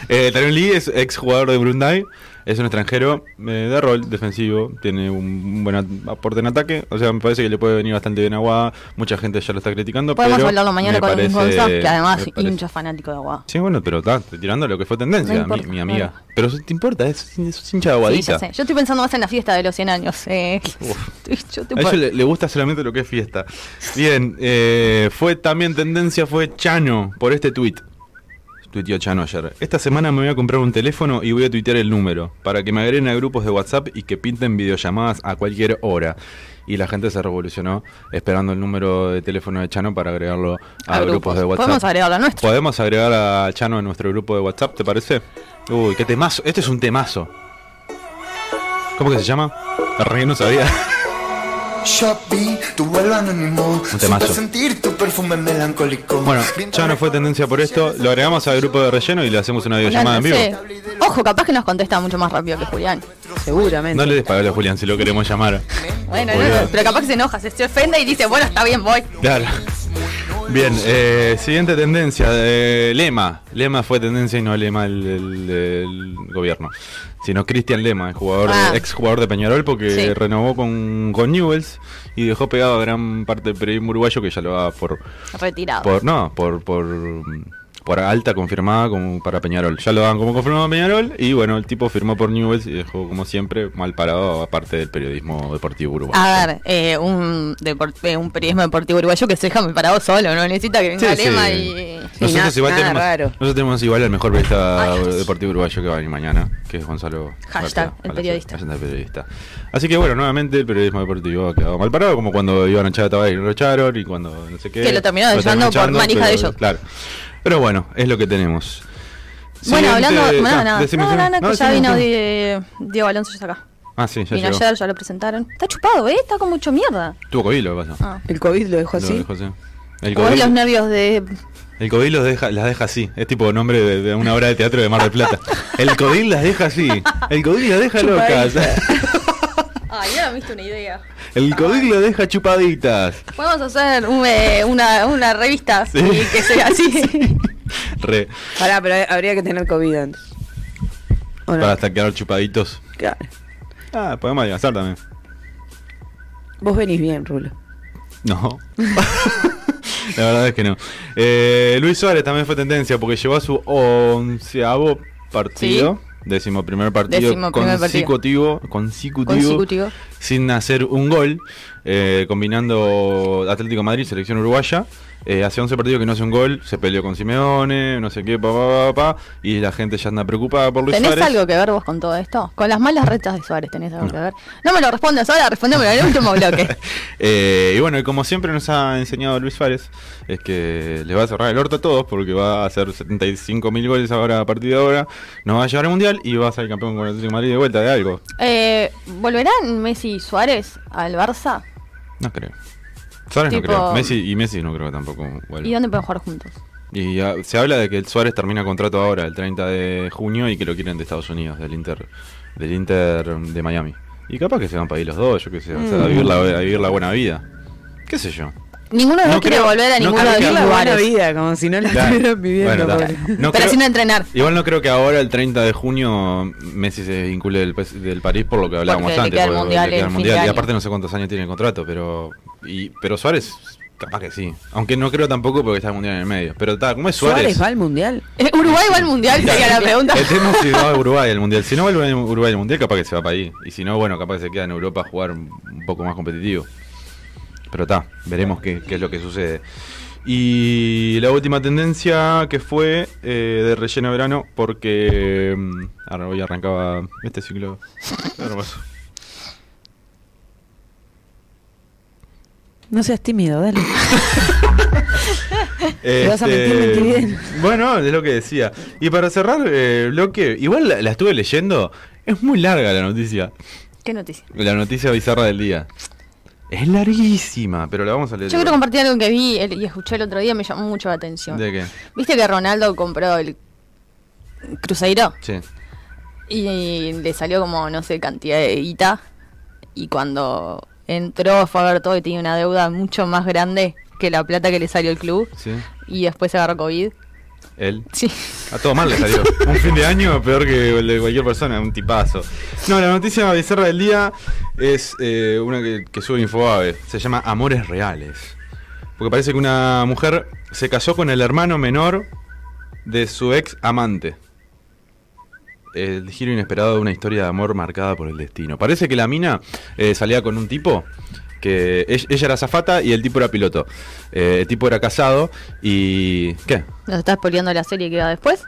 [SPEAKER 2] Eh, Tyron Lee es ex jugador de Brunei. Es un extranjero eh, de rol defensivo. Tiene un buen at- aporte en ataque. O sea, me parece que le puede venir bastante bien a Aguada. Mucha gente ya lo está criticando.
[SPEAKER 11] Podemos
[SPEAKER 2] pero
[SPEAKER 11] hablarlo mañana
[SPEAKER 2] me
[SPEAKER 11] con
[SPEAKER 2] parece-
[SPEAKER 11] Gonzalo, que además
[SPEAKER 2] me parece-
[SPEAKER 11] hincha fanático de Aguada.
[SPEAKER 2] Sí, bueno, pero está estoy tirando lo que fue tendencia,
[SPEAKER 11] No
[SPEAKER 2] mi-
[SPEAKER 11] importa,
[SPEAKER 2] mi, amiga. Pero eso te importa, es, es hincha de
[SPEAKER 11] Sí, ya
[SPEAKER 2] aguadita.
[SPEAKER 11] sé. Yo estoy pensando más en la fiesta de los 100 años. eh. Yo te
[SPEAKER 2] a ellos
[SPEAKER 11] puedo-
[SPEAKER 2] le, le gusta solamente lo que es fiesta. Bien, eh, fue también tendencia, fue Chano, por este tweet. Tuiteó Chano ayer. Esta semana me voy a comprar un teléfono y voy a tuitear el número para que me agreguen a grupos de WhatsApp y que pinten videollamadas a cualquier hora. Y la gente se revolucionó esperando el número de teléfono de Chano para agregarlo a,
[SPEAKER 11] A
[SPEAKER 2] grupos.
[SPEAKER 11] grupos.
[SPEAKER 2] de WhatsApp.
[SPEAKER 11] Podemos agregarlo a nuestro.
[SPEAKER 2] Podemos agregar a Chano en nuestro grupo de WhatsApp, ¿te parece? Uy, qué temazo. Este es un temazo. ¿Cómo que se llama? Re no sabía.
[SPEAKER 12] Shopee, tu vuelo anónimo.
[SPEAKER 2] Un temazo.
[SPEAKER 12] Supe sentir tu perfume melancólico.
[SPEAKER 2] Bueno, ya no fue tendencia por esto. Lo agregamos al grupo de relleno y le hacemos una videollamada en vivo.
[SPEAKER 1] Sí. Ojo, capaz que nos contesta mucho más rápido que Julián.
[SPEAKER 3] Seguramente.
[SPEAKER 2] No le des pagable a Julián si lo queremos llamar.
[SPEAKER 1] Bueno,
[SPEAKER 2] Boludo.
[SPEAKER 1] no, no, pero capaz que se enoja, se, se ofende y dice, bueno, está bien, voy.
[SPEAKER 2] Claro. Bien, eh, siguiente tendencia, eh, Lema. Lema fue tendencia y no Lema el, el- el gobierno, sino Cristian Lema, el jugador, de-
[SPEAKER 11] Ah.
[SPEAKER 2] ex jugador de Peñarol, porque
[SPEAKER 11] Sí.
[SPEAKER 2] renovó con, con Newells y dejó pegado a gran parte del periodismo uruguayo que ya lo va por,
[SPEAKER 1] Retirado.
[SPEAKER 2] por no, por, por, por alta confirmada como para Peñarol. Ya lo dan como confirmado a Peñarol y bueno, el tipo firmó por Newells y dejó como siempre mal parado aparte del periodismo deportivo uruguayo.
[SPEAKER 1] A ver, eh, un, depor- eh, un periodismo deportivo uruguayo que se deja me parado solo, no necesita que venga
[SPEAKER 2] Sí,
[SPEAKER 1] Lema
[SPEAKER 2] sí.
[SPEAKER 1] y...
[SPEAKER 2] Nosotros, igual tenemos, nosotros tenemos igual el mejor periodista deportivo uruguayo que va a venir mañana, que es Gonzalo.
[SPEAKER 1] Hashtag,
[SPEAKER 2] García,
[SPEAKER 1] el
[SPEAKER 2] a la-
[SPEAKER 1] periodista.
[SPEAKER 2] hashtag el periodista. Así que bueno, nuevamente el periodismo deportivo ha quedado mal parado, como cuando iban a echar a Tabay y no lo echaron, y cuando no sé qué.
[SPEAKER 1] Que lo terminaron echando por manija
[SPEAKER 2] pero-
[SPEAKER 1] de ellos.
[SPEAKER 2] Claro. Pero bueno, es lo que tenemos.
[SPEAKER 1] Bueno,
[SPEAKER 2] Siguiente-
[SPEAKER 1] hablando... No,
[SPEAKER 2] ah,
[SPEAKER 1] nada,
[SPEAKER 2] decime,
[SPEAKER 1] no,
[SPEAKER 2] decime.
[SPEAKER 1] no, no, que
[SPEAKER 2] No,
[SPEAKER 1] ya
[SPEAKER 2] decime,
[SPEAKER 1] vino
[SPEAKER 2] decime.
[SPEAKER 1] Die- Diego Alonso, ya está acá.
[SPEAKER 2] Ah, sí, ya
[SPEAKER 1] vino
[SPEAKER 2] llegó.
[SPEAKER 1] ayer, ya lo presentaron. Está chupado, ¿eh? Está con mucho mierda.
[SPEAKER 2] Tuvo COVID, lo que pasa.
[SPEAKER 1] Ah.
[SPEAKER 3] El COVID lo dejó
[SPEAKER 2] Lo
[SPEAKER 3] así.
[SPEAKER 2] dejó así. El
[SPEAKER 1] O es
[SPEAKER 2] COVID,
[SPEAKER 1] los nervios de...
[SPEAKER 2] el COVID los deja, las deja así. Es tipo nombre de, de una obra de teatro de Mar del Plata. El COVID las deja así. El COVID las deja locas.
[SPEAKER 1] Ay, ya me diste una idea.
[SPEAKER 2] El COVID lo deja chupaditas.
[SPEAKER 1] Podemos hacer un, eh, una, una revista
[SPEAKER 2] Sí.
[SPEAKER 1] y que sea así.
[SPEAKER 2] Re.
[SPEAKER 3] Pará, pero eh, habría que tener COVID antes.
[SPEAKER 2] Para hasta quedar chupaditos.
[SPEAKER 3] Claro.
[SPEAKER 2] Ah, podemos adelgazar también.
[SPEAKER 3] Vos venís bien, Rulo.
[SPEAKER 2] No. La verdad es que no. Eh, Luis Suárez también fue tendencia porque llegó a su onceavo partido. Décimo primer partido
[SPEAKER 1] Décimo primer partido.
[SPEAKER 2] consecutivo, consecutivo.
[SPEAKER 1] Consecutivo.
[SPEAKER 2] sin hacer un gol, eh, combinando Atlético de Madrid, selección uruguaya. Eh, hace 11 partidos que no hace un gol, se peleó con Simeone, no sé qué, pa, pa, pa, pa, y la gente ya anda preocupada por Luis
[SPEAKER 1] ¿Tenés
[SPEAKER 2] Suárez.
[SPEAKER 1] algo que ver vos con todo esto? Con las malas rechas de Suárez tenés algo que ver. No me lo respondas ahora, respóndemelo en el último bloque.
[SPEAKER 2] Eh, y bueno, y como siempre nos ha enseñado Luis Suárez, es que le va a cerrar el orto a todos porque va a hacer 75 mil goles ahora a partir de ahora, nos va a llevar al Mundial y va a ser campeón con el Atlético de Madrid de vuelta de algo.
[SPEAKER 1] Eh, ¿Volverán Messi y Suárez al Barça?
[SPEAKER 2] No creo. Suárez
[SPEAKER 1] Tipo-
[SPEAKER 2] no creo. Messi y Messi no creo que tampoco vuelva.
[SPEAKER 1] ¿Y dónde pueden jugar juntos?
[SPEAKER 2] Y ah, se habla de que el Suárez termina contrato ahora, el 30 de junio, y que lo quieren de Estados Unidos, del Inter, del Inter de Miami. Y capaz que se van para ahí los dos, yo qué sé, o sea,
[SPEAKER 1] Mm.
[SPEAKER 2] a, vivir la, a vivir la buena vida. ¿Qué sé yo.
[SPEAKER 1] Ninguno de los quiere
[SPEAKER 2] creo-
[SPEAKER 1] volver a
[SPEAKER 2] no
[SPEAKER 1] ninguno
[SPEAKER 2] creo
[SPEAKER 1] de
[SPEAKER 2] que-
[SPEAKER 1] los
[SPEAKER 2] La buena
[SPEAKER 1] lugares.
[SPEAKER 3] vida, como si no la
[SPEAKER 2] Claro.
[SPEAKER 3] estuvieran viviendo.
[SPEAKER 2] Bueno,
[SPEAKER 3] pobre.
[SPEAKER 2] está. No
[SPEAKER 1] Pero
[SPEAKER 2] creo-
[SPEAKER 1] sin entrenar.
[SPEAKER 2] Igual no creo que ahora, el 30 de junio, Messi se vincule del, P- del París por lo que hablábamos
[SPEAKER 1] Porque le
[SPEAKER 2] antes.
[SPEAKER 1] queda el
[SPEAKER 2] porque
[SPEAKER 1] Mundial en fin de
[SPEAKER 2] Y
[SPEAKER 1] año.
[SPEAKER 2] aparte no sé cuántos años tiene el contrato, pero y pero Suárez, capaz que sí. Aunque no creo tampoco porque está el Mundial en el medio. Pero está, ¿cómo es Suárez? Este-
[SPEAKER 3] Suárez va al mundial.
[SPEAKER 1] Eh, Uruguay va al mundial, sería la pregunta.
[SPEAKER 2] El tema es si va a Uruguay al Mundial. Si no va a Uruguay al Mundial, capaz que se va para ahí. Y si no, bueno, capaz que se queda en Europa a jugar un un poco más competitivo. Pero está, veremos qué, qué es lo que sucede. Y la última tendencia que fue eh, de relleno de verano, porque mm, ahora hoy arrancaba este ciclo. hermoso.
[SPEAKER 3] No seas tímido, dale.
[SPEAKER 2] Este,
[SPEAKER 3] vas a meter mentirín.
[SPEAKER 2] Bueno, es lo que decía. Y para cerrar eh, el bloque, igual la, la estuve leyendo, es muy larga la noticia.
[SPEAKER 1] ¿Qué noticia?
[SPEAKER 2] La noticia bizarra del día. Es larguísima, pero la vamos a leer.
[SPEAKER 1] Yo quiero compartir algo que vi el- y escuché el otro día, me llamó mucho la atención.
[SPEAKER 2] ¿De qué?
[SPEAKER 1] ¿Viste que Ronaldo compró el Cruzeiro?
[SPEAKER 2] Sí.
[SPEAKER 1] Y le salió como, no sé, cantidad de guita. Y cuando entró fue a ver todo y tenía una deuda mucho más grande que la plata que le salió el club.
[SPEAKER 2] Sí.
[SPEAKER 1] Y después se agarró COVID.
[SPEAKER 2] Él.
[SPEAKER 1] Sí.
[SPEAKER 2] A todo mal le salió. Un fin de año peor que el de cualquier persona, un tipazo. No, la noticia bizarra del día es eh, una que, que sube Infobae. Se llama Amores Reales. Porque parece que una mujer se casó con el hermano menor de su ex amante. El giro inesperado de una historia de amor marcada por el destino. Parece que la mina eh, salía con un tipo que ella ella era zafata y el tipo era piloto. Eh, el tipo era casado y... ¿Qué?
[SPEAKER 1] ¿Nos estás poliando la serie que va después?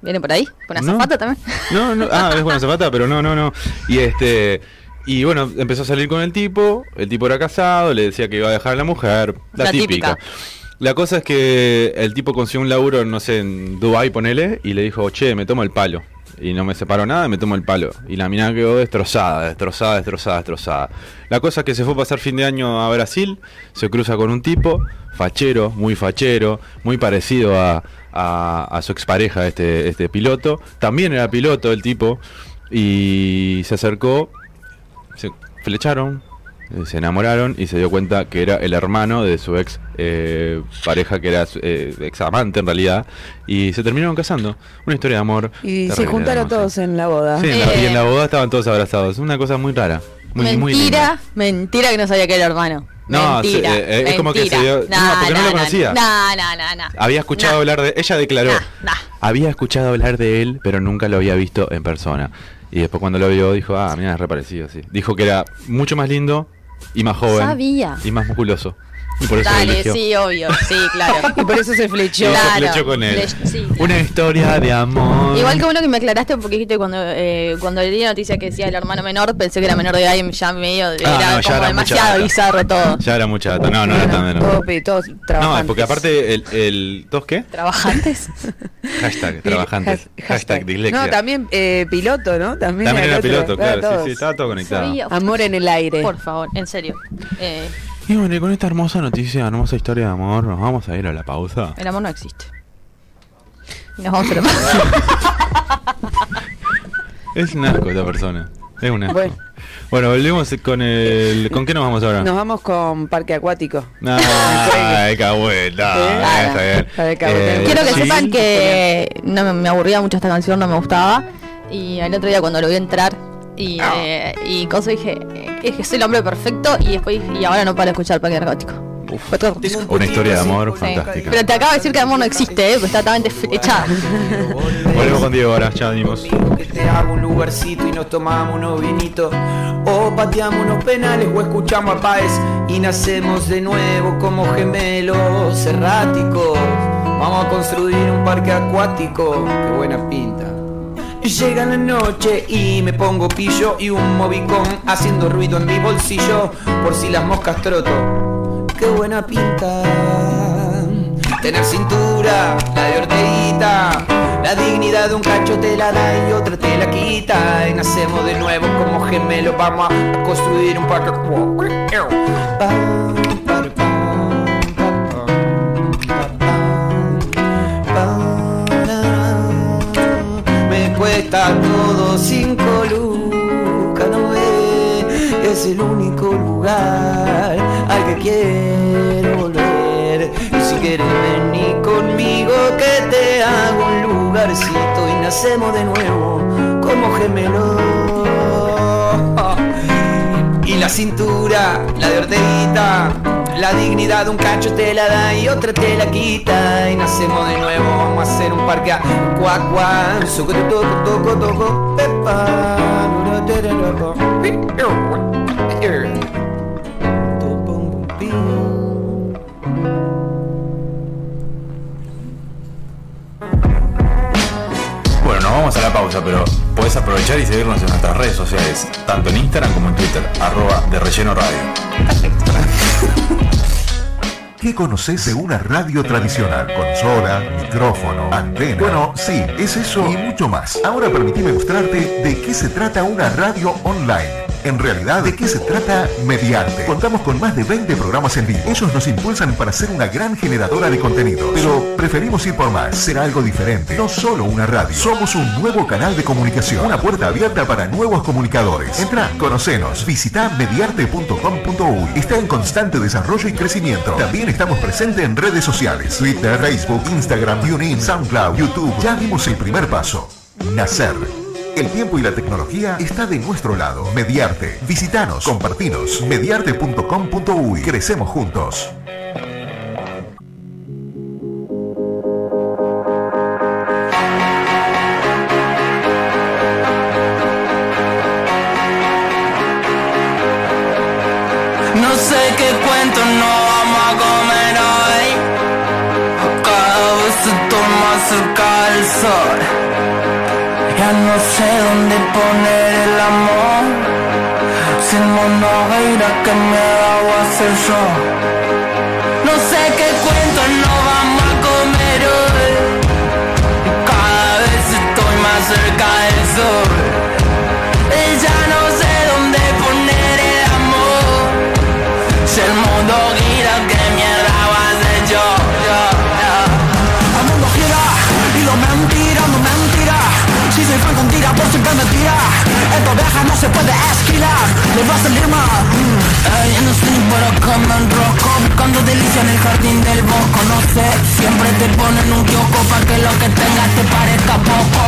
[SPEAKER 1] ¿Viene por ahí? ¿Con
[SPEAKER 2] No.
[SPEAKER 1] Azafata también?
[SPEAKER 2] No, no, ah, es buena zapata, pero no, no, no. Y este. Y bueno, empezó a salir con el tipo, el tipo era casado, le decía que iba a dejar a la mujer, la,
[SPEAKER 11] La
[SPEAKER 2] típica.
[SPEAKER 11] típica.
[SPEAKER 2] La cosa es que el tipo consiguió un laburo, no sé, en Dubai ponele, y le dijo, che, me tomo el palo. Y no me separo nada y me tomo el palo. Y la mina quedó destrozada, destrozada, destrozada, destrozada. La cosa es que se fue a pasar fin de año a Brasil, se cruza con un tipo, fachero, muy fachero, muy parecido a, a- a su expareja, este, este piloto. También era piloto el tipo. Y se acercó, se flecharon, eh, se enamoraron y se dio cuenta que era el hermano de su ex eh, pareja, que era su- eh, ex amante en realidad, y se terminaron casando. Una historia de amor.
[SPEAKER 3] Y se
[SPEAKER 2] terrible,
[SPEAKER 3] juntaron
[SPEAKER 2] hermosa.
[SPEAKER 3] todos en la boda.
[SPEAKER 2] Sí, en
[SPEAKER 1] Eh,
[SPEAKER 2] la- y en la boda estaban todos abrazados. Una cosa muy rara. Muy, muy linda.
[SPEAKER 11] mentira, mentira que no sabía que era hermano.
[SPEAKER 2] No,
[SPEAKER 11] mentira,
[SPEAKER 2] se- eh, eh, es como que
[SPEAKER 11] mentira.
[SPEAKER 2] se dio- no, porque no lo conocía.
[SPEAKER 11] No, no, no, no.
[SPEAKER 2] Había escuchado hablar de. Ella declaró. Había escuchado hablar de él, pero nunca lo había visto en persona. Y después cuando lo vio dijo, ah, mira, es reparecido, sí. Dijo que era mucho más lindo y más joven.
[SPEAKER 11] Sabía.
[SPEAKER 2] Y más musculoso. Y por eso lo
[SPEAKER 11] Dale,
[SPEAKER 2] eligió.
[SPEAKER 11] sí, obvio, sí, claro.
[SPEAKER 3] y por eso se flechó.
[SPEAKER 2] Y se flechó con él.
[SPEAKER 11] sí,
[SPEAKER 2] Una historia de amor.
[SPEAKER 11] Igual que uno que me aclaraste porque dijiste cuando eh, cuando leí la noticia que decía el hermano menor, pensé que era menor de edad y ya medio
[SPEAKER 2] Ah,
[SPEAKER 11] era
[SPEAKER 2] no, ya era
[SPEAKER 11] como
[SPEAKER 2] mucha
[SPEAKER 11] demasiado
[SPEAKER 2] data.
[SPEAKER 11] bizarro todo.
[SPEAKER 2] Ya era mucha data. No, no era tan menor.
[SPEAKER 3] Todos, pe- todos
[SPEAKER 2] No, es
[SPEAKER 3] trabajantes.
[SPEAKER 2] porque aparte el, el ¿todos qué?
[SPEAKER 11] ¿Trabajantes?
[SPEAKER 2] Hashtag trabajantes. Hashtag, dislexia.
[SPEAKER 3] No, también eh, piloto, ¿no? También,
[SPEAKER 2] También era
[SPEAKER 3] el otro,
[SPEAKER 2] piloto, claro, sí,
[SPEAKER 3] todos.
[SPEAKER 2] sí, estaba todo conectado.
[SPEAKER 11] Sabía.
[SPEAKER 3] Amor en el aire.
[SPEAKER 11] Por favor, en serio. Eh,
[SPEAKER 2] Y bueno, y con esta hermosa noticia, hermosa historia de amor, nos vamos a ir a la pausa.
[SPEAKER 11] el amor no existe. Y Nos vamos a hermano.
[SPEAKER 2] Es un asco esta persona. Es un asco.
[SPEAKER 3] Bueno.
[SPEAKER 2] Bueno. volvemos con el. ¿Con qué nos vamos ahora?
[SPEAKER 3] Nos vamos con parque acuático.
[SPEAKER 2] Ah, de
[SPEAKER 3] Sí.
[SPEAKER 2] cabueta. Ah, Está bien.
[SPEAKER 3] La de Cabrera.
[SPEAKER 2] Eh,
[SPEAKER 11] Quiero que
[SPEAKER 2] sí.
[SPEAKER 11] sepan que no me, me aburría mucho esta canción, no me gustaba. Y el otro día cuando lo vi entrar y,
[SPEAKER 2] Ah.
[SPEAKER 11] eh, y cosa dije, eh, es que soy el hombre perfecto y después y ahora no para de escuchar Parque Narcótico.
[SPEAKER 2] Una historia de amor
[SPEAKER 11] Sí.
[SPEAKER 2] fantástica.
[SPEAKER 11] Pero te acabo de decir que el amor no existe, ¿eh? Pues está totalmente flechada.
[SPEAKER 2] Volvemos con Diego ahora, ya venimos.
[SPEAKER 13] que te hago un lugarcito y nos tomamos unos vinitos. O pateamos unos penales o escuchamos a Paez y nacemos de nuevo como gemelos erráticos. Vamos a construir un parque acuático. Qué buena pinta. Llega la noche y me pongo pillo y un movicón haciendo ruido en mi bolsillo por si las moscas troto. Qué buena pinta. Tener cintura, la de Orteguita, la dignidad de un cacho te la da y otra te la quita. Y nacemos de nuevo como gemelos, vamos a construir un parque. Me cuesta todo cinco lucas, no ve, es el único lugar al que quiero volver. Y si quieres venir conmigo que te hago un lugarcito y nacemos de nuevo como gemelos. Y la cintura, la de Orteguita, la dignidad de un cacho te la da y otra te la quita. Y nacemos de nuevo, vamos a hacer un parque a cuacua. Soco, toco, toco, toco, pepa.
[SPEAKER 14] Bueno, nos vamos a la pausa, pero podés aprovechar y seguirnos en nuestras redes sociales, tanto en Instagram como en Twitter, arroba de relleno radio.
[SPEAKER 9] ¿Qué conoces de una radio tradicional? Consola, micrófono, antena. Bueno, sí, es eso y mucho más. Ahora permitime mostrarte de qué se trata una radio online. En realidad, ¿de qué se trata Mediante? Contamos con más de 20 programas en vivo. Ellos nos impulsan para ser una gran generadora de contenido. Pero preferimos ir por más. Será algo diferente. No solo una radio. Somos un nuevo canal de comunicación. Una puerta abierta para nuevos comunicadores. Entra, conocenos. Visita mediarte.com.uy. Está en constante desarrollo y crecimiento. También estamos presentes en redes sociales. Twitter, Facebook, Instagram, TuneIn, SoundCloud, YouTube. Ya dimos el primer paso. Nacer. El tiempo y la tecnología está de nuestro lado. Mediarte. Visitanos, compartinos. Mediarte.com.uy. Crecemos juntos.
[SPEAKER 12] No sé qué cuento no vamos a comer hoy. Cada vez estoy más cerca del sol. Ya no sé dónde poner el amor. Sin monogira que me hago hacer yo. No sé qué cuento no vamos a comer hoy. Cada vez estoy más cerca del vida Esta oveja no se puede esquilar Le va a salir mal mm. Ay, no soy para comer roco Buscando delicia en el jardín del bosco No sé, siempre te ponen un kiosco Pa' que lo que tengas te parezca poco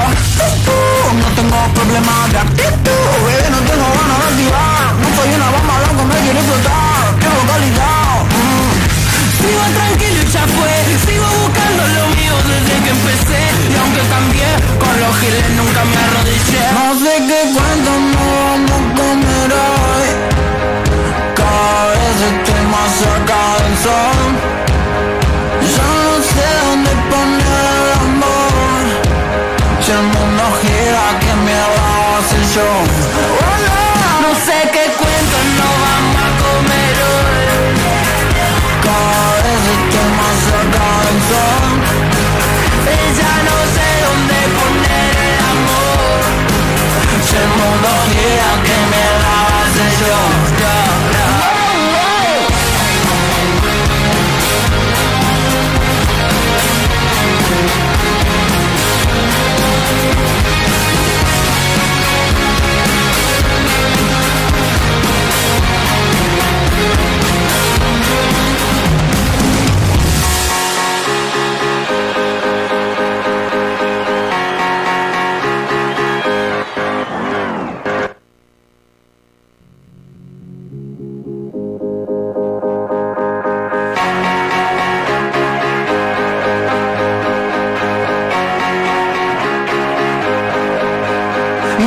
[SPEAKER 12] Uh, No tengo problema de actitud Bebé, no tengo ganas de activar No soy una bomba, loco, me quiero explotar Tengo calidad mm. Sigo tranquilo y ya fue Sigo buscando lo mío desde que empecé Y aunque cambié, con los giles nunca me arrodillé No sé qué cuento, no vamos a comer hoy Cada vez estoy más cerca del sol Ya no sé dónde poner el amor Si el mundo gira, ¿qué mierda voy a hacer yo? Hola. No sé qué cuento, no vamos a comer hoy cada vez estoy más cerca del sol Y ya no sé dónde poner el amor Si el mundo gira que me la base yo ya, ya.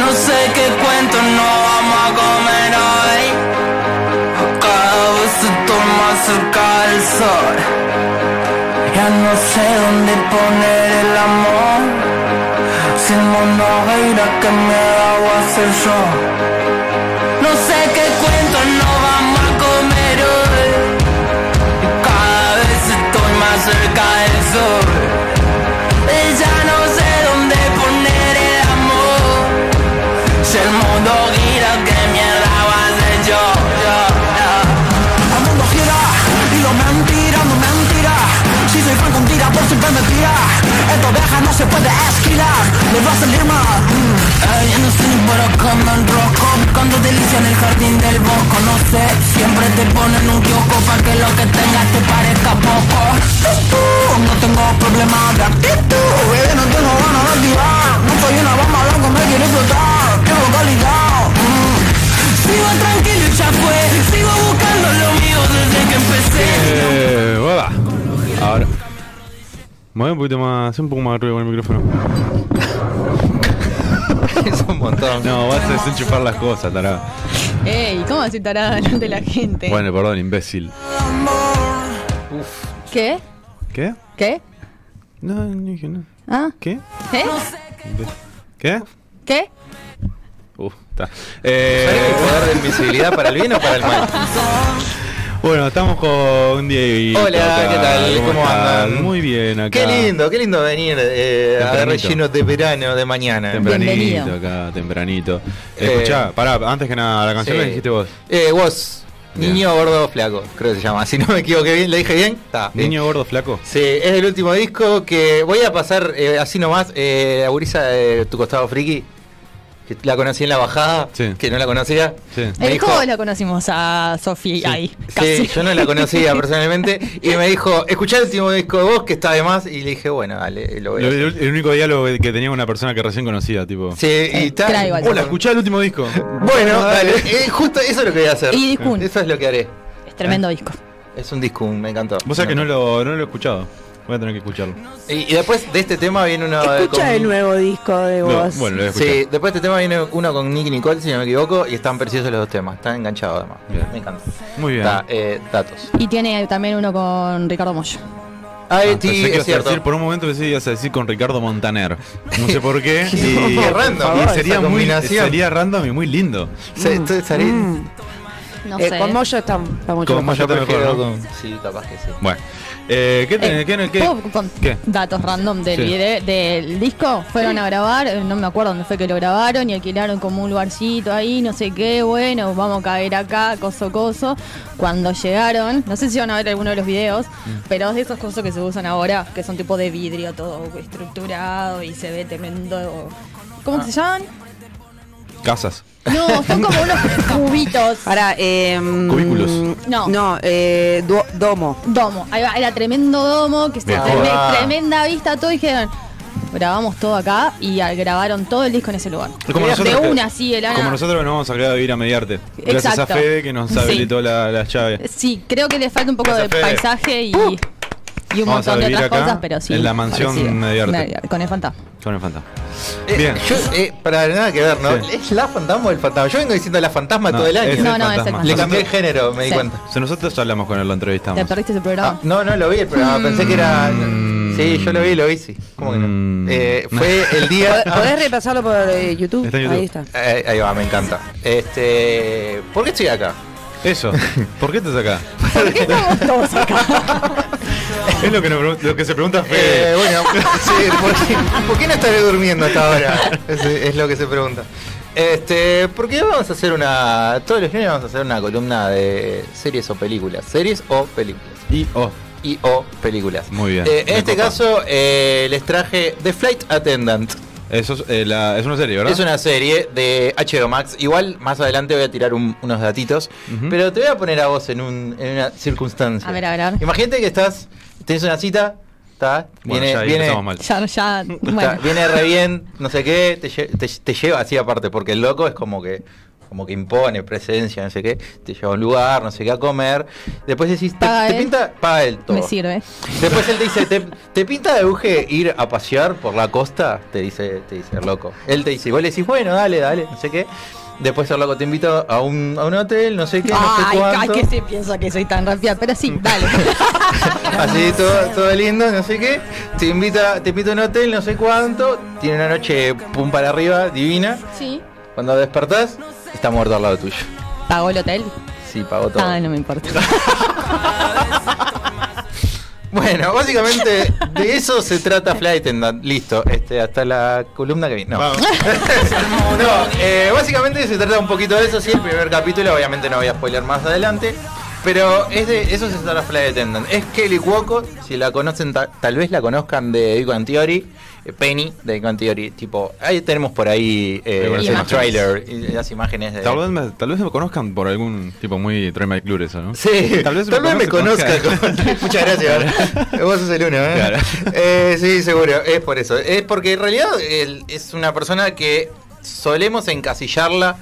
[SPEAKER 12] No sé qué cuento, no vamos a comer hoy Cada vez estoy más cerca del sol Ya no sé dónde poner el amor Si el mundo gira, ¿qué me hago hacer yo? No sé qué cuento, no vamos a comer hoy Cada vez estoy más cerca del sol Y ya no sé dónde poner el amor si el mundo gira, ¿qué mierda va a ser yo? yo, yo? El mundo gira y lo mentira, no mentira Si soy fan con tira, por siempre me tira Esta oveja no se puede esquilar, le va a salir mal Mm. Ay, yo no soy para comer roco Buscando delicia en el jardín del bosco No sé, siempre te ponen un kiosco Pa' que lo que tengas te parezca poco Uh, No tengo problema de actitud Bebé, no tengo ganas de activar No soy una bomba, loco, me quiero explotar Tengo calidad mm. Sigo tranquilo y ya fue Sigo buscando lo mío desde que empecé
[SPEAKER 2] Eh, boda. Ahora. Mueve un poquito más, hace un poco más ruido con el micrófono. es un montón. No, vas a desenchufar las cosas, tarado.
[SPEAKER 11] Ey, ¿cómo así tarada delante de la gente?
[SPEAKER 2] Bueno, perdón, imbécil.
[SPEAKER 11] ¿Qué?
[SPEAKER 2] ¿Qué?
[SPEAKER 11] ¿Qué?
[SPEAKER 2] No, no dije nada.
[SPEAKER 11] ¿Ah?
[SPEAKER 2] ¿Qué?
[SPEAKER 11] ¿Qué?
[SPEAKER 2] Imbe- ¿Qué?
[SPEAKER 11] ¿Qué?
[SPEAKER 2] Uf, está. Eh,
[SPEAKER 5] ¿El poder de invisibilidad para el bien o para el mal?
[SPEAKER 2] bueno, estamos con Diego.
[SPEAKER 5] Hola, ¿qué tal? ¿Cómo andan?
[SPEAKER 2] Muy bien acá.
[SPEAKER 5] Qué lindo, qué lindo venir eh, a
[SPEAKER 2] Tempranito.
[SPEAKER 5] relleno de verano de mañana.
[SPEAKER 2] Tempranito acá, tempranito. Escuchá, pará, antes que nada, la canción
[SPEAKER 5] Eh, sí.
[SPEAKER 2] la dijiste vos.
[SPEAKER 5] Eh, vos, niño gordo flaco, creo que se llama. Si no me equivoqué bien, ¿le dije bien? Está. bien.
[SPEAKER 2] Niño gordo flaco.
[SPEAKER 5] Sí, es el último disco que voy a pasar eh, así nomás. Eh, la gurisa de tu costado friki, que la conocí en la bajada, que no la conocía. Me
[SPEAKER 11] Eh,
[SPEAKER 5] dijo-
[SPEAKER 11] ¿Cómo la conocimos a Sofía ahí? Casi.
[SPEAKER 5] Sí, yo no la conocía personalmente. Y me dijo, escuchá el último disco de vos que está de más. Y le dije, bueno, dale, lo voy
[SPEAKER 2] Lo-
[SPEAKER 5] a
[SPEAKER 2] El,
[SPEAKER 5] hacer.
[SPEAKER 2] el único diálogo que tenía con una persona que recién conocía, tipo.
[SPEAKER 5] Sí, y está.
[SPEAKER 2] Hola,
[SPEAKER 5] Hola, escu-
[SPEAKER 2] escuchá el último disco.
[SPEAKER 5] Bueno, dale. Eh, justo eso es lo que voy a hacer.
[SPEAKER 11] Y discún.
[SPEAKER 5] Eso es lo que haré.
[SPEAKER 11] Es tremendo disco.
[SPEAKER 5] Es un disco, me encantó.
[SPEAKER 2] Vos sabés que no lo, no lo he escuchado. Voy a tener que escucharlo.
[SPEAKER 5] Y, y después de este tema viene uno. eh,
[SPEAKER 3] Escucha
[SPEAKER 5] con-
[SPEAKER 3] el nuevo disco de
[SPEAKER 5] No,
[SPEAKER 3] vos.
[SPEAKER 2] bueno, Ah, lo voy a escuchar.
[SPEAKER 5] Sí, después de este tema viene uno con Nicky Nicole, si no me equivoco, y están preciosos los dos temas, están enganchados además. Me encanta.
[SPEAKER 2] Muy bien.
[SPEAKER 5] Está, eh, datos.
[SPEAKER 11] Y tiene también uno con Ricardo Moyo.
[SPEAKER 5] Ah,
[SPEAKER 2] Pensé que ibas a decir, por un momento pensé que ibas a decir con Ricardo Montaner. No sé por qué. y,
[SPEAKER 5] Qué
[SPEAKER 2] y
[SPEAKER 5] random, por favor,
[SPEAKER 2] sería,
[SPEAKER 5] esa
[SPEAKER 2] muy,
[SPEAKER 5] combinación.
[SPEAKER 2] sería random y muy lindo. Mm,
[SPEAKER 5] Se- estoy- salí-
[SPEAKER 11] No
[SPEAKER 3] Eh,
[SPEAKER 11] sé.
[SPEAKER 3] Con Moyo está, está mucho mejor.
[SPEAKER 2] Con Moyo está mejor,
[SPEAKER 5] prefiero
[SPEAKER 2] ¿no?
[SPEAKER 5] con- Sí, capaz que sí.
[SPEAKER 2] Bueno. Eh, ¿Qué tenés?
[SPEAKER 11] Eh,
[SPEAKER 2] ¿Qué? qué-
[SPEAKER 11] ¿puedo con-
[SPEAKER 2] ¿Qué?
[SPEAKER 11] datos random del,
[SPEAKER 2] Sí.
[SPEAKER 11] video- del disco. Fueron a grabar, eh, no me acuerdo dónde fue que lo grabaron, y alquilaron como un lugarcito ahí, no sé qué, bueno, vamos a caer acá, coso, coso. Cuando llegaron, no sé si van a ver alguno de los videos,
[SPEAKER 2] Mm.
[SPEAKER 11] pero es de esos cosos que se usan ahora, que son tipo de
[SPEAKER 2] Ah.
[SPEAKER 11] vidrio, todo estructurado y se ve tremendo. ¿Cómo se llaman?
[SPEAKER 2] Casas.
[SPEAKER 11] No, son como unos cubitos.
[SPEAKER 3] Para,
[SPEAKER 2] Cubículos.
[SPEAKER 11] No.
[SPEAKER 3] em, No, eh, du- domo.
[SPEAKER 11] Domo. Ahí va, era tremendo domo, que se
[SPEAKER 3] Bien.
[SPEAKER 11] treme-
[SPEAKER 3] Ah.
[SPEAKER 11] tremenda vista, todo y dijeron, grabamos todo acá y ah, grabaron todo el disco en ese lugar.
[SPEAKER 2] Como
[SPEAKER 11] de
[SPEAKER 2] nosotros que-
[SPEAKER 11] una así, de la
[SPEAKER 2] Como
[SPEAKER 11] nada.
[SPEAKER 2] nosotros que nos vamos a quedar a vivir a Mediarte. Gracias a
[SPEAKER 11] Exacto.
[SPEAKER 2] Fede que nos
[SPEAKER 11] Sí.
[SPEAKER 2] habilitó la, la llave.
[SPEAKER 11] Sí, creo que le falta un poco
[SPEAKER 2] Gracias,
[SPEAKER 11] de
[SPEAKER 2] Fede.
[SPEAKER 11] paisaje y,
[SPEAKER 5] Uh.
[SPEAKER 11] y un
[SPEAKER 2] Vamos a
[SPEAKER 11] montón de
[SPEAKER 2] vivir
[SPEAKER 11] otras
[SPEAKER 2] acá,
[SPEAKER 11] cosas, pero sí.
[SPEAKER 2] en la mansión Mediarte.
[SPEAKER 11] Con el fantasma.
[SPEAKER 2] Con el fantasma.
[SPEAKER 5] Bien. Yo, eh, para nada que ver, ¿no? ¿Es la fantasma o el fantasma? Yo vengo diciendo la fantasma
[SPEAKER 2] No,
[SPEAKER 5] todo el año.
[SPEAKER 2] es el No, no, es el fantasma.
[SPEAKER 5] Le
[SPEAKER 2] fantasma.
[SPEAKER 5] cambié el género, me di
[SPEAKER 11] Sí.
[SPEAKER 5] cuenta.
[SPEAKER 2] Si nosotros hablamos con él, lo entrevistamos.
[SPEAKER 11] Te perdiste ese programa.
[SPEAKER 5] Ah, No, no lo vi el
[SPEAKER 2] Mm.
[SPEAKER 5] programa, pensé que era. Sí, yo lo vi, lo vi, sí. ¿Cómo que
[SPEAKER 2] Mm.
[SPEAKER 5] no? Eh, fue el día.
[SPEAKER 3] ¿Podés repasarlo por eh, YouTube?
[SPEAKER 5] en YouTube.
[SPEAKER 3] Ahí está.
[SPEAKER 5] Ahí, ahí va, me encanta. Este, ¿Por qué estoy acá?
[SPEAKER 2] Eso. ¿Por qué estás acá?
[SPEAKER 11] Todos acá.
[SPEAKER 2] es lo que, nos pregun- lo que se pregunta Fede.
[SPEAKER 5] Eh, bueno, sí, ¿por qué, por qué no estaré durmiendo hasta ahora? Es, es lo que se pregunta. Este, porque vamos a hacer una. Todos los lunes vamos a hacer una columna de series o películas. Series o películas.
[SPEAKER 2] Y o.
[SPEAKER 5] Y o películas.
[SPEAKER 2] Muy bien.
[SPEAKER 5] Eh, en
[SPEAKER 2] me
[SPEAKER 5] este
[SPEAKER 2] copa.
[SPEAKER 5] caso, eh, les traje The Flight Attendant.
[SPEAKER 2] Eso es, eh, la- es una serie, ¿verdad?
[SPEAKER 5] Es una serie de HBO Max. Igual más adelante voy a tirar un- unos datitos. Pero te voy a poner a vos en, un- en una circunstancia.
[SPEAKER 11] A ver, a ver, a ver.
[SPEAKER 5] Imagínate que estás. Tenés una cita. Está,
[SPEAKER 2] Bueno,
[SPEAKER 5] viene,
[SPEAKER 2] ya ahí
[SPEAKER 5] viene,
[SPEAKER 2] empezamos mal.
[SPEAKER 11] Ya, ya,
[SPEAKER 5] Está,
[SPEAKER 11] bueno.
[SPEAKER 5] viene re bien, no sé qué, te, lle- te- te lleva así aparte, porque el loco es como que como que impone presencia, no sé qué, te lleva a un lugar, no sé qué a comer. Después decís, te,
[SPEAKER 11] Paga
[SPEAKER 5] te
[SPEAKER 11] él.
[SPEAKER 5] pinta, paga él todo.
[SPEAKER 11] Me sirve.
[SPEAKER 5] Después él te dice, ¿te, te pinta de buje ir a pasear por la costa? Te dice, te dice el loco. Él te dice, vos le decís, bueno, dale, dale, no sé qué. Después el loco te invita a un, a un hotel, no sé qué, no sé
[SPEAKER 11] Ay, ay,
[SPEAKER 5] cuánto. Mm.
[SPEAKER 11] que se piensa que soy tan rápida, pero sí, dale.
[SPEAKER 5] Así todo, todo lindo, no sé qué. Te invita, te invita a un hotel, no sé cuánto. Tiene una noche pum para arriba, divina.
[SPEAKER 11] Sí.
[SPEAKER 5] Cuando despertás, está muerto al lado tuyo.
[SPEAKER 11] ¿Pagó el hotel?
[SPEAKER 5] Sí, pagó todo.
[SPEAKER 11] Ah, no me importa.
[SPEAKER 5] Bueno, básicamente de eso se trata Flight Attendant. Listo, este, hasta la columna que viene. No, No, eh, básicamente se trata un poquito de eso, sí, el primer capítulo, obviamente no voy a spoiler más adelante. Pero es de, eso se trata Flight Attendant. Es Kelly Cuoco, si la conocen, ta- tal vez la conozcan de Big Bang Theory, eh, Penny de Big Bang Theory, tipo, ahí tenemos por ahí eh,
[SPEAKER 2] Algunas
[SPEAKER 5] el
[SPEAKER 2] imágenes.
[SPEAKER 5] trailer, y las imágenes de...
[SPEAKER 2] Tal vez, me, tal vez me conozcan por algún tipo muy Troy McClure, eso, ¿no?
[SPEAKER 5] Sí,
[SPEAKER 2] Tal vez,
[SPEAKER 5] me conozca. con- Muchas gracias. Vos sos el uno, ¿eh?
[SPEAKER 2] Claro.
[SPEAKER 5] Eh, Sí, seguro, es por eso. Es porque en realidad él es una persona que solemos encasillarla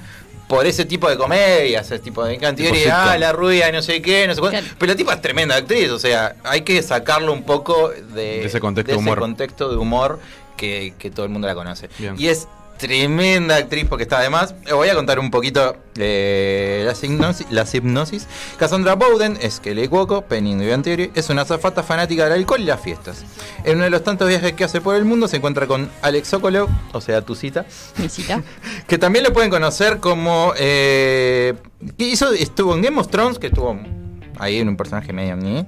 [SPEAKER 5] por ese tipo de comedias, ese tipo de
[SPEAKER 13] Tipo
[SPEAKER 5] cantidad,
[SPEAKER 13] sitcom.
[SPEAKER 5] ah, la rubia, no sé qué, no sé cuánto. Pero la tipa es tremenda actriz, o sea, hay que sacarlo un poco de,
[SPEAKER 2] De ese contexto
[SPEAKER 5] de
[SPEAKER 2] de humor.
[SPEAKER 5] contexto de humor que, que todo el mundo la conoce. Y es tremenda actriz porque está además. eh, Voy a contar un poquito eh, las, hipnosis, las hipnosis. Cassandra Bowden es que le cuoco, Penny de Big Bang Theory, es una azafata fanática del alcohol y las fiestas. En uno de los tantos viajes que hace por el mundo se encuentra con Alex Sokolov, o sea, tu cita.
[SPEAKER 11] Mi cita.
[SPEAKER 5] Que también lo pueden conocer como. eh, que hizo, estuvo en Game of Thrones, que estuvo ahí en un personaje medio ni.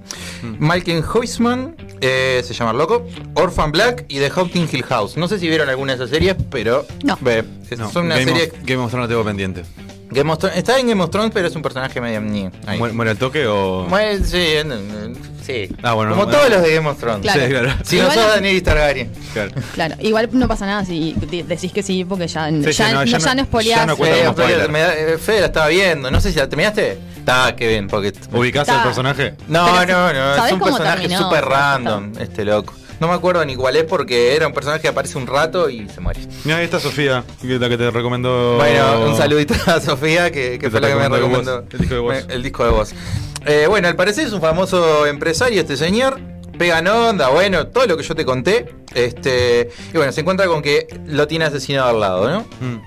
[SPEAKER 5] Malcolm Hoisman, eh, se llama el loco. Orphan Black y The Haunting Hill House. No sé si vieron alguna de esas series, pero.
[SPEAKER 11] No.
[SPEAKER 5] eh, es
[SPEAKER 2] No,
[SPEAKER 5] una
[SPEAKER 2] Game of-
[SPEAKER 5] serie.
[SPEAKER 2] Game of Thrones lo tengo pendiente.
[SPEAKER 5] Game of Thrones- está en Game of Thrones, pero es un personaje medio ni. ahí.
[SPEAKER 2] ¿Muere muere al toque o...?
[SPEAKER 5] Bueno, sí, en- en- sí.
[SPEAKER 2] Ah, bueno,
[SPEAKER 5] Como
[SPEAKER 2] bueno.
[SPEAKER 5] todos los de Game of Thrones.
[SPEAKER 11] Claro.
[SPEAKER 2] Sí, claro.
[SPEAKER 5] Si no
[SPEAKER 11] Igual-
[SPEAKER 5] sos Daenerys Targaryen.
[SPEAKER 2] Claro.
[SPEAKER 11] Claro, igual no pasa nada si de- decís que sí, porque ya,
[SPEAKER 5] Sí,
[SPEAKER 11] ya, no, ya no spoileás.
[SPEAKER 5] ya no cuenta como spoiler. Me da- eh, Fede la estaba viendo, no sé si la terminaste. Está, qué bien, porque.
[SPEAKER 2] ¿Ubicás
[SPEAKER 11] Ta.
[SPEAKER 2] al personaje?
[SPEAKER 5] No,
[SPEAKER 11] Pero
[SPEAKER 5] no,
[SPEAKER 11] si-
[SPEAKER 5] no, es
[SPEAKER 11] ¿sabés
[SPEAKER 5] un
[SPEAKER 11] cómo
[SPEAKER 5] personaje
[SPEAKER 11] terminó?
[SPEAKER 5] súper random, este loco. No me acuerdo ni cuál es porque era un personaje que aparece un rato y se muere.
[SPEAKER 2] Mira, ahí está Sofía, que es la que te recomendó...
[SPEAKER 5] Bueno, un saludito a Sofía, que, que
[SPEAKER 2] Que
[SPEAKER 5] fue
[SPEAKER 2] te
[SPEAKER 5] la que me
[SPEAKER 2] recomendó
[SPEAKER 5] recomendó
[SPEAKER 2] el disco de vos.
[SPEAKER 5] me- el disco de voz. bueno, al parecer es un famoso empresario este señor. Pega en onda, bueno, todo lo que yo te conté. Este, y bueno, se encuentra con que lo tiene asesinado al lado, ¿no?
[SPEAKER 2] Mm.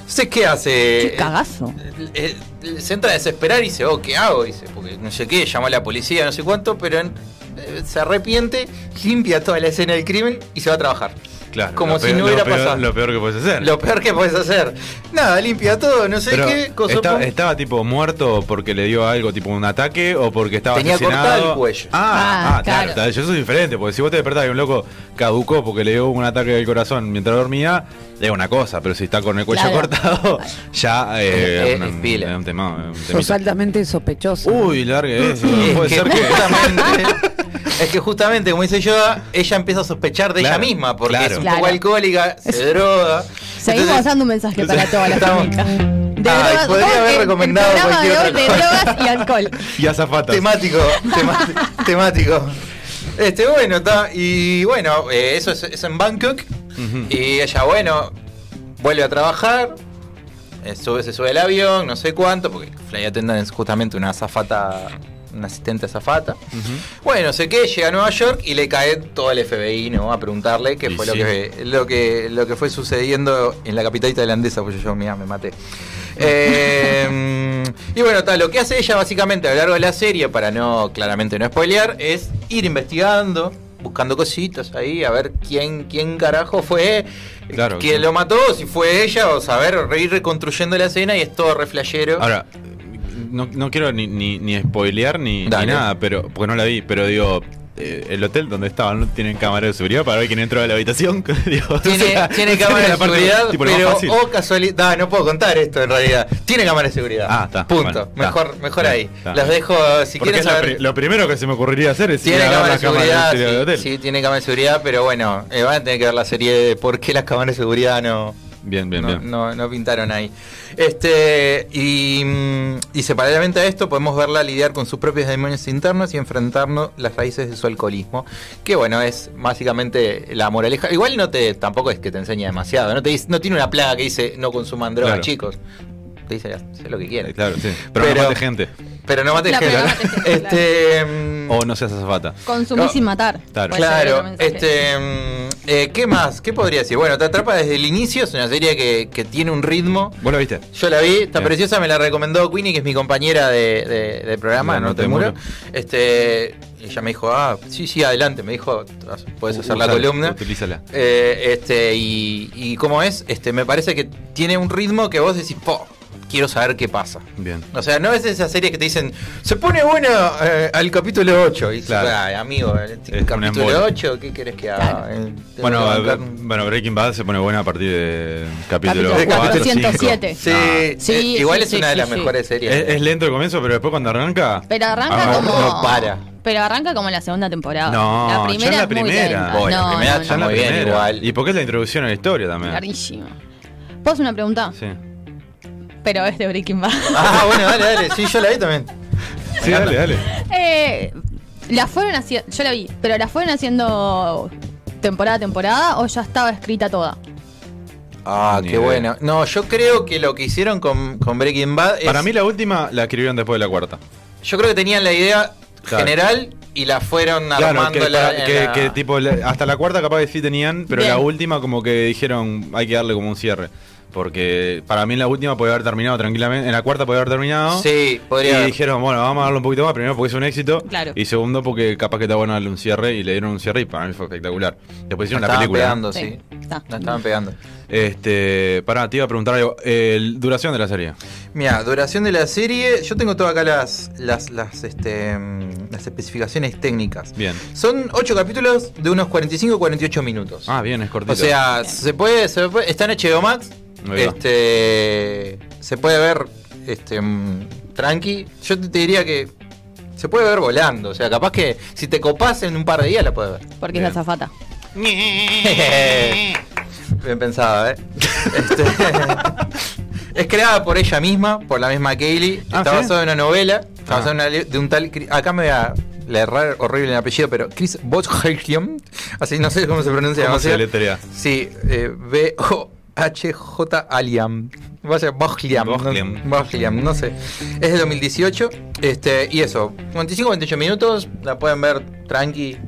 [SPEAKER 5] Entonces, ¿qué hace?
[SPEAKER 11] Qué cagazo.
[SPEAKER 5] Eh, se entra a desesperar y dice, oh, ¿qué hago? Dice, porque no sé qué, llamó a la policía, no sé cuánto, pero eh, se arrepiente, limpia toda la escena del crimen y se va a trabajar.
[SPEAKER 2] Claro,
[SPEAKER 5] Como
[SPEAKER 2] lo
[SPEAKER 5] si
[SPEAKER 2] peor-
[SPEAKER 5] no
[SPEAKER 2] lo
[SPEAKER 5] hubiera
[SPEAKER 2] peor-
[SPEAKER 5] pasado.
[SPEAKER 2] Lo peor que puedes hacer.
[SPEAKER 5] Lo peor que puedes hacer. Nada, limpia todo, no sé
[SPEAKER 2] Pero,
[SPEAKER 5] qué, cosa
[SPEAKER 2] esta-
[SPEAKER 5] pum.
[SPEAKER 2] ¿Estaba tipo muerto porque le dio algo, tipo un ataque, o porque estaba
[SPEAKER 5] Tenía
[SPEAKER 2] asesinado?
[SPEAKER 5] cortado el cuello.
[SPEAKER 2] Ah,
[SPEAKER 5] Ah,
[SPEAKER 2] ah, claro.
[SPEAKER 5] claro.
[SPEAKER 2] Yo soy diferente, porque si vos te despertás y un loco caducó porque le dio un ataque del corazón mientras dormía, es una cosa, pero si está con el cuello
[SPEAKER 11] Claro.
[SPEAKER 2] cortado, ya eh,
[SPEAKER 5] Eh,
[SPEAKER 2] una-
[SPEAKER 5] es
[SPEAKER 2] un, tema. un temita.
[SPEAKER 3] Sos altamente sospechoso.
[SPEAKER 2] Uy, largue eso.
[SPEAKER 5] Es
[SPEAKER 2] No puede
[SPEAKER 5] que
[SPEAKER 2] ser que.
[SPEAKER 5] Es que justamente, como dice yo, ella empieza a sospechar de
[SPEAKER 2] Claro,
[SPEAKER 5] ella misma, porque
[SPEAKER 2] claro.
[SPEAKER 5] es un
[SPEAKER 11] Claro.
[SPEAKER 5] poco alcohólica, se droga.
[SPEAKER 11] Se Seguimos
[SPEAKER 5] Entonces-
[SPEAKER 11] dando un mensaje para
[SPEAKER 5] entonces,
[SPEAKER 11] toda la
[SPEAKER 5] estamos-
[SPEAKER 11] familia. De
[SPEAKER 5] Ay,
[SPEAKER 11] drogas-
[SPEAKER 5] podría
[SPEAKER 11] ¿cómo
[SPEAKER 5] haber
[SPEAKER 11] que el
[SPEAKER 5] recomendado
[SPEAKER 11] programa de
[SPEAKER 5] cualquier
[SPEAKER 11] hoy
[SPEAKER 5] otra
[SPEAKER 11] de drogas y alcohol.
[SPEAKER 2] Y azafatas.
[SPEAKER 5] Temático, temá- temático. Este, bueno, está. Y bueno, eh, eso es, es en Bangkok. Y ella, bueno, vuelve a trabajar. eh, sube, se sube el avión, no sé cuánto, porque Fly Attendant es justamente una azafata, una asistente azafata.
[SPEAKER 2] Mm,
[SPEAKER 5] Bueno, sé que llega a Nueva York y le cae todo el FBI, ¿no? A preguntarle qué
[SPEAKER 14] Y
[SPEAKER 5] fue
[SPEAKER 14] sí.
[SPEAKER 5] lo, que, lo, que, lo que fue sucediendo en la capital tailandesa, porque yo, mira, me maté. Eh, y bueno, tal, lo que hace ella básicamente a lo largo de la serie, para no, claramente no spoilear, es ir investigando, buscando cositas ahí, a ver quién, quién carajo fue,
[SPEAKER 2] Claro,
[SPEAKER 5] quién
[SPEAKER 2] sí.
[SPEAKER 5] lo mató, si fue ella, o saber, ir reconstruyendo la escena y es todo reflejero.
[SPEAKER 2] Ahora, no, no quiero ni, ni, ni spoilear ni, ni
[SPEAKER 5] Dale.
[SPEAKER 2] nada, pero porque no la vi, pero digo, eh, el hotel donde estaban, ¿no tienen cámara de seguridad para ver quién entró a la habitación? Digo,
[SPEAKER 5] Tiene,
[SPEAKER 2] o sea,
[SPEAKER 5] tiene
[SPEAKER 2] no sé,
[SPEAKER 5] cámara de
[SPEAKER 2] la parte-
[SPEAKER 5] seguridad,
[SPEAKER 2] tipo, lo más
[SPEAKER 5] pero
[SPEAKER 2] fácil.
[SPEAKER 5] oh casualidad, no puedo contar esto en realidad. Tiene cámara de seguridad.
[SPEAKER 2] Ah, está.
[SPEAKER 5] Punto.
[SPEAKER 2] bueno, está.
[SPEAKER 5] mejor mejor
[SPEAKER 2] Bien,
[SPEAKER 5] ahí.
[SPEAKER 2] está.
[SPEAKER 5] Los dejo
[SPEAKER 2] Porque
[SPEAKER 5] si quieren
[SPEAKER 2] es la
[SPEAKER 5] saber.
[SPEAKER 2] pri- lo primero que se me ocurriría hacer es ir
[SPEAKER 5] Tiene
[SPEAKER 2] a ver la
[SPEAKER 5] cámara de
[SPEAKER 2] cámara
[SPEAKER 5] seguridad.
[SPEAKER 2] del
[SPEAKER 5] sí,
[SPEAKER 2] hotel.
[SPEAKER 5] sí, tiene cámara de seguridad, pero bueno, eh, van a tener que ver la serie de por qué las cámaras de seguridad no.
[SPEAKER 2] Bien, bien,
[SPEAKER 5] no,
[SPEAKER 2] bien.
[SPEAKER 5] No, no pintaron ahí. Este, y, mm, y separadamente a esto, podemos verla lidiar con sus propios demonios internos y enfrentarnos las raíces de su alcoholismo. Que bueno, es básicamente la moraleja. Igual no te, tampoco es que te enseña demasiado. No, te, dice- no tiene una plaga que dice no consuman drogas,
[SPEAKER 2] Claro.
[SPEAKER 5] chicos. Te dice, sé lo que quieres.
[SPEAKER 2] Claro, sí. Pero,
[SPEAKER 5] Pero-
[SPEAKER 2] no mate gente.
[SPEAKER 5] Pero no mates
[SPEAKER 11] Claro,
[SPEAKER 5] gente.
[SPEAKER 11] pero no
[SPEAKER 5] este,
[SPEAKER 2] O no seas azafata.
[SPEAKER 11] Consumir sin matar.
[SPEAKER 2] Claro.
[SPEAKER 11] Puede ser otro
[SPEAKER 5] Claro,
[SPEAKER 11] mensaje.
[SPEAKER 5] este, mm, eh, ¿qué más? ¿Qué podría decir? Bueno, te atrapa desde el inicio, es una serie que, que tiene un ritmo.
[SPEAKER 2] ¿Vos la viste?
[SPEAKER 5] Yo la vi, está
[SPEAKER 2] Bien.
[SPEAKER 5] preciosa, me la recomendó Queenie, que es mi compañera de, de- del programa,
[SPEAKER 2] De
[SPEAKER 5] no,
[SPEAKER 2] Norte
[SPEAKER 5] te
[SPEAKER 2] de
[SPEAKER 5] muro.
[SPEAKER 2] Muro.
[SPEAKER 5] Este, ella me dijo, ah, sí, sí, adelante, me dijo, puedes hacer la
[SPEAKER 2] Usala,
[SPEAKER 5] columna.
[SPEAKER 2] Utilízala.
[SPEAKER 5] Eh, este, y, y cómo es, este, me parece que tiene un ritmo que vos decís, po, quiero saber qué pasa.
[SPEAKER 2] Bien.
[SPEAKER 5] O sea, no es esas series que te dicen, se pone buena eh, al capítulo 8. Y
[SPEAKER 2] Claro.
[SPEAKER 5] claro. amigo, el
[SPEAKER 2] Es un
[SPEAKER 5] capítulo
[SPEAKER 2] embole.
[SPEAKER 5] 8, ¿qué querés que haga? Eh, tengo
[SPEAKER 2] Bueno,
[SPEAKER 5] que bancar-
[SPEAKER 2] eh, bueno, Breaking Bad se pone buena a partir de capítulo
[SPEAKER 11] Capítulo
[SPEAKER 2] 4,
[SPEAKER 11] 407.
[SPEAKER 5] Sí, eh,
[SPEAKER 11] Sí,
[SPEAKER 5] igual
[SPEAKER 11] sí,
[SPEAKER 5] es
[SPEAKER 11] sí,
[SPEAKER 5] una de
[SPEAKER 11] sí,
[SPEAKER 5] las
[SPEAKER 11] sí.
[SPEAKER 5] mejores series.
[SPEAKER 2] Es, es lento el comienzo, pero después cuando arranca.
[SPEAKER 11] Pero arranca
[SPEAKER 2] Ah,
[SPEAKER 11] como.
[SPEAKER 2] no para.
[SPEAKER 11] Pero arranca como la segunda temporada.
[SPEAKER 2] No,
[SPEAKER 11] la
[SPEAKER 2] ya
[SPEAKER 11] primera.
[SPEAKER 2] es la
[SPEAKER 11] es muy
[SPEAKER 2] primera.
[SPEAKER 11] lenta. no, no,
[SPEAKER 2] ya
[SPEAKER 11] no.
[SPEAKER 2] es la
[SPEAKER 5] bien
[SPEAKER 2] primera.
[SPEAKER 5] igual.
[SPEAKER 2] Y porque es la introducción a la historia también.
[SPEAKER 11] Larguísimo. ¿Puedo hacer una pregunta?
[SPEAKER 2] Sí.
[SPEAKER 11] Pero es de Breaking Bad.
[SPEAKER 5] Ah, bueno, dale, dale. Sí, yo la vi también.
[SPEAKER 2] Sí, dale, dale.
[SPEAKER 11] Eh, la fueron haciendo. Yo la vi, pero la fueron haciendo temporada a temporada o ya estaba escrita toda.
[SPEAKER 5] Ah, qué
[SPEAKER 2] idea.
[SPEAKER 5] bueno. No, yo creo que lo que hicieron con, con Breaking Bad es.
[SPEAKER 2] Para mí la última la escribieron después de la cuarta.
[SPEAKER 5] Yo creo que tenían la idea
[SPEAKER 2] Claro.
[SPEAKER 5] general y la fueron
[SPEAKER 2] Claro,
[SPEAKER 5] armando
[SPEAKER 2] que,
[SPEAKER 5] la-
[SPEAKER 2] para- que-
[SPEAKER 5] la-
[SPEAKER 2] que tipo, la- hasta la cuarta capaz que sí tenían, pero
[SPEAKER 5] Bien.
[SPEAKER 2] la última como que dijeron hay que darle como un cierre. Porque para mí en la última podía haber terminado tranquilamente, en la cuarta podía haber terminado.
[SPEAKER 5] Sí, podría
[SPEAKER 2] Y
[SPEAKER 5] haber.
[SPEAKER 2] dijeron, bueno, vamos a darle un poquito más, primero porque es un éxito.
[SPEAKER 5] Claro.
[SPEAKER 2] Y segundo porque capaz que está bueno darle un cierre y le dieron un cierre y para mí fue espectacular. Después hicieron la
[SPEAKER 5] Estaban
[SPEAKER 2] película.
[SPEAKER 5] pegando,
[SPEAKER 2] ¿no?
[SPEAKER 5] sí. La estaban pegando.
[SPEAKER 2] Este, pará, te iba a preguntar algo. Eh, duración de la serie.
[SPEAKER 5] Mira, duración de la serie. Yo tengo todas acá las, las, las, este, mm, las especificaciones técnicas.
[SPEAKER 2] Bien.
[SPEAKER 5] Son ocho capítulos de unos 45 o 48 minutos.
[SPEAKER 2] Ah, bien, es cortito.
[SPEAKER 5] O sea, se puede, se puede- está en HBO Max.
[SPEAKER 2] Ahí va.
[SPEAKER 5] Este, se puede ver este, mm, tranqui. Yo te te diría que se puede ver volando. O sea, capaz que si te copás en un par de días la puedes ver.
[SPEAKER 11] Porque es la zafata.
[SPEAKER 5] Bien pensada, ¿eh? Este, es creada por ella misma, por la misma Kaylee.
[SPEAKER 2] Ah,
[SPEAKER 5] está
[SPEAKER 2] ¿sí?
[SPEAKER 5] basada en una novela. Está
[SPEAKER 2] Ah.
[SPEAKER 5] basada en una li- de un tal. Cri- Acá me voy a le errar horrible el apellido, pero Chris Botchheim. Así no sé cómo se pronuncia.
[SPEAKER 2] ¿Cómo
[SPEAKER 5] no sé.
[SPEAKER 2] se deletrea?
[SPEAKER 5] Sí, eh, B-O-H-J Aliam. Vaya, Bojliam.
[SPEAKER 2] Bojliam.
[SPEAKER 5] No, Bojliam, no sé. Es de 2018. Este, y eso, 25-28 minutos. La pueden ver tranqui.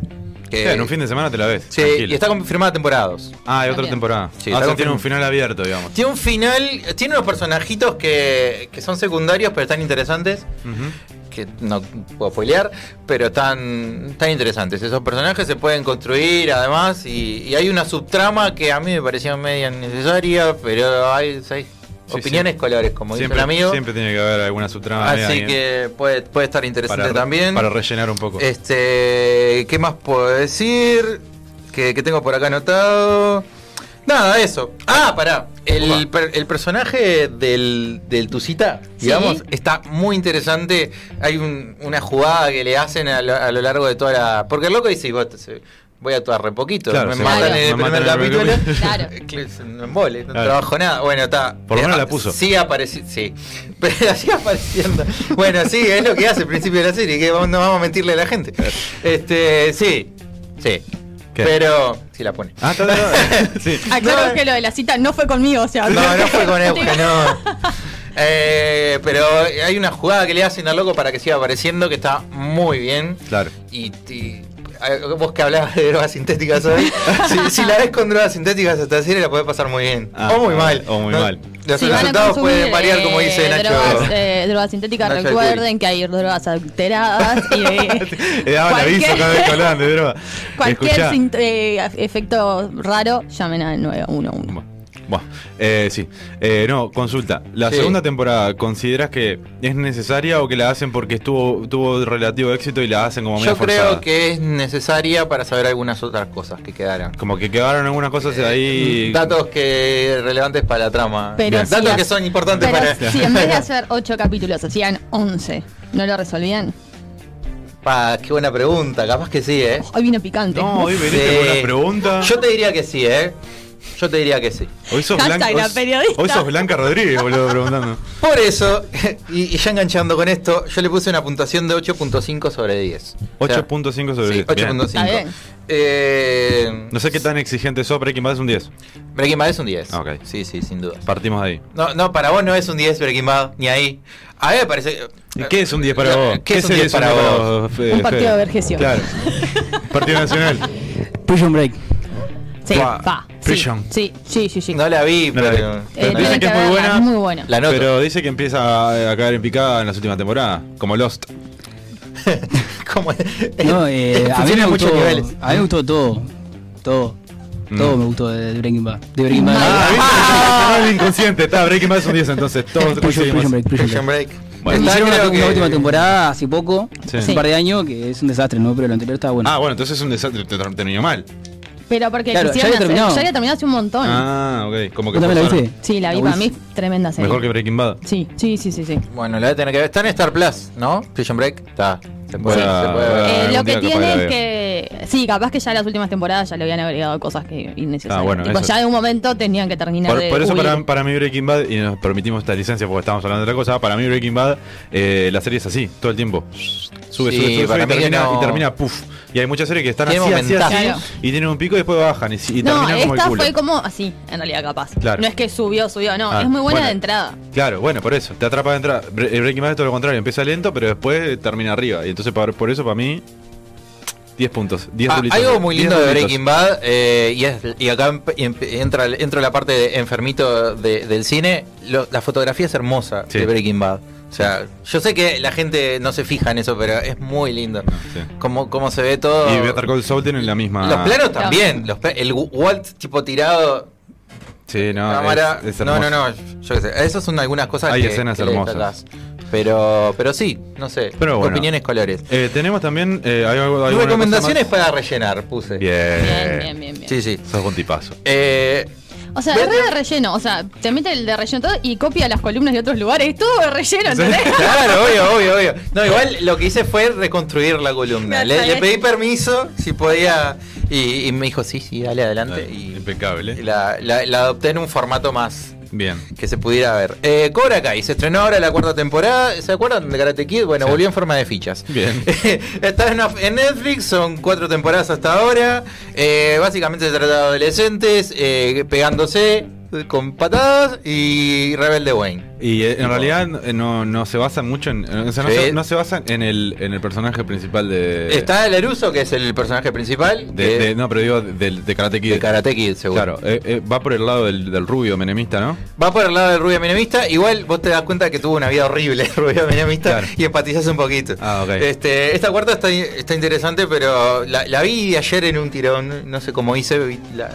[SPEAKER 5] que-
[SPEAKER 2] Sí, en un fin de semana te la ves.
[SPEAKER 5] Sí,
[SPEAKER 2] tranquilo.
[SPEAKER 5] y está confirmada temporadas.
[SPEAKER 2] Ah, hay otra temporada.
[SPEAKER 5] Sí,
[SPEAKER 2] Ah, o
[SPEAKER 5] está
[SPEAKER 2] sea, tiene
[SPEAKER 5] confirmado.
[SPEAKER 2] un final abierto, digamos.
[SPEAKER 5] Tiene un final, tiene unos personajitos que, que son secundarios, pero están interesantes.
[SPEAKER 2] Ujú.
[SPEAKER 5] Que no puedo spoilear, pero están, están interesantes. Esos personajes se pueden construir, además, y, y hay una subtrama que a mí me parecía media innecesaria, pero hay, hay
[SPEAKER 2] Sí,
[SPEAKER 5] opiniones
[SPEAKER 2] sí.
[SPEAKER 5] colores, como
[SPEAKER 2] siempre,
[SPEAKER 5] dice el amigo.
[SPEAKER 2] Siempre tiene que haber alguna subtrama. media
[SPEAKER 5] Así
[SPEAKER 2] ahí, ¿eh?
[SPEAKER 5] que puede, puede estar interesante
[SPEAKER 2] para,
[SPEAKER 5] también. Eh,
[SPEAKER 2] Para rellenar un poco.
[SPEAKER 5] Este, ¿qué más puedo decir? Que, que tengo por acá anotado. Nada, eso. Ah, pará. El, per- el personaje del, del Tucita,
[SPEAKER 6] Sí.
[SPEAKER 5] digamos, está muy interesante. Hay un- una jugada que le hacen a lo, a lo largo de toda la. Porque el loco dice: "Vos te- voy a actuar re poquito.
[SPEAKER 2] Claro,
[SPEAKER 5] me
[SPEAKER 2] se
[SPEAKER 5] matan
[SPEAKER 2] matan.
[SPEAKER 5] en el
[SPEAKER 2] Me
[SPEAKER 5] primer
[SPEAKER 2] matan en el
[SPEAKER 5] capítulo.
[SPEAKER 2] primer
[SPEAKER 13] Claro.
[SPEAKER 5] Me embole, no
[SPEAKER 2] Claro.
[SPEAKER 5] trabajo nada. Bueno, está.
[SPEAKER 2] Por lo menos
[SPEAKER 5] Eh,
[SPEAKER 2] la puso.
[SPEAKER 5] Sigue apareciendo. Sí. Pero sigue apareciendo. Bueno, sí, es lo que hace al principio de la serie, que vamos- no vamos a mentirle a la gente. Este, sí. Sí. Pero. Sí la pone. Ah,
[SPEAKER 2] Ah, sí.
[SPEAKER 1] Aclaro que lo de la cita no fue conmigo, o sea.
[SPEAKER 5] No, no fue con Euge, no. Eh, pero hay una jugada que le hacen al loco para que siga apareciendo que está muy bien.
[SPEAKER 2] Claro.
[SPEAKER 5] Y, y- eh, vos que hablabas de drogas sintéticas hoy, si, si la ves con drogas sintéticas hasta así la podés pasar muy bien.
[SPEAKER 2] Ah,
[SPEAKER 5] o muy mal.
[SPEAKER 2] o muy
[SPEAKER 5] No,
[SPEAKER 2] mal.
[SPEAKER 5] Los
[SPEAKER 1] Si van a
[SPEAKER 5] resultados
[SPEAKER 1] consumir,
[SPEAKER 5] pueden variar,
[SPEAKER 1] eh,
[SPEAKER 5] como dice Nacho.
[SPEAKER 1] Drogas, eh, drogas sintéticas,
[SPEAKER 5] Nacho
[SPEAKER 1] recuerden que hay drogas alteradas y eh,
[SPEAKER 2] Le
[SPEAKER 1] Cualquier-
[SPEAKER 2] daban ah, aviso cada vez que hablaban de droga.
[SPEAKER 1] cualquier
[SPEAKER 2] Escuchá.
[SPEAKER 1] sint- eh, efecto raro, llamen al 911.
[SPEAKER 2] Buah. Eh, sí. Eh, no, consulta. ¿La
[SPEAKER 5] Sí.
[SPEAKER 2] segunda temporada consideras que es necesaria o que la hacen porque estuvo tuvo relativo éxito y la hacen como medio
[SPEAKER 5] Yo creo
[SPEAKER 2] forzada?
[SPEAKER 5] que es necesaria para saber algunas otras cosas que quedaron.
[SPEAKER 2] Como que quedaron algunas cosas
[SPEAKER 5] Eh,
[SPEAKER 2] ahí.
[SPEAKER 5] Datos que relevantes para la trama.
[SPEAKER 1] Pero si
[SPEAKER 5] Datos
[SPEAKER 1] hace-
[SPEAKER 5] que son importantes
[SPEAKER 1] Pero
[SPEAKER 5] para...
[SPEAKER 1] si en vez de hacer 8 capítulos hacían 11, ¿no lo resolvían?
[SPEAKER 5] Pa, qué buena pregunta, capaz que sí, ¿eh?
[SPEAKER 1] Hoy vino picante.
[SPEAKER 2] hoy veniste
[SPEAKER 5] Sí.
[SPEAKER 2] con unas preguntas.
[SPEAKER 5] Yo te diría que sí, ¿eh? Yo te diría que sí.
[SPEAKER 2] Hoy sos,
[SPEAKER 5] Hashtag
[SPEAKER 2] Blanca,
[SPEAKER 5] la
[SPEAKER 2] hoy sos-
[SPEAKER 5] periodista.
[SPEAKER 2] hoy sos Blanca Rodríguez, boludo, preguntando.
[SPEAKER 5] Por eso, y, y ya enganchando con esto, yo le puse una puntuación de 8.5 sobre 10. O sea,
[SPEAKER 2] 8.5 sobre 10. Bien.
[SPEAKER 5] 8.5.
[SPEAKER 1] Está bien.
[SPEAKER 5] Eh,
[SPEAKER 2] No sé qué tan exigente sos, Breaking Bad es un 10.
[SPEAKER 5] Breaking Bad es un 10.
[SPEAKER 2] Ok.
[SPEAKER 5] Sí, sí, sin duda.
[SPEAKER 2] Partimos de ahí.
[SPEAKER 5] No, no, para vos no es un 10 Breaking Bad, ni ahí. A mí me parece...
[SPEAKER 2] ¿Y qué es un 10 para vos?
[SPEAKER 5] ¿Qué es un 10 para vos?
[SPEAKER 2] Fe-
[SPEAKER 1] Un partido
[SPEAKER 2] Fe?
[SPEAKER 1] de Vergesio.
[SPEAKER 2] Claro. partido nacional.
[SPEAKER 12] Prison Break.
[SPEAKER 1] Sí,
[SPEAKER 2] Buah.
[SPEAKER 1] va.
[SPEAKER 2] Prison.
[SPEAKER 1] Sí, sí, sí, sí.
[SPEAKER 5] No la vi,
[SPEAKER 2] No la
[SPEAKER 5] pero...
[SPEAKER 2] vi.
[SPEAKER 1] Eh, tienen
[SPEAKER 2] Dicen que es
[SPEAKER 1] verla,
[SPEAKER 2] muy buena.
[SPEAKER 1] es muy buena.
[SPEAKER 5] La noto.
[SPEAKER 2] Pero dice que empieza a caer en picada en las últimas temporadas, como Lost.
[SPEAKER 5] ¿Cómo es?
[SPEAKER 12] No, eh, a, mí
[SPEAKER 5] Funciona
[SPEAKER 12] me
[SPEAKER 5] en muchos
[SPEAKER 12] gustó,
[SPEAKER 5] niveles.
[SPEAKER 12] a mí me gustó todo. Todo.
[SPEAKER 5] Mm.
[SPEAKER 12] Todo me gustó de Breaking Bad. De Breaking Bad.
[SPEAKER 2] Ah, el inconsciente, está, Breaking Bad es un 10 entonces, todos
[SPEAKER 12] Prison,
[SPEAKER 2] coincidimos.
[SPEAKER 12] Prison Break, Prison
[SPEAKER 5] Prison
[SPEAKER 12] Break.
[SPEAKER 5] Break.
[SPEAKER 12] Bueno,
[SPEAKER 5] Está,
[SPEAKER 12] hicieron una,
[SPEAKER 5] creo
[SPEAKER 12] una
[SPEAKER 5] que-
[SPEAKER 12] última temporada hace poco,
[SPEAKER 2] Sí.
[SPEAKER 12] hace un par de años, que es un desastre, ¿no? Pero lo anterior estaba bueno.
[SPEAKER 2] Ah, bueno, entonces es un desastre, te te terminó mal.
[SPEAKER 1] Pero porque
[SPEAKER 12] Claro, ya
[SPEAKER 1] quisieron
[SPEAKER 12] había
[SPEAKER 1] hacer-
[SPEAKER 12] terminado.
[SPEAKER 1] ya había terminado hace un montón.
[SPEAKER 2] Ah, ok, como que
[SPEAKER 12] ¿Vos también la
[SPEAKER 2] forzaron.
[SPEAKER 12] viste?
[SPEAKER 1] Sí, la vi,
[SPEAKER 12] La
[SPEAKER 1] para mí
[SPEAKER 12] Wilson.
[SPEAKER 1] es tremenda serie.
[SPEAKER 2] Mejor que Breaking Bad.
[SPEAKER 1] Sí, sí, sí, sí, sí.
[SPEAKER 5] Bueno, la voy a tener que ver. Está en Star Plus, ¿no? Prison Break. Está. Se puede,
[SPEAKER 2] Sí.
[SPEAKER 5] se puede ver.
[SPEAKER 2] Ah,
[SPEAKER 1] Eh,
[SPEAKER 2] algún
[SPEAKER 1] lo que
[SPEAKER 2] día capaz
[SPEAKER 1] tiene
[SPEAKER 2] la
[SPEAKER 1] es
[SPEAKER 2] veo.
[SPEAKER 1] que. Sí, capaz que ya en las últimas temporadas ya le habían agregado cosas que innecesarias.
[SPEAKER 2] Ah, bueno,
[SPEAKER 1] Tipo,
[SPEAKER 2] eso.
[SPEAKER 1] ya de un momento tenían que terminar
[SPEAKER 2] Por,
[SPEAKER 1] de.
[SPEAKER 2] por eso
[SPEAKER 1] pulir.
[SPEAKER 2] para, para mí Breaking Bad, y nos permitimos esta licencia porque estamos hablando de otra cosa, para mí Breaking Bad, eh, la serie es así, todo el tiempo. Sube,
[SPEAKER 5] Sí,
[SPEAKER 2] sube, sube, sube
[SPEAKER 5] para
[SPEAKER 2] y,
[SPEAKER 5] mí que
[SPEAKER 2] termina,
[SPEAKER 5] no.
[SPEAKER 2] y termina, puff. Y hay muchas series que están así,
[SPEAKER 5] Tiene
[SPEAKER 2] así, así,
[SPEAKER 5] momentazos.
[SPEAKER 2] y tienen un pico y después bajan y, si- y
[SPEAKER 1] No,
[SPEAKER 2] terminan como el
[SPEAKER 1] esta
[SPEAKER 2] culo.
[SPEAKER 1] fue como así, en realidad, capaz.
[SPEAKER 2] Claro.
[SPEAKER 1] No es que subió, subió, no.
[SPEAKER 2] Ah,
[SPEAKER 1] es muy buena
[SPEAKER 2] bueno.
[SPEAKER 1] de entrada.
[SPEAKER 2] Claro, bueno, por eso, te atrapa de entrada. Bre- eh, Breaking Bad es todo lo contrario, empieza lento, pero después termina arriba. Y entonces por, por eso para mí, 10 puntos. 10
[SPEAKER 5] Ah,
[SPEAKER 2] rulitos.
[SPEAKER 5] algo muy
[SPEAKER 2] 10
[SPEAKER 5] lindo de
[SPEAKER 2] rulitos.
[SPEAKER 5] Breaking Bad, eh, y, es- y acá emp- y emp- entra, entra la parte de enfermito de- del cine, lo- la fotografía es hermosa
[SPEAKER 2] Sí.
[SPEAKER 5] de Breaking Bad. O sea, yo sé que la gente no se fija en eso, pero es muy lindo.
[SPEAKER 2] Ah, sí.
[SPEAKER 5] Como, como se ve todo.
[SPEAKER 2] Y Better Call Saul tienen la misma.
[SPEAKER 5] oh, Los planos también. Los pla- el Walt tipo tirado,
[SPEAKER 2] Sí, no,
[SPEAKER 5] cámara.
[SPEAKER 2] Ah, es- es
[SPEAKER 5] no, no,
[SPEAKER 2] hermoso.
[SPEAKER 5] no. Yo qué sé. Esas son algunas cosas
[SPEAKER 2] Hay
[SPEAKER 5] que,
[SPEAKER 2] escenas
[SPEAKER 5] que le
[SPEAKER 2] hermosas.
[SPEAKER 5] destacás. Pero, pero sí, no sé.
[SPEAKER 2] Pero bueno.
[SPEAKER 5] Opiniones, colores.
[SPEAKER 2] Eh, tenemos también. Eh, hay algo- alguna cosa
[SPEAKER 5] recomendaciones para rellenar, puse.
[SPEAKER 2] más? Bien.
[SPEAKER 1] Bien, bien, bien, bien.
[SPEAKER 5] Sí, sí.
[SPEAKER 2] Sos un tipazo.
[SPEAKER 5] Eh,
[SPEAKER 1] O sea, es re de relleno. O sea, te mete el de relleno todo y copia las columnas de otros lugares. Es todo de relleno, ¿entendés?
[SPEAKER 5] Claro, obvio, obvio, obvio. No, igual lo que hice fue reconstruir la columna.
[SPEAKER 1] Me
[SPEAKER 5] Le, le
[SPEAKER 1] atrae-
[SPEAKER 5] pedí permiso si podía y, y me dijo, sí, sí, dale adelante. Y
[SPEAKER 2] Impecable.
[SPEAKER 5] y la, la- la adopté en un formato más
[SPEAKER 2] Bien.
[SPEAKER 5] que se pudiera ver. Eh, Cobra Kai, se estrenó ahora la cuarta temporada. ¿Se acuerdan de Karate Kid? Bueno, volvió en forma de fichas.
[SPEAKER 2] Bien.
[SPEAKER 5] Está en, en Netflix, son cuatro temporadas hasta ahora. Eh, básicamente se trata de adolescentes eh, pegándose con patadas y Rebelde Wayne.
[SPEAKER 2] Y eh, en
[SPEAKER 5] Tipo-
[SPEAKER 2] realidad eh, no, no se basa mucho en. o sea, no,
[SPEAKER 5] Sí.
[SPEAKER 2] se, no se basa en el, en el personaje principal de.
[SPEAKER 5] Está Laruso, que es el personaje principal.
[SPEAKER 2] Eh, de-
[SPEAKER 5] que-
[SPEAKER 2] de- no, pero digo de, de Karate Kid.
[SPEAKER 5] de Karate Kid, seguro.
[SPEAKER 2] Claro, eh, eh, va por el lado del, del rubio menemista, ¿no?
[SPEAKER 5] Va por el lado del rubio menemista. Igual vos te das cuenta que tuvo una vida horrible el rubio menemista
[SPEAKER 2] Claro.
[SPEAKER 5] y empatizás un poquito.
[SPEAKER 2] Ah, ok.
[SPEAKER 5] Este, esta cuarta está, está interesante, pero la, la vi ayer en un tirón. No sé cómo hice vi la-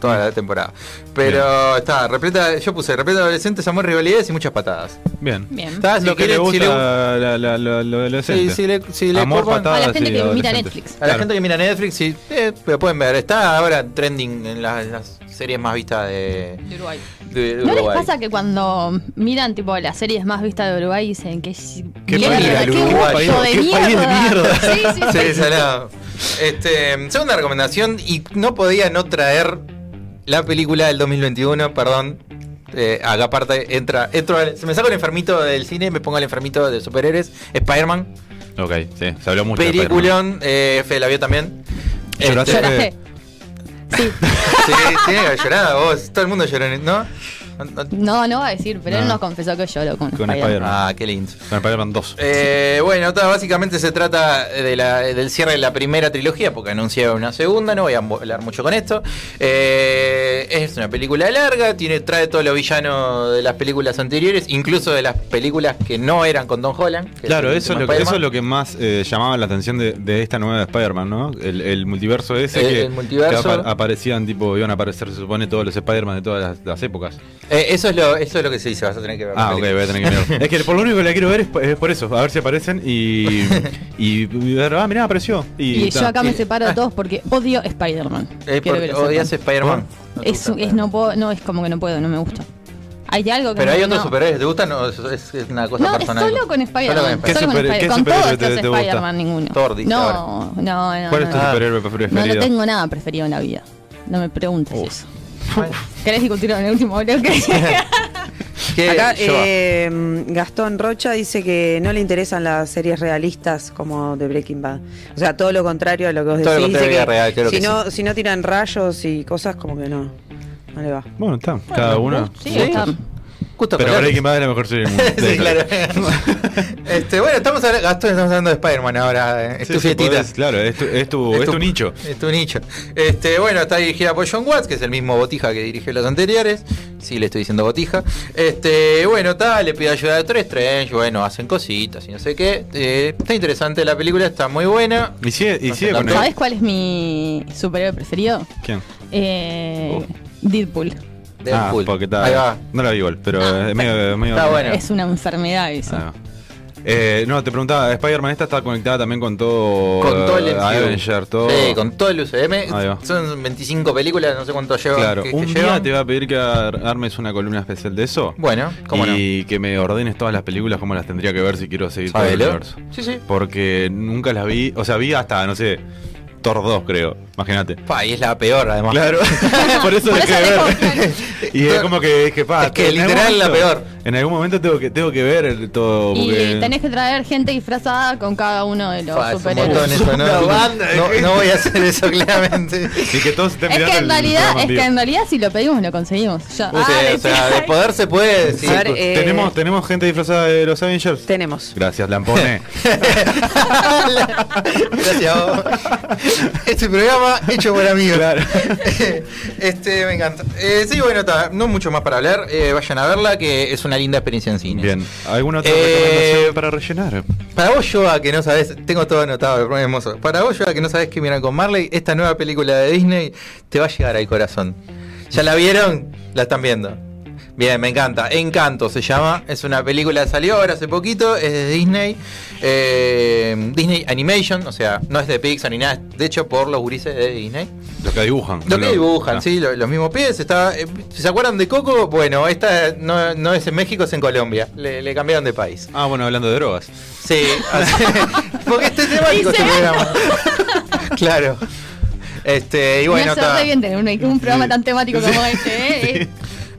[SPEAKER 5] toda la temporada. Pero está, repleta, yo puse repleta de adolescentes, amor, rivalidades y muchas patadas.
[SPEAKER 2] Bien.
[SPEAKER 1] Bien.
[SPEAKER 5] Está, si
[SPEAKER 2] lo que
[SPEAKER 5] quiere-
[SPEAKER 2] le gusta
[SPEAKER 5] si
[SPEAKER 2] la, la- la- lo adolescente.
[SPEAKER 5] Sí, si le- si le
[SPEAKER 2] Amor,
[SPEAKER 5] copan-
[SPEAKER 2] patadas
[SPEAKER 1] A la gente
[SPEAKER 2] y
[SPEAKER 1] que mira
[SPEAKER 2] adolescentes.
[SPEAKER 1] Netflix.
[SPEAKER 5] A la
[SPEAKER 2] Claro.
[SPEAKER 5] gente que mira Netflix, y, eh, lo pueden ver. Está ahora trending en las, las series más vistas de,
[SPEAKER 1] De Uruguay.
[SPEAKER 5] de- de
[SPEAKER 1] ¿No les
[SPEAKER 5] Uruguay.
[SPEAKER 1] pasa que cuando miran tipo las series más vistas de Uruguay dicen que es
[SPEAKER 2] ¿Qué
[SPEAKER 1] mierda,
[SPEAKER 2] país,
[SPEAKER 1] qué
[SPEAKER 2] Uruguay?
[SPEAKER 1] gusto de
[SPEAKER 2] ¿Qué país de
[SPEAKER 1] mierda?
[SPEAKER 2] mierda?
[SPEAKER 1] Sí, sí, sí.
[SPEAKER 5] Sí, salado. Este, segunda recomendación, y no podía no traer la película del 2021, perdón. Eh, acá aparte entra, entro al- se me saca el enfermito del cine y me pongo el enfermito de superhéroes, Spider-Man,
[SPEAKER 2] Ok, sí, se habló mucho. de Spider-Man.
[SPEAKER 5] peliculón, eh, Fede la vio también. Este,
[SPEAKER 2] ¿Lloraste, Lloraste. Fede?
[SPEAKER 5] Sí. sí, sí, llorada vos, todo el mundo lloró, ¿no?
[SPEAKER 11] No, no va a decir, pero él
[SPEAKER 5] No.
[SPEAKER 11] nos confesó que lloró con,
[SPEAKER 2] Con
[SPEAKER 11] Spider-Man.
[SPEAKER 2] Spider-Man.
[SPEAKER 5] Ah, qué lindo.
[SPEAKER 2] Con Spider-Man 2.
[SPEAKER 5] Eh, bueno, ta, básicamente se trata de la- del cierre de la primera trilogía, porque anunciaba una segunda, no voy a mo- hablar mucho con esto. Eh, es una película larga, tiene, trae todos los villanos de las películas anteriores, incluso de las películas que no eran con Don Holland. que
[SPEAKER 2] Claro,
[SPEAKER 5] el
[SPEAKER 2] eso es,
[SPEAKER 5] último
[SPEAKER 2] lo que, eso es
[SPEAKER 5] Spider-Man.
[SPEAKER 2] lo que más eh, llamaba la atención de, de esta nueva de Spider-Man, ¿no? El, el multiverso ese
[SPEAKER 5] El-
[SPEAKER 2] que,
[SPEAKER 5] el multiverso.
[SPEAKER 2] que apa- aparecían, tipo, iban a aparecer, se supone, todos los Spider-Man de todas las, las épocas.
[SPEAKER 5] Eh, eso, es lo, eso es lo que se dice, vas a tener que ver. la
[SPEAKER 2] Ah, ok, voy
[SPEAKER 5] película.
[SPEAKER 2] a tener que mirar. es que por lo único que la quiero ver es, po- es por eso, a ver si aparecen y. y ver, ah, mirá, apareció. Y,
[SPEAKER 11] Y, yo acá me
[SPEAKER 2] y-
[SPEAKER 11] separo de todos porque odio Spider-Man.
[SPEAKER 5] Eh,
[SPEAKER 11] Quiero
[SPEAKER 5] por-
[SPEAKER 11] que lo
[SPEAKER 5] odias
[SPEAKER 11] sepan.
[SPEAKER 5] Spider-Man.
[SPEAKER 11] Es, es- no puedo, no, es como que no puedo, no me gusta. Hay algo que
[SPEAKER 5] Pero
[SPEAKER 11] no-
[SPEAKER 5] hay otros
[SPEAKER 11] no.
[SPEAKER 5] superhéroes, ¿te gustan o es, es- es una cosa
[SPEAKER 11] No, es
[SPEAKER 5] personal?
[SPEAKER 11] solo con Spider-Man.
[SPEAKER 5] ¿Qué
[SPEAKER 11] Solo con
[SPEAKER 5] super-
[SPEAKER 11] Spider-
[SPEAKER 5] qué
[SPEAKER 11] con
[SPEAKER 5] superhéroe
[SPEAKER 11] todos
[SPEAKER 5] te-
[SPEAKER 11] estos
[SPEAKER 5] te gusta?
[SPEAKER 11] Spider-man, ninguno.
[SPEAKER 5] Thor, dice
[SPEAKER 11] no,
[SPEAKER 5] ahora.
[SPEAKER 11] no, no,
[SPEAKER 2] ¿Cuál es tu
[SPEAKER 11] no.
[SPEAKER 2] superhéroe preferido?
[SPEAKER 11] No, no tengo nada preferido en la vida. No me preguntes eso. ¿Querés discutirlo en el último bloque?
[SPEAKER 3] Acá
[SPEAKER 11] Yo.
[SPEAKER 3] eh, Gastón Rocha dice que no le interesan las series realistas como de Breaking Bad. O sea, todo lo contrario a lo que vos
[SPEAKER 5] Todo lo
[SPEAKER 3] decís. dice
[SPEAKER 5] contrario
[SPEAKER 3] que
[SPEAKER 5] a la realidad, creo
[SPEAKER 3] si,
[SPEAKER 5] que
[SPEAKER 3] no, si no tiran rayos y cosas, como que no. No le va.
[SPEAKER 2] Bueno, está, cada uno.
[SPEAKER 3] sí, está.
[SPEAKER 5] Justo
[SPEAKER 2] Pero
[SPEAKER 5] colores.
[SPEAKER 2] Breaking Bad es la mejor serie del mundo.
[SPEAKER 5] Sí, claro. este, bueno, estamos hablando, Gastón, estamos hablando de Spider-Man ahora. eh. Es
[SPEAKER 2] Sí,
[SPEAKER 5] tu
[SPEAKER 2] sí,
[SPEAKER 5] fietita.
[SPEAKER 2] podés- claro, es tu, es tu, es tu nicho.
[SPEAKER 5] Es tu nicho. Este, bueno, está dirigida por John Watts, que es el mismo botija que dirigió los anteriores. Sí, le estoy diciendo botija. Este, bueno, está, le pide ayuda a Doctor Strange, bueno, hacen cositas y no sé qué. Eh, está interesante la película, está muy buena.
[SPEAKER 2] Y sigue, y
[SPEAKER 5] No sé
[SPEAKER 2] sigue con
[SPEAKER 5] tanto.
[SPEAKER 2] él.
[SPEAKER 11] ¿Sabés cuál es mi superhéroe preferido?
[SPEAKER 2] ¿Quién?
[SPEAKER 11] Eh, Deadpool.
[SPEAKER 2] Ah, porque está.
[SPEAKER 5] Ahí va.
[SPEAKER 2] No la vi igual, pero es medio, es medio-
[SPEAKER 11] Ah, Es una enfermedad eso.
[SPEAKER 2] Ah. Eh, no, te preguntaba, Spider-Man esta está conectada también con todo.
[SPEAKER 5] Con todo el
[SPEAKER 2] eh,
[SPEAKER 5] MCU.
[SPEAKER 2] Avenger, todo.
[SPEAKER 5] Sí, con todo el
[SPEAKER 2] Oh. Ahí
[SPEAKER 5] UCM.
[SPEAKER 2] va.
[SPEAKER 5] Son 25 películas, no sé cuánto llevan.
[SPEAKER 2] Claro,
[SPEAKER 5] que- que
[SPEAKER 2] un día
[SPEAKER 5] llevan.
[SPEAKER 2] te va a pedir que ar- armes una columna especial de eso.
[SPEAKER 5] Bueno, cómo no.
[SPEAKER 2] Y que me ordenes todas las películas, cómo las tendría que ver si quiero seguir todo el
[SPEAKER 5] Sabelo.
[SPEAKER 2] universo.
[SPEAKER 5] Sí, sí.
[SPEAKER 2] Porque nunca las vi, o sea, vi hasta, no sé, Thor 2, creo, imagínate.
[SPEAKER 5] Pa, y es la peor, además.
[SPEAKER 2] Claro, por eso dejé de ver. y es como que, es que, pa,
[SPEAKER 5] Es que
[SPEAKER 2] en algún
[SPEAKER 5] literal la peor.
[SPEAKER 2] En algún momento tengo que, tengo que ver el- todo.
[SPEAKER 11] Y
[SPEAKER 2] Porque...
[SPEAKER 11] tenés que traer gente disfrazada con cada uno de los
[SPEAKER 2] Fa, es un
[SPEAKER 11] superhéroes.
[SPEAKER 2] montón eso, ¿no?
[SPEAKER 5] No,
[SPEAKER 2] banda de
[SPEAKER 5] no-
[SPEAKER 2] gente.
[SPEAKER 5] no voy a hacer eso claramente.
[SPEAKER 2] Y que todos estén
[SPEAKER 11] Es
[SPEAKER 2] mirando
[SPEAKER 11] que en
[SPEAKER 2] el
[SPEAKER 11] realidad,
[SPEAKER 2] programa,
[SPEAKER 11] es
[SPEAKER 2] tío.
[SPEAKER 11] que en realidad si lo pedimos lo conseguimos. Ya.
[SPEAKER 5] O sea,
[SPEAKER 11] Ah,
[SPEAKER 5] o sea, de poder se puede. sí.
[SPEAKER 2] Sí, ¿Tenemos, ¿Tenemos gente disfrazada de los Avengers?
[SPEAKER 3] Tenemos.
[SPEAKER 2] Gracias, Lampone.
[SPEAKER 5] Gracias a vos. Este programa hecho por amigos. este, me encanta. Eh, sí, bueno, ta, no mucho más para hablar. Eh, vayan a verla, que es una linda experiencia Eh, en cine.
[SPEAKER 2] Bien. ¿Alguna otra recomendación para rellenar?
[SPEAKER 5] Para vos, Joa, que no sabes, tengo todo anotado, pero es hermoso. Para vos, Joa, que no sabes que miran con Marley, esta nueva película de Disney te va a llegar al corazón. ¿Ya la vieron? La están viendo. Bien, me encanta. Encanto se llama. Es una película que salió ahora hace poquito. Es de Disney. Eh, Disney Animation. O sea, no es de Pixar ni nada. es De hecho, por los gurises de Disney.
[SPEAKER 2] Lo que dibujan. Ah.
[SPEAKER 5] Lo que dibujan, sí, lo- los mismos pies. Está, eh, si ¿Se acuerdan de Coco? Bueno, esta no, no es en México, es en Colombia. Le, le cambiaron de país.
[SPEAKER 2] Ah, bueno, hablando de drogas.
[SPEAKER 5] Sí, así- porque este es temático este programa. claro. Este, y bueno,
[SPEAKER 11] me hace
[SPEAKER 5] está.
[SPEAKER 11] re bien tener un, un programa tan temático como este. ¿eh?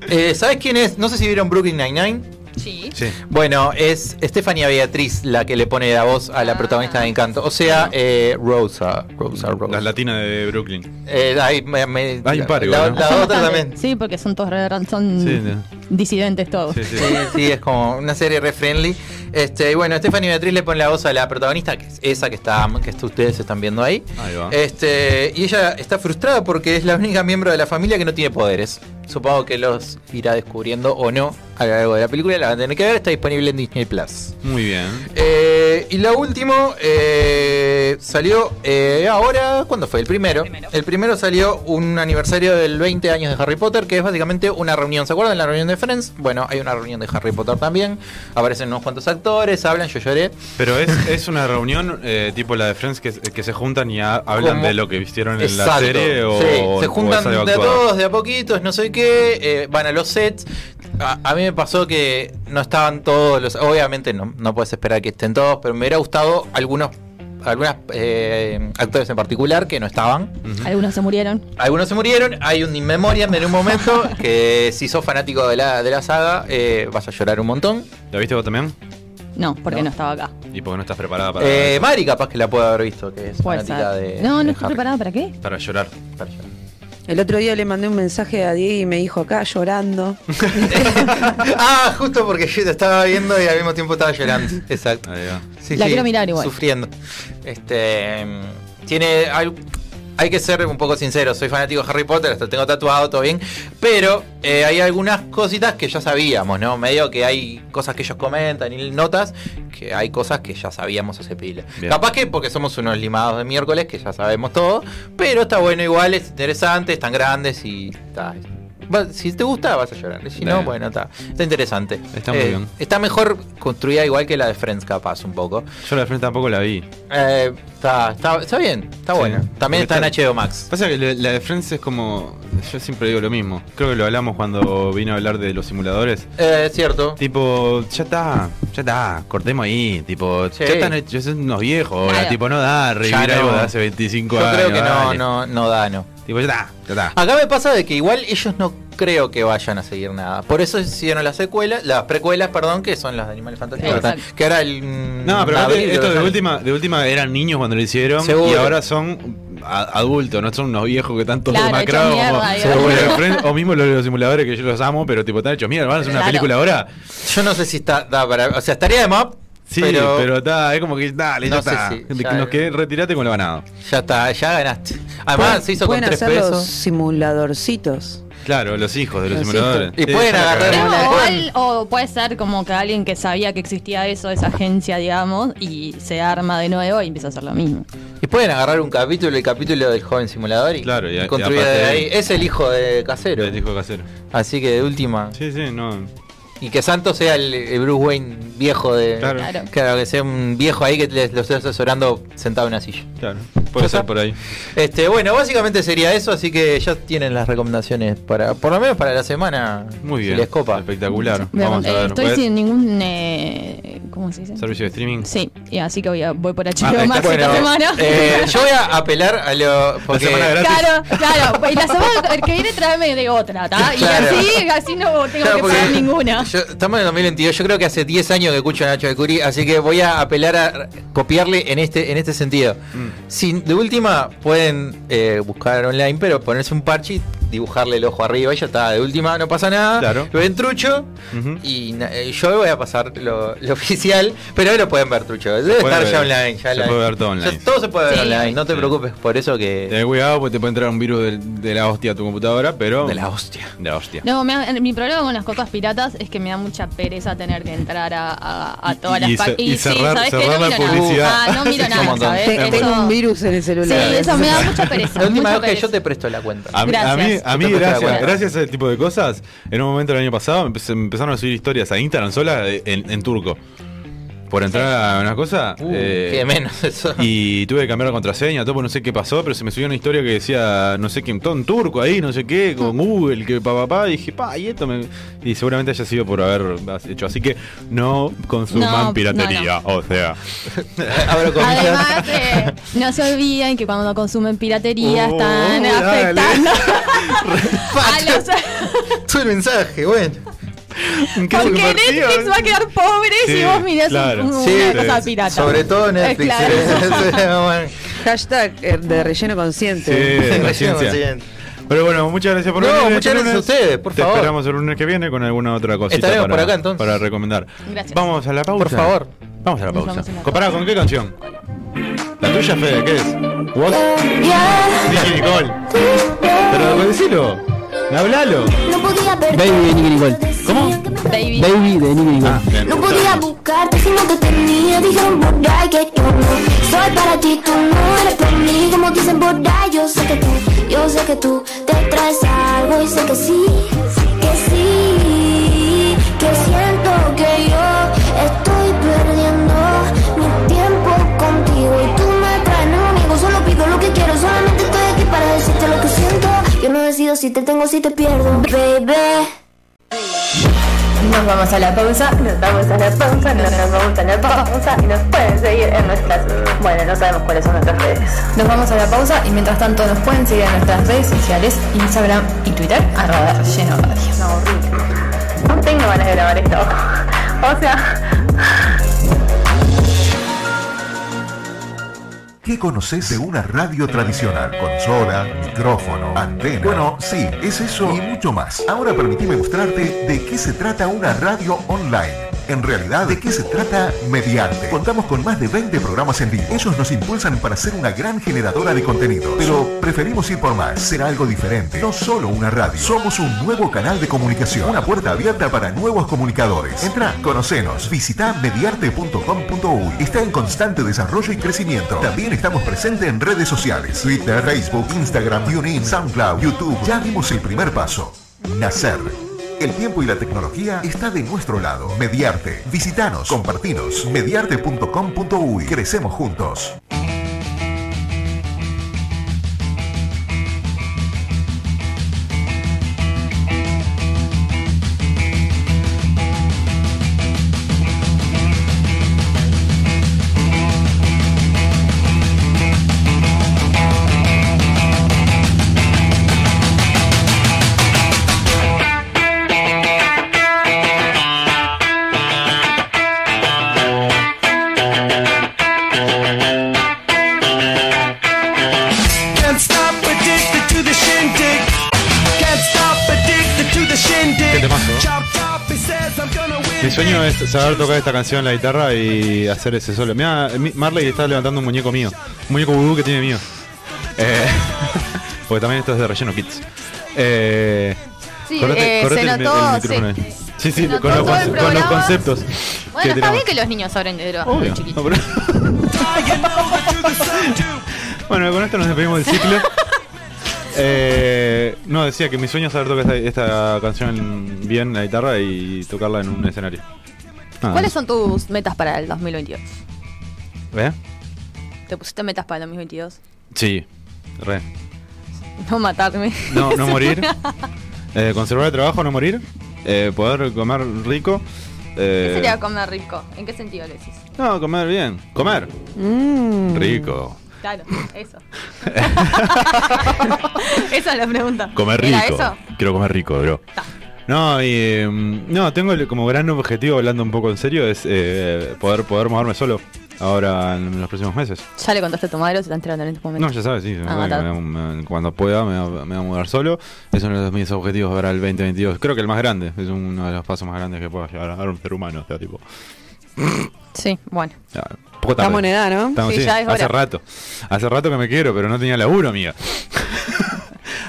[SPEAKER 5] Eh, ¿Sabes quién es? No sé si vieron Brooklyn Nine-Nine.
[SPEAKER 11] Sí.
[SPEAKER 5] Bueno, es Estefania Beatriz la que le pone la voz a la protagonista de Encanto. O sea, eh, Rosa. Rosa, Rosa.
[SPEAKER 2] Las latinas de Brooklyn.
[SPEAKER 5] Eh, ahí me- me-
[SPEAKER 2] Hay un par
[SPEAKER 5] la,
[SPEAKER 2] igual, ¿no?
[SPEAKER 5] la
[SPEAKER 11] Son
[SPEAKER 5] otra
[SPEAKER 11] bastante-
[SPEAKER 5] también.
[SPEAKER 11] Sí, porque son todos re- son
[SPEAKER 2] Sí, no.
[SPEAKER 11] disidentes todos.
[SPEAKER 2] Sí, sí.
[SPEAKER 5] Sí, sí, es como una serie re friendly. Este, y bueno, Estefania Beatriz le pone la voz a la protagonista, que es esa que está, que est- ustedes están viendo ahí.
[SPEAKER 2] Ahí va.
[SPEAKER 5] Este, y ella está frustrada porque es la única miembro de la familia que no tiene poderes. Supongo que los irá descubriendo o no a lo largo de la película. La van a tener que ver, está disponible en Disney Plus.
[SPEAKER 2] Muy bien.
[SPEAKER 5] Eh, y la última eh, salió eh, ahora, ¿cuándo fue? El primero. el primero. salió un aniversario del 20 años de Harry Potter, que es básicamente una reunión. ¿Se acuerdan de la reunión de Friends? Bueno, hay una reunión de Harry Potter también. Aparecen unos cuantos actores, hablan, yo lloré.
[SPEAKER 2] Pero es, es una reunión eh, tipo la de Friends que, que se juntan y ha- hablan
[SPEAKER 5] Como-
[SPEAKER 2] de lo que vistieron en la
[SPEAKER 5] Exacto.
[SPEAKER 2] serie o,
[SPEAKER 5] Sí,
[SPEAKER 2] o
[SPEAKER 5] se
[SPEAKER 2] es
[SPEAKER 5] juntan
[SPEAKER 2] algo
[SPEAKER 5] de a
[SPEAKER 2] actuado.
[SPEAKER 5] todos, de a poquitos, no sé qué, eh, van a los sets. A, a mí me pasó que no estaban todos los. Obviamente no, no puedes esperar que estén todos, pero me hubiera gustado algunos algunas eh, actores en particular que no estaban.
[SPEAKER 1] Algunos se murieron.
[SPEAKER 5] Algunos se murieron, hay un in memoriam en un momento que si sos fanático de la, de la saga eh, vas a llorar un montón.
[SPEAKER 2] ¿La viste vos también?
[SPEAKER 1] No, porque no, estaba acá.
[SPEAKER 2] Y porque no estás preparada para,
[SPEAKER 5] Eh, Mari capaz que la puede haber visto, que es
[SPEAKER 1] Puede
[SPEAKER 5] fanática
[SPEAKER 1] ser.
[SPEAKER 5] de...
[SPEAKER 1] No,
[SPEAKER 5] de
[SPEAKER 1] no estoy
[SPEAKER 5] Harry.
[SPEAKER 1] preparada para qué.
[SPEAKER 2] para llorar.
[SPEAKER 3] El otro día le mandé un mensaje a Diego y me dijo acá llorando.
[SPEAKER 5] Ah, justo porque yo te estaba viendo y al mismo tiempo estaba llorando. Exacto. Sí,
[SPEAKER 1] La
[SPEAKER 5] sí,
[SPEAKER 1] quiero mirar igual.
[SPEAKER 5] Sufriendo. Este. mm, Tiene. Hay, hay que ser un poco sincero. Soy fanático de Harry Potter, hasta tengo tatuado, todo bien. Pero eh, hay algunas cositas que ya sabíamos, ¿no? Medio que hay cosas que ellos comentan y notas que hay cosas que ya sabíamos hace pila.
[SPEAKER 2] Bien.
[SPEAKER 5] Capaz que porque somos unos limados de miércoles que ya sabemos todo. Pero está bueno igual, es interesante, están grandes y. Está, Va- si te gusta, vas a llorar. Si no,
[SPEAKER 2] Bien.
[SPEAKER 5] bueno, está, está interesante. Eh,
[SPEAKER 2] Está muy bien.
[SPEAKER 5] Está mejor construida igual que la de Friends, capaz, un poco.
[SPEAKER 2] Yo la de Friends tampoco la vi.
[SPEAKER 5] Eh, está, está, está bien, está buena. Ah, También está, en HBO Max.
[SPEAKER 2] Pasa que la la de Friends es como. Yo siempre digo lo mismo. Creo que lo hablamos cuando vino a hablar de los simuladores.
[SPEAKER 5] Eh, cierto.
[SPEAKER 2] Tipo, ya está, ya está, cortemos ahí. Tipo,
[SPEAKER 5] Sí.
[SPEAKER 2] ya están hechos son unos viejos ahora.
[SPEAKER 5] Claro.
[SPEAKER 2] Tipo, no da revivir
[SPEAKER 5] Ya no.
[SPEAKER 2] algo de hace 25
[SPEAKER 5] Yo
[SPEAKER 2] años.
[SPEAKER 5] creo que no,
[SPEAKER 2] dale.
[SPEAKER 5] no, no da, no.
[SPEAKER 2] Tipo, ya está, ya está.
[SPEAKER 5] Acá me pasa de que igual ellos no creo que vayan a seguir nada. Por eso hicieron las secuelas, las precuelas, perdón, que son las de Animales Fantásticos.
[SPEAKER 2] Exacto.
[SPEAKER 5] que están- Que ahora el.
[SPEAKER 2] No, pero
[SPEAKER 5] abril,
[SPEAKER 2] antes,
[SPEAKER 5] creo
[SPEAKER 2] esto
[SPEAKER 5] que
[SPEAKER 2] de
[SPEAKER 5] sale.
[SPEAKER 2] última, de última eran niños cuando lo hicieron
[SPEAKER 5] Seguro.
[SPEAKER 2] y ahora son a- adultos, no son unos viejos que están todos
[SPEAKER 5] Claro,
[SPEAKER 2] demacrados
[SPEAKER 5] hecho
[SPEAKER 2] como,
[SPEAKER 5] mierda,
[SPEAKER 2] como
[SPEAKER 5] digamos.
[SPEAKER 2] los Friends, o mismo los, los simuladores que yo los amo, pero tipo están hechos mierda, van a hacer una
[SPEAKER 5] Claro.
[SPEAKER 2] película ahora.
[SPEAKER 5] Yo no sé si está. Da para, o sea, estaría de map.
[SPEAKER 2] Sí,
[SPEAKER 5] pero-
[SPEAKER 2] pero, está, es como que dale,
[SPEAKER 5] No
[SPEAKER 2] ya
[SPEAKER 5] sé
[SPEAKER 2] está.
[SPEAKER 5] si-
[SPEAKER 2] Te-
[SPEAKER 5] ya-
[SPEAKER 2] nos quedé, retirate con lo ganado.
[SPEAKER 5] Ya está, ya ganaste. Además, se Ah, hizo con
[SPEAKER 3] Pueden
[SPEAKER 5] tres
[SPEAKER 3] hacer los
[SPEAKER 5] pesos.
[SPEAKER 3] simuladorcitos.
[SPEAKER 2] Claro, los hijos de los
[SPEAKER 3] Los
[SPEAKER 2] simuladores.
[SPEAKER 5] hijos. Y pueden
[SPEAKER 2] ya la
[SPEAKER 5] agarrar
[SPEAKER 2] cagaron.
[SPEAKER 1] O, al- o puede ser como que alguien que sabía que existía eso, esa agencia, digamos, y se arma de nuevo y empieza a hacer lo mismo.
[SPEAKER 5] Y pueden agarrar un capítulo, el capítulo del joven simulador y,
[SPEAKER 2] Claro, y, a- y
[SPEAKER 5] construir
[SPEAKER 2] aparte-
[SPEAKER 5] de ahí. Es el hijo de Casero.
[SPEAKER 2] El hijo casero.
[SPEAKER 5] Así que de última.
[SPEAKER 2] Sí, sí, no.
[SPEAKER 5] Y que Santos sea el, el Bruce Wayne viejo de.
[SPEAKER 2] Claro. Claro.
[SPEAKER 5] que sea un viejo ahí que les- los esté asesorando sentado en una silla.
[SPEAKER 2] Claro. Puede ser por ahí.
[SPEAKER 5] Este, bueno, básicamente sería eso, así que ya tienen las recomendaciones para, por lo menos para la semana.
[SPEAKER 2] Muy bien.
[SPEAKER 5] Si les copa.
[SPEAKER 2] Espectacular.
[SPEAKER 1] Pero,
[SPEAKER 2] Vamos a
[SPEAKER 1] eh,
[SPEAKER 2] ver.
[SPEAKER 1] estoy
[SPEAKER 2] ¿puedes?
[SPEAKER 1] sin ningún. eh, ¿Cómo se dice?
[SPEAKER 2] Servicio de streaming.
[SPEAKER 1] Sí, y así que voy, a- voy por HBO
[SPEAKER 2] Ah, ahí está.
[SPEAKER 1] Max esta
[SPEAKER 2] Bueno,
[SPEAKER 1] semana.
[SPEAKER 5] Eh, yo voy a apelar a lo. Porque
[SPEAKER 2] semana gratis.
[SPEAKER 1] Claro, claro. Y la semana que viene tráeme de otra, ¿tá? Y
[SPEAKER 5] Claro.
[SPEAKER 1] así, así no tengo
[SPEAKER 5] Claro,
[SPEAKER 1] que
[SPEAKER 5] porque
[SPEAKER 1] pagar ninguna.
[SPEAKER 5] yo- estamos en el 2022, yo creo que hace 10 años que escucho a Nacho de Curi, así que voy a apelar a copiarle en este, en este sentido.
[SPEAKER 2] Mm.
[SPEAKER 5] Si de última pueden eh, buscar online, pero ponerse un parche y dibujarle el ojo arriba y ya está. De última no pasa nada.
[SPEAKER 2] Claro.
[SPEAKER 5] Lo ven trucho y na- eh, yo voy a pasar lo, lo oficial, pero lo pueden ver trucho. Debe
[SPEAKER 2] puede
[SPEAKER 5] estar ya
[SPEAKER 2] ver.
[SPEAKER 5] online. Ya
[SPEAKER 2] Se
[SPEAKER 5] online.
[SPEAKER 2] puede ver todo
[SPEAKER 5] Ya
[SPEAKER 2] online.
[SPEAKER 5] todo se puede ver
[SPEAKER 2] Sí. Eh,
[SPEAKER 5] online, no te preocupes por eso que...
[SPEAKER 2] Ten cuidado porque pues, te puede entrar un virus del- de, la hostia a tu computadora, pero. De la
[SPEAKER 5] hostia.
[SPEAKER 2] De la hostia.
[SPEAKER 1] No, me da- mi problema con las copias piratas es que me da mucha pereza tener que entrar a, a, a todas
[SPEAKER 2] Y- y
[SPEAKER 1] las
[SPEAKER 2] cer-
[SPEAKER 1] páginas.
[SPEAKER 2] y cerrar-
[SPEAKER 1] ¿sabes qué?
[SPEAKER 2] cerrar
[SPEAKER 1] no miro
[SPEAKER 2] la
[SPEAKER 1] nada.
[SPEAKER 2] publicidad.
[SPEAKER 1] Ah, no miro
[SPEAKER 2] Es un
[SPEAKER 1] nada,
[SPEAKER 2] montón.
[SPEAKER 1] ¿sabes?
[SPEAKER 2] Te-
[SPEAKER 1] Eso-
[SPEAKER 2] tengo un
[SPEAKER 3] virus en el celular.
[SPEAKER 1] Sí, eso me da mucha pereza.
[SPEAKER 5] La última
[SPEAKER 1] mucha
[SPEAKER 5] vez que
[SPEAKER 1] pereza.
[SPEAKER 5] yo te presto la cuenta.
[SPEAKER 2] A mí, a mí, a mí
[SPEAKER 5] Yo te presto la
[SPEAKER 2] gracias,
[SPEAKER 5] cuenta.
[SPEAKER 2] gracias a ese tipo de cosas, en un momento del año pasado empe- se empezaron a subir historias a Instagram sola de- en, en turco. Por entrar a una cosa. eh,
[SPEAKER 5] Uh, qué menos eso.
[SPEAKER 2] Y tuve que cambiar la contraseña, todo, porque no sé qué pasó, pero se me subió una historia que decía, no sé quién, todo en turco ahí, no sé qué, con Google, que papá, papá, y dije, pa, y esto me. Y seguramente haya sido por haber hecho. Así que no consuman
[SPEAKER 1] No, no,
[SPEAKER 2] piratería, o sea.
[SPEAKER 5] Abro
[SPEAKER 1] Además, eh, no se olviden que cuando consumen piratería
[SPEAKER 2] Oh,
[SPEAKER 1] están
[SPEAKER 2] dale.
[SPEAKER 1] afectando a los.
[SPEAKER 5] Todo el mensaje, bueno.
[SPEAKER 1] Porque este Netflix va a quedar pobre si
[SPEAKER 5] Sí,
[SPEAKER 1] vos mirás un-
[SPEAKER 5] claro.
[SPEAKER 1] un-
[SPEAKER 5] Sí,
[SPEAKER 1] una
[SPEAKER 5] sí.
[SPEAKER 1] cosa pirata.
[SPEAKER 5] Sobre todo Netflix. Claro.
[SPEAKER 3] Hashtag eh, de relleno
[SPEAKER 2] Sí,
[SPEAKER 3] consciente.
[SPEAKER 2] de ciencia. Pero bueno, muchas gracias por
[SPEAKER 5] No,
[SPEAKER 2] venir.
[SPEAKER 5] muchas
[SPEAKER 2] este
[SPEAKER 5] gracias a
[SPEAKER 2] lunes.
[SPEAKER 5] ustedes, por
[SPEAKER 2] Te
[SPEAKER 5] favor.
[SPEAKER 2] esperamos el lunes que viene con alguna otra cosita
[SPEAKER 5] Estaremos
[SPEAKER 2] para,
[SPEAKER 5] por acá, entonces.
[SPEAKER 2] para recomendar.
[SPEAKER 1] Gracias.
[SPEAKER 2] Vamos a la pausa.
[SPEAKER 5] Por favor.
[SPEAKER 2] Vamos a la
[SPEAKER 5] Nos
[SPEAKER 2] pausa.
[SPEAKER 5] vamos a la
[SPEAKER 2] Comparada con qué canción? La tuya, Fede, ¿qué es? ¿What? Nicky Nicole. Pero decilo. Hablalo.
[SPEAKER 12] No podía
[SPEAKER 2] Baby de Nicky Nicole.
[SPEAKER 12] ¿Cómo?
[SPEAKER 1] Baby.
[SPEAKER 12] de Nicky
[SPEAKER 2] Ah, bien.
[SPEAKER 12] No podía buscarte si no te tenía Dijeron por ahí que yo no Soy para ti, tú no eres para mí Como dicen por ahí, yo sé que tú Yo sé que tú te traes algo Y sé que sí, que sí Que siento que yo estoy perdiendo Mi tiempo contigo Y tú me traes enemigo Solo pido lo que quiero Solamente estoy aquí para decirte lo que siento Yo no decido si te tengo o si te pierdo, baby
[SPEAKER 15] Nos vamos a la pausa, nos vamos a la pausa, nos, nos vamos a la pausa y nos pueden seguir en nuestras. Bueno, no sabemos cuáles son nuestras redes. Nos vamos a la pausa y mientras tanto nos pueden seguir en nuestras redes sociales, Instagram y Twitter, arroba lleno radio. No, horrible. No tengo ganas de grabar esto. O sea.
[SPEAKER 9] ¿Qué conoces de una radio tradicional? Consola, micrófono, antena. Bueno, sí, es eso y mucho más. Ahora permitime mostrarte de qué se trata una radio online. En realidad, ¿de qué se trata mediante? Contamos con más de 20 programas en vivo. Ellos nos impulsan para ser una gran generadora de contenido. Pero preferimos ir por más, ser algo diferente. No solo una radio. Somos un nuevo canal de comunicación. Una puerta abierta para nuevos comunicadores. Entra, conocenos. Visita mediarte.com.uy. Está en constante desarrollo y crecimiento. También estamos presentes en redes sociales. Twitter, Facebook, Instagram, TuneIn, SoundCloud, YouTube. Ya dimos el primer paso. Nacer. El tiempo y la tecnología está de nuestro lado. Mediarte. Visítanos, compartinos. Mediarte.com.uy. Crecemos juntos.
[SPEAKER 12] Can't stop addicted to the shindig. Can't stop addicted to the shindig.
[SPEAKER 2] Qué temazo.
[SPEAKER 12] Chop chop, he says I'm gonna win.
[SPEAKER 2] Mi sueño es saber tocar esta canción en la guitarra y hacer ese solo. Mira, Marley está levantando un muñeco mío. Un muñeco vudú que tiene mío. Eh, porque también esto es de relleno kids. Eh,
[SPEAKER 1] Sí,
[SPEAKER 2] correte-
[SPEAKER 1] eh,
[SPEAKER 2] correte
[SPEAKER 1] se
[SPEAKER 2] el mi-
[SPEAKER 1] notó,
[SPEAKER 2] el micrófono.
[SPEAKER 1] sí.
[SPEAKER 2] Sí, sí,
[SPEAKER 1] Se notó
[SPEAKER 2] con, los
[SPEAKER 1] todo
[SPEAKER 2] conce-
[SPEAKER 1] el
[SPEAKER 2] con los
[SPEAKER 1] programa.
[SPEAKER 2] conceptos. que
[SPEAKER 1] Bueno, está
[SPEAKER 2] tenemos.
[SPEAKER 1] bien que los niños abren de drogas
[SPEAKER 2] Obvio.
[SPEAKER 1] muy chiquitos.
[SPEAKER 2] No, pero- Bueno, con esto nos despedimos del ciclo. Eh, no, decía que mi sueño es saber tocar esta, esta canción bien en la guitarra y tocarla en un escenario. Nada
[SPEAKER 1] ¿Cuáles
[SPEAKER 2] más.
[SPEAKER 1] son tus metas para el 2022?
[SPEAKER 2] ¿Eh?
[SPEAKER 1] ¿Te pusiste metas para el 2022?
[SPEAKER 2] Sí, re.
[SPEAKER 1] No matarme.
[SPEAKER 2] No, no morir. Eh, conservar el trabajo, no morir. Eh, poder comer rico. Eh,
[SPEAKER 1] ¿Qué sería comer rico? ¿En qué sentido lo decís?
[SPEAKER 2] No, comer bien. Comer.
[SPEAKER 1] Mm.
[SPEAKER 2] Rico.
[SPEAKER 1] Claro, eso. Esa es la pregunta.
[SPEAKER 2] Comer
[SPEAKER 1] ¿Era
[SPEAKER 2] rico.
[SPEAKER 1] eso?
[SPEAKER 2] Quiero comer rico, bro. No, y, eh, no, tengo el- como gran objetivo, hablando un poco en serio, es eh, poder, poder moverme solo ahora en los próximos meses.
[SPEAKER 1] ¿Ya le contaste a tu madre o se está enterando en este momento?
[SPEAKER 2] No, ya sabes, sí.
[SPEAKER 1] Ah,
[SPEAKER 2] me-
[SPEAKER 1] matado.
[SPEAKER 2] me- me- cuando pueda me, va- me va a mudar solo. Es uno de mis objetivos para el 2022. Creo que el más grande. Es uno de los pasos más grandes que pueda llegar a dar un ser humano. O sea, tipo,
[SPEAKER 1] Sí, bueno.
[SPEAKER 2] ya, poco tarde.
[SPEAKER 3] Estamos en edad, ¿no?
[SPEAKER 2] Estamos-
[SPEAKER 1] Sí,
[SPEAKER 2] sí,
[SPEAKER 1] ya es
[SPEAKER 2] hace
[SPEAKER 1] hora.
[SPEAKER 2] rato. Hace rato que me quiero, pero no tenía laburo, amiga.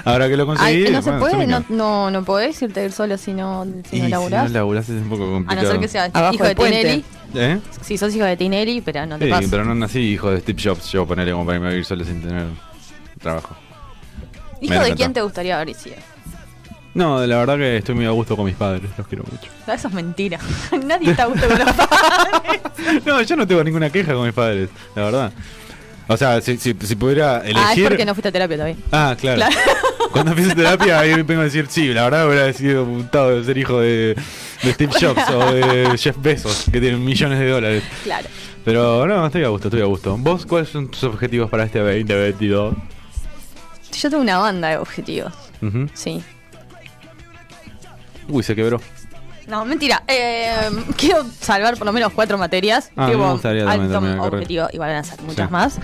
[SPEAKER 2] ahora que lo conseguí...
[SPEAKER 1] Ay, no se
[SPEAKER 2] bueno,
[SPEAKER 1] puede,
[SPEAKER 2] soy
[SPEAKER 1] no,
[SPEAKER 2] un-
[SPEAKER 1] no, no podés irte solo si no, si
[SPEAKER 2] Y
[SPEAKER 1] no
[SPEAKER 2] si
[SPEAKER 1] laburás.
[SPEAKER 2] no laburás es un poco
[SPEAKER 1] a
[SPEAKER 2] complicado.
[SPEAKER 1] no ser que seas
[SPEAKER 3] Abajo
[SPEAKER 1] hijo
[SPEAKER 3] del
[SPEAKER 1] de
[SPEAKER 3] puente.
[SPEAKER 1] Tinelli.
[SPEAKER 2] ¿Eh?
[SPEAKER 1] Si sos hijo de Tinelli, pero no te
[SPEAKER 2] Sí,
[SPEAKER 1] pasa.
[SPEAKER 2] pero no nací hijo de Steve Jobs. Yo ponerle como para irme a vivir solo sin tener trabajo.
[SPEAKER 1] ¿Hijo de quién te gustaría haber sido?
[SPEAKER 2] No, la verdad que estoy muy a gusto con mis padres. Los quiero mucho.
[SPEAKER 1] No, Eso es mentira. Nadie está a gusto con los padres.
[SPEAKER 2] No, yo no tengo ninguna queja con mis padres, la verdad. O sea, si, si, si pudiera
[SPEAKER 1] Ah, es
[SPEAKER 2] elegir.
[SPEAKER 1] porque no fuiste a terapia todavía.
[SPEAKER 2] Ah, claro.
[SPEAKER 1] Claro.
[SPEAKER 2] Cuando empiezo terapia, ahí vengo a decir, sí, la verdad hubiera sido gustado de ser hijo de, de Steve Jobs o de Jeff Bezos, que tienen millones de dólares.
[SPEAKER 1] Claro.
[SPEAKER 2] Pero no, estoy a gusto, estoy a gusto. ¿Vos cuáles son tus objetivos para este 2022?
[SPEAKER 1] Yo tengo una banda de objetivos.
[SPEAKER 2] Ujú.
[SPEAKER 1] Sí.
[SPEAKER 2] Uy, se quebró.
[SPEAKER 1] No, mentira. Eh, quiero salvar por lo menos cuatro materias.
[SPEAKER 2] Ah, a mí
[SPEAKER 1] Tipo,
[SPEAKER 2] me gustaría también
[SPEAKER 1] alto
[SPEAKER 2] terminar la carrera.
[SPEAKER 1] objetivo. Y van a ser muchas
[SPEAKER 2] Sí.
[SPEAKER 1] más.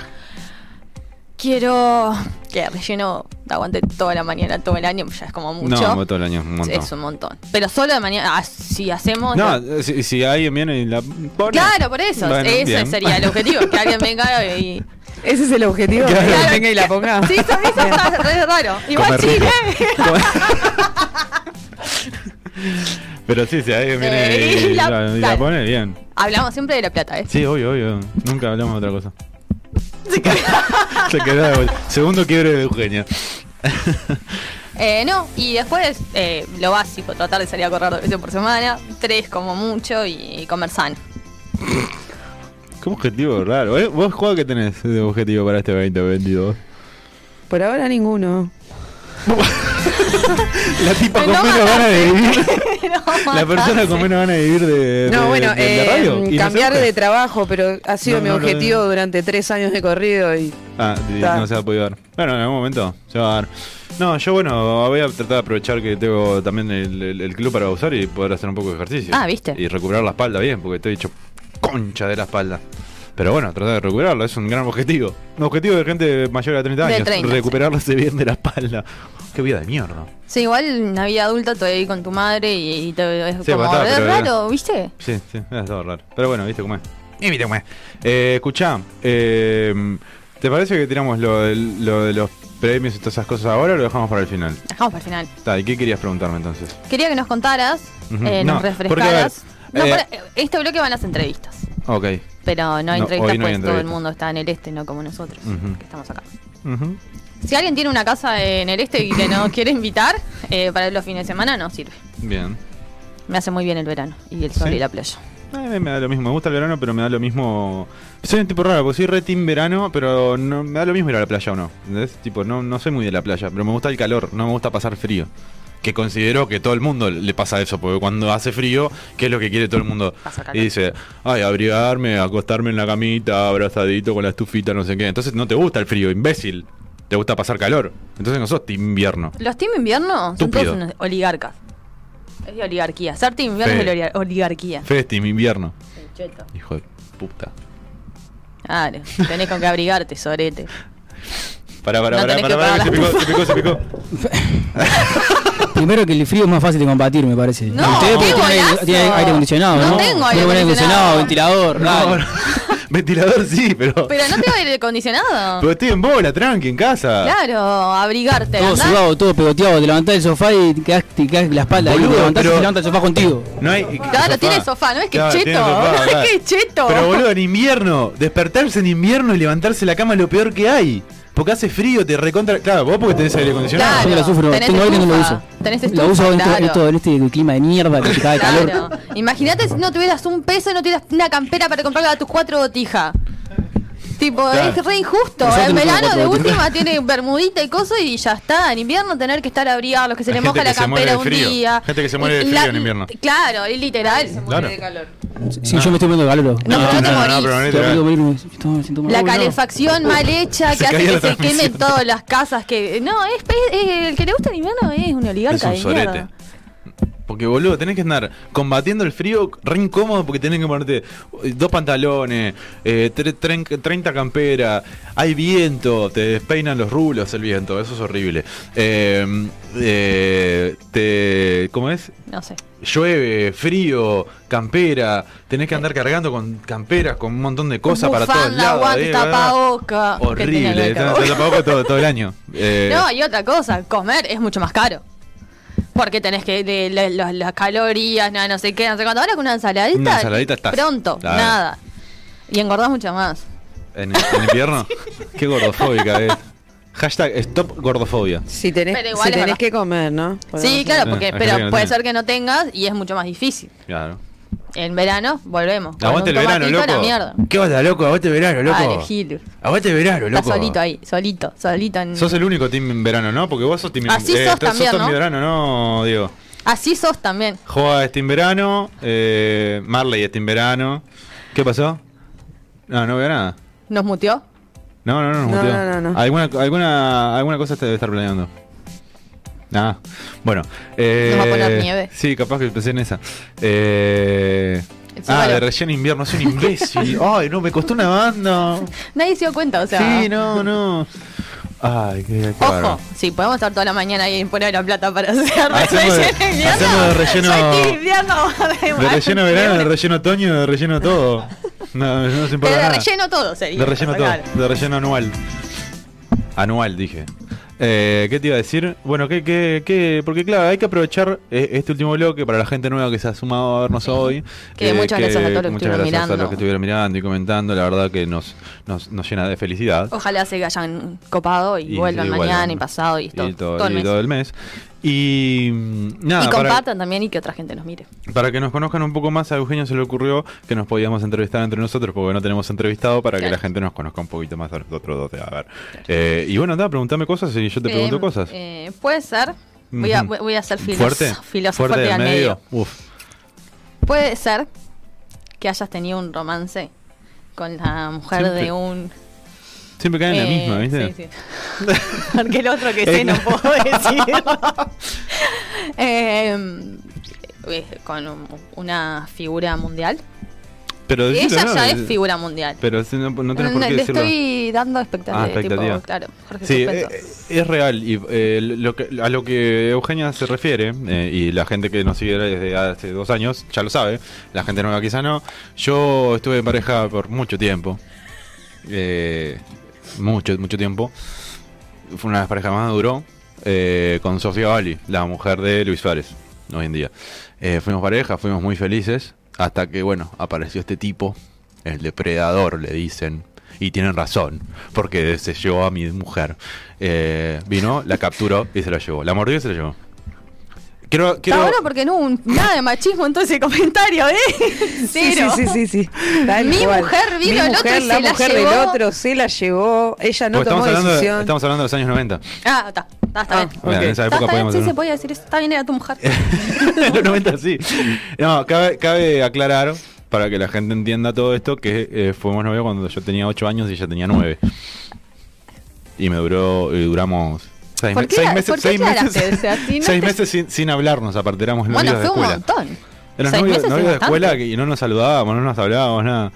[SPEAKER 1] Quiero que relleno aguante toda la mañana, todo el año. Ya es como mucho.
[SPEAKER 2] No, todo el año, un montón.
[SPEAKER 1] Es un montón. Pero solo de mañana. ah, si hacemos.
[SPEAKER 2] No, eh, si, si alguien viene y la pone.
[SPEAKER 1] Claro, por eso.
[SPEAKER 2] Bueno,
[SPEAKER 1] Ese
[SPEAKER 2] bien.
[SPEAKER 1] sería el objetivo. Que alguien venga y.
[SPEAKER 3] Ese es el objetivo.
[SPEAKER 2] Claro.
[SPEAKER 3] Que la venga y la ponga.
[SPEAKER 1] Sí, eso, eso está re raro. Igual eh.
[SPEAKER 2] Comer
[SPEAKER 1] Chile.
[SPEAKER 2] Pero sí, si alguien viene
[SPEAKER 1] Eh,
[SPEAKER 2] y
[SPEAKER 1] y la-
[SPEAKER 2] la- y la
[SPEAKER 1] dale.
[SPEAKER 2] pone, bien.
[SPEAKER 1] Hablamos siempre de la plata, ¿eh?
[SPEAKER 2] Sí, obvio, obvio. Nunca hablamos de otra cosa. Se quedó de vuelta. Segundo quiebre de Eugenia.
[SPEAKER 1] Eh, no, y después eh, lo básico, tratar de salir a correr dos veces por semana, tres como mucho y comer sano.
[SPEAKER 2] Qué objetivo raro. ¿eh? ¿Vos cuál que tenés de objetivo para este 2022?
[SPEAKER 3] Por ahora ninguno.
[SPEAKER 2] La
[SPEAKER 3] Eh,
[SPEAKER 2] tipa con menos ganas de vivir. La persona con menos ganas de vivir de,
[SPEAKER 3] No,
[SPEAKER 2] de-
[SPEAKER 3] bueno,
[SPEAKER 2] de- de
[SPEAKER 3] eh,
[SPEAKER 2] radio. ¿Y no
[SPEAKER 3] cambiar
[SPEAKER 2] se
[SPEAKER 3] de trabajo, pero ha sido
[SPEAKER 2] No,
[SPEAKER 3] mi
[SPEAKER 2] no lo
[SPEAKER 3] objetivo durante tres años de corrido y
[SPEAKER 2] Ah, y
[SPEAKER 3] Ta.
[SPEAKER 2] no se ha podido dar. Bueno, en algún momento se va a dar. No, yo bueno, voy a tratar de aprovechar que tengo también el, el- el club para usar y poder hacer un poco de ejercicio.
[SPEAKER 1] Ah, ¿viste?
[SPEAKER 2] Y recuperar la espalda bien, porque estoy hecho concha de la espalda. Pero bueno, tratar de recuperarlo, es un gran objetivo. Un objetivo de gente mayor de 30
[SPEAKER 1] De
[SPEAKER 2] años,
[SPEAKER 1] 30, sí.
[SPEAKER 2] recuperarse bien de la espalda. Qué vida de mierda.
[SPEAKER 1] Sí, igual en la vida adulta todavía ahí con tu madre y, y te, es
[SPEAKER 2] Sí,
[SPEAKER 1] como
[SPEAKER 2] matá,
[SPEAKER 1] es
[SPEAKER 2] pero-
[SPEAKER 1] raro, ¿viste?
[SPEAKER 2] Sí, sí, es todo raro. Pero bueno, viste cómo es. Y viste cómo es. Eh, escuchá, eh, ¿te parece que tiramos lo, del- lo de los premios y todas esas cosas ahora o lo dejamos para el final?
[SPEAKER 1] Dejamos para el final.
[SPEAKER 2] Está, ¿y qué querías preguntarme entonces?
[SPEAKER 1] Quería que nos contaras,
[SPEAKER 2] Ujú.
[SPEAKER 1] eh,
[SPEAKER 2] No,
[SPEAKER 1] nos
[SPEAKER 2] porque, a ver,
[SPEAKER 1] refrescaras. No,
[SPEAKER 2] eh,
[SPEAKER 1] pero, eh, este bloque van las entrevistas,
[SPEAKER 2] Ok.
[SPEAKER 1] pero no
[SPEAKER 2] No,
[SPEAKER 1] hay entrevistas
[SPEAKER 2] hoy no
[SPEAKER 1] porque todo
[SPEAKER 2] hay
[SPEAKER 1] el
[SPEAKER 2] entrevistas.
[SPEAKER 1] mundo está en el este, no como nosotros, que estamos acá.
[SPEAKER 2] Ujú.
[SPEAKER 1] Si alguien tiene una casa en el este y que nos quiere invitar, eh, para los fines de semana no sirve.
[SPEAKER 2] Bien.
[SPEAKER 1] Me hace muy bien el verano y el sol
[SPEAKER 2] ¿Sí?
[SPEAKER 1] y la playa.
[SPEAKER 2] Eh, me da lo mismo, me gusta el verano, pero me da lo mismo. Soy un tipo raro, porque soy re team verano, pero no, me da lo mismo ir a la playa o no. ¿Entendés? Tipo, no, no soy muy de la playa, pero me gusta el calor, no me gusta pasar frío. Que considero que todo el mundo le pasa eso, porque cuando hace frío, ¿qué es lo que quiere todo el mundo? Y dice, ay, abrigarme, acostarme en la camita, abrazadito con la estufita, no sé qué. Entonces no te gusta el frío, imbécil. Te gusta pasar calor. Entonces no sos team invierno.
[SPEAKER 1] Los team invierno son
[SPEAKER 2] Estúpido.
[SPEAKER 1] todos unos oligarcas. Es de oligarquía. Ser team invierno
[SPEAKER 2] Sí.
[SPEAKER 1] es de oligar- oligarquía.
[SPEAKER 2] Fede es team invierno.
[SPEAKER 1] El cheto.
[SPEAKER 2] Hijo de puta.
[SPEAKER 1] Claro, tenés con que abrigarte, sorete.
[SPEAKER 2] Pará, pará,
[SPEAKER 1] No
[SPEAKER 2] pará,
[SPEAKER 1] tenés que
[SPEAKER 2] pará, pará, que se
[SPEAKER 1] pagar
[SPEAKER 2] picó,
[SPEAKER 1] la
[SPEAKER 2] se picó, se picó.
[SPEAKER 12] Primero que el frío es más fácil de combatir, me parece.
[SPEAKER 1] No,
[SPEAKER 12] Ustedes porque
[SPEAKER 1] qué
[SPEAKER 12] tienen aire-
[SPEAKER 1] golazo.
[SPEAKER 12] tienen aire acondicionado,
[SPEAKER 1] No
[SPEAKER 12] ¿no?
[SPEAKER 1] tengo
[SPEAKER 12] Tienen
[SPEAKER 1] aire acondicionado.
[SPEAKER 12] acondicionado, ventilador, radio.
[SPEAKER 2] Ventilador sí, pero.
[SPEAKER 1] Pero no tengo aire acondicionado.
[SPEAKER 2] Pero estoy en bola, tranqui, en casa.
[SPEAKER 1] Claro, abrigarte.
[SPEAKER 12] Todo
[SPEAKER 1] andá.
[SPEAKER 12] sudado, todo pegoteado, te levantás del sofá y te quedás, te quedás la espalda. ahí,
[SPEAKER 2] Boludo,
[SPEAKER 12] te levantás y
[SPEAKER 2] pero-
[SPEAKER 12] te levanta el sofá contigo.
[SPEAKER 2] No hay.
[SPEAKER 1] Claro, tiene sofá, no es que
[SPEAKER 2] Claro,
[SPEAKER 1] es
[SPEAKER 2] tiene
[SPEAKER 1] cheto.
[SPEAKER 2] sofá,
[SPEAKER 1] no
[SPEAKER 2] claro.
[SPEAKER 1] es que es cheto.
[SPEAKER 2] Pero boludo, en invierno, despertarse en invierno y levantarse de la cama es lo peor que hay. Porque hace frío, te recontra. Claro, vos porque tenés aire acondicionado.
[SPEAKER 1] Claro,
[SPEAKER 12] Yo la sufro,
[SPEAKER 1] tenés
[SPEAKER 12] tengo aire y no lo
[SPEAKER 1] estufa,
[SPEAKER 12] uso.
[SPEAKER 1] tenés
[SPEAKER 12] La
[SPEAKER 1] estufa,
[SPEAKER 12] uso dentro
[SPEAKER 1] claro.
[SPEAKER 12] esto del este clima de mierda que te cae calor.
[SPEAKER 1] Claro. Imagínate si no tuvieras un peso y no tuvieras una campera para comprarle a tus cuatro botijas. Tipo,
[SPEAKER 12] Claro.
[SPEAKER 1] es re injusto.
[SPEAKER 12] Nosotros
[SPEAKER 1] en
[SPEAKER 12] no tenemos
[SPEAKER 1] verano de
[SPEAKER 12] cuatro botijas.
[SPEAKER 1] última tiene bermudita y coso y ya está. En invierno tener que estar abrigado, los que se le
[SPEAKER 2] Hay gente
[SPEAKER 1] moja la
[SPEAKER 2] que se muere
[SPEAKER 1] campera
[SPEAKER 2] de
[SPEAKER 1] un
[SPEAKER 2] frío.
[SPEAKER 1] día. Eh,
[SPEAKER 2] Gente que se muere de
[SPEAKER 1] La-
[SPEAKER 2] frío en invierno.
[SPEAKER 1] Claro, es literal.
[SPEAKER 2] Claro.
[SPEAKER 12] Sí, yo me estoy muriendo de calor.
[SPEAKER 2] No, no, no, no, pero
[SPEAKER 12] Estoy a punto de
[SPEAKER 2] no te-
[SPEAKER 12] morirme, estoy- me siento mal.
[SPEAKER 1] La
[SPEAKER 12] Uy, no.
[SPEAKER 1] calefacción mal hecha
[SPEAKER 12] Se
[SPEAKER 1] que hace
[SPEAKER 12] caía
[SPEAKER 1] que
[SPEAKER 12] la
[SPEAKER 1] se quemen
[SPEAKER 12] transmisión.
[SPEAKER 1] todas las casas que. No, es, es- es- el que le gusta el invierno es un
[SPEAKER 2] Es
[SPEAKER 1] oligarca
[SPEAKER 2] un
[SPEAKER 1] de
[SPEAKER 2] sorete.
[SPEAKER 1] mierda.
[SPEAKER 2] Porque boludo, tenés que andar combatiendo el frío re incómodo porque tenés que ponerte eh, dos pantalones, eh, tre- tren- 30 camperas, hay viento, te despeinan los rulos el viento, eso es horrible. Eh, eh, te, ¿Cómo es?
[SPEAKER 1] No sé.
[SPEAKER 2] Llueve, frío, campera, tenés que andar cargando con camperas, con un montón de cosas para todos
[SPEAKER 1] Eh. Bufanda,
[SPEAKER 2] lados.
[SPEAKER 1] guantes,
[SPEAKER 2] eh,
[SPEAKER 1] tapaboca. que tenés la
[SPEAKER 2] horrible, te
[SPEAKER 1] tapaboca.
[SPEAKER 2] tapabocas todo, todo el año. Eh,
[SPEAKER 1] No, y otra cosa, comer es mucho más caro. Porque tenés que de, la- la- las calorías, nada, no sé qué, no sé cuánto. Ahora con una ensaladita,
[SPEAKER 2] Una ensaladita estás.
[SPEAKER 1] pronto,
[SPEAKER 2] Claro.
[SPEAKER 1] nada. Y engordás mucho más.
[SPEAKER 2] ¿En, en invierno? Qué gordofóbica es. Hashtag stop gordofobia.
[SPEAKER 3] si tenés,
[SPEAKER 1] Pero igual
[SPEAKER 3] si
[SPEAKER 1] es
[SPEAKER 3] tenés
[SPEAKER 1] verdad.
[SPEAKER 3] que comer, ¿no? Por
[SPEAKER 1] Sí,
[SPEAKER 3] ejemplo.
[SPEAKER 1] claro, porque
[SPEAKER 2] Eh, hay gente que
[SPEAKER 1] pero
[SPEAKER 2] no
[SPEAKER 1] puede
[SPEAKER 2] tiene.
[SPEAKER 1] ser que no tengas y es mucho más difícil.
[SPEAKER 2] Claro.
[SPEAKER 1] En verano volvemos. con
[SPEAKER 2] Aguante
[SPEAKER 1] un
[SPEAKER 2] el verano,
[SPEAKER 1] tomatito a La mierda.
[SPEAKER 2] loco. ¿Qué onda, loco? Aguante el verano,
[SPEAKER 1] Vale,
[SPEAKER 2] loco.
[SPEAKER 1] Gil.
[SPEAKER 2] Aguante el verano,
[SPEAKER 1] Estás
[SPEAKER 2] loco.
[SPEAKER 1] solito ahí, solito, solito. en-
[SPEAKER 2] Sos el único team en verano, ¿no? Porque vos sos team
[SPEAKER 1] Así sos también, ¿no?
[SPEAKER 2] team verano, ¿no, Diego?
[SPEAKER 1] Así sos también.
[SPEAKER 2] Joa es team verano, eh, Marley es team verano. ¿Qué pasó? No, no veo nada.
[SPEAKER 1] ¿Nos muteó?
[SPEAKER 2] No, no, no, nos
[SPEAKER 1] No,
[SPEAKER 2] muteó.
[SPEAKER 1] no, no, no.
[SPEAKER 2] Alguna, alguna, alguna cosa te debe estar planeando. Ah, bueno. Eh,
[SPEAKER 1] Nos va a poner nieve.
[SPEAKER 2] Sí, capaz que pensé en esa. Eh, ah,
[SPEAKER 1] Subaru.
[SPEAKER 2] de relleno invierno, es un imbécil. Ay, no, me costó una banda.
[SPEAKER 1] Nadie se dio cuenta, o sea.
[SPEAKER 2] Sí, no, no. Ay, qué
[SPEAKER 1] Ojo,
[SPEAKER 2] bárbaro.
[SPEAKER 1] sí, podemos estar toda la mañana ahí en poner la plata para hacer
[SPEAKER 2] Hacemos de-
[SPEAKER 1] relleno invierno.
[SPEAKER 2] hacemos de relleno-
[SPEAKER 1] Soy team invierno.
[SPEAKER 2] De relleno verano, de relleno otoño, de relleno todo. No, no se importa
[SPEAKER 1] Pero de
[SPEAKER 2] nada.
[SPEAKER 1] relleno todo sería.
[SPEAKER 2] De relleno todo,
[SPEAKER 1] Claro.
[SPEAKER 2] de relleno anual. Anual, dije. Eh, ¿Qué te iba a decir? Bueno, que, que, que, porque claro, hay que aprovechar eh, este último bloque para la gente nueva que se ha sumado a vernos hoy.
[SPEAKER 1] Que
[SPEAKER 2] Eh,
[SPEAKER 1] muchas gracias a todos los que
[SPEAKER 2] muchas
[SPEAKER 1] estuvieron
[SPEAKER 2] gracias a
[SPEAKER 1] mirando.
[SPEAKER 2] los que estuvieron mirando y comentando. La verdad que nos, nos, nos llena de felicidad.
[SPEAKER 1] Ojalá se hayan copado y,
[SPEAKER 2] Y-
[SPEAKER 1] vuelvan
[SPEAKER 2] y
[SPEAKER 1] mañana
[SPEAKER 2] vuelvan.
[SPEAKER 1] y pasado y esto.
[SPEAKER 2] y todo,
[SPEAKER 1] todo el
[SPEAKER 2] y
[SPEAKER 1] mes.
[SPEAKER 2] todo Ah, el mes. Y mm, nada,
[SPEAKER 1] y
[SPEAKER 2] para-
[SPEAKER 1] compartan también y que otra gente nos mire.
[SPEAKER 2] para que nos conozcan un poco más, a Eugenio se le ocurrió que nos podíamos entrevistar entre nosotros, porque no tenemos entrevistado, para que
[SPEAKER 1] Claro.
[SPEAKER 2] la gente nos conozca un poquito más a nosotros dos. A ver. Eh, y bueno, anda, preguntame cosas y yo te
[SPEAKER 1] Eh,
[SPEAKER 2] pregunto cosas.
[SPEAKER 1] eh, puede ser Voy a,
[SPEAKER 2] Ujú.
[SPEAKER 1] voy a ser
[SPEAKER 2] ¿Fuerte?
[SPEAKER 1] filósofo filósofa
[SPEAKER 2] ¿Fuerte
[SPEAKER 1] de
[SPEAKER 2] del
[SPEAKER 1] al medio.
[SPEAKER 2] medio? Uf.
[SPEAKER 1] Puede ser que hayas tenido un romance con la mujer
[SPEAKER 2] Siempre-
[SPEAKER 1] de un.
[SPEAKER 2] Siempre caen en la
[SPEAKER 1] Eh,
[SPEAKER 2] misma, ¿viste?
[SPEAKER 1] sí, sí. Porque el otro que sé no puedo decir. Eh, eh, con un- una figura mundial.
[SPEAKER 2] Pero
[SPEAKER 1] Ella
[SPEAKER 2] decilo, ¿no?
[SPEAKER 1] ya es figura mundial.
[SPEAKER 2] Pero si no, no tenés por qué
[SPEAKER 1] le
[SPEAKER 2] decirlo.
[SPEAKER 1] estoy dando expectativas.
[SPEAKER 2] Ah, expectativa.
[SPEAKER 1] tipo, claro, Jorge
[SPEAKER 2] Sí, eh,
[SPEAKER 1] Suspenso.
[SPEAKER 2] es real. Y eh, lo que- a lo que Eugenia se refiere, eh, y la gente que nos sigue desde hace dos años ya lo sabe, la gente nueva quizá no. Yo estuve en pareja por mucho tiempo. Eh, mucho, mucho tiempo. Fue una de las parejas más duró. eh, con Sofía Bali, la mujer de Luis Suárez, hoy en día. Eh, fuimos pareja, fuimos muy felices. Hasta que, bueno, apareció este tipo, el depredador, le dicen. Y tienen razón, porque se llevó a mi mujer. Eh, vino, la capturó y se la llevó. La mordió y se la llevó. Quiero,
[SPEAKER 11] Está
[SPEAKER 2] quiero,
[SPEAKER 11] bueno porque no hubo un- nada de machismo en todo ese comentario, ¿eh? Cero.
[SPEAKER 3] Sí, sí, sí, sí. Tal
[SPEAKER 11] Mi
[SPEAKER 3] cual.
[SPEAKER 11] mujer vino
[SPEAKER 3] Mi
[SPEAKER 11] al otro
[SPEAKER 3] mujer,
[SPEAKER 11] y
[SPEAKER 3] la
[SPEAKER 11] se la
[SPEAKER 3] mujer
[SPEAKER 11] llevó.
[SPEAKER 3] del otro se la llevó. Ella no
[SPEAKER 2] porque
[SPEAKER 3] tomó
[SPEAKER 2] estamos, hablando de,
[SPEAKER 3] decisión.
[SPEAKER 2] estamos hablando de los años 90.
[SPEAKER 1] Ah, está. Está, está bien.
[SPEAKER 2] Bueno, en esa
[SPEAKER 1] Está,
[SPEAKER 2] época
[SPEAKER 1] está bien,
[SPEAKER 2] podíamos
[SPEAKER 1] sí,
[SPEAKER 2] hacer-
[SPEAKER 1] se podía decir eso. Está bien, era tu mujer.
[SPEAKER 2] En los 90 sí. No, cabe, cabe aclarar, para que la gente entienda todo esto, que eh, fuimos novios cuando yo tenía 8 años y ella tenía 9. Y me duró, y duramos 6
[SPEAKER 11] ¿Por qué,
[SPEAKER 2] meses.
[SPEAKER 11] ¿por qué
[SPEAKER 2] seis
[SPEAKER 11] aclaraste?
[SPEAKER 2] meses,
[SPEAKER 11] O sea, si no
[SPEAKER 2] seis
[SPEAKER 11] te-
[SPEAKER 2] meses sin, sin hablarnos, aparte éramos
[SPEAKER 11] Bueno,
[SPEAKER 2] novios de
[SPEAKER 11] fue un
[SPEAKER 2] escuela.
[SPEAKER 11] montón.
[SPEAKER 2] Éramos
[SPEAKER 11] Seis
[SPEAKER 2] novios,
[SPEAKER 11] meses
[SPEAKER 2] novios
[SPEAKER 11] es
[SPEAKER 2] de escuela
[SPEAKER 11] bastante.
[SPEAKER 2] que- y no nos saludábamos, no nos hablábamos, nada.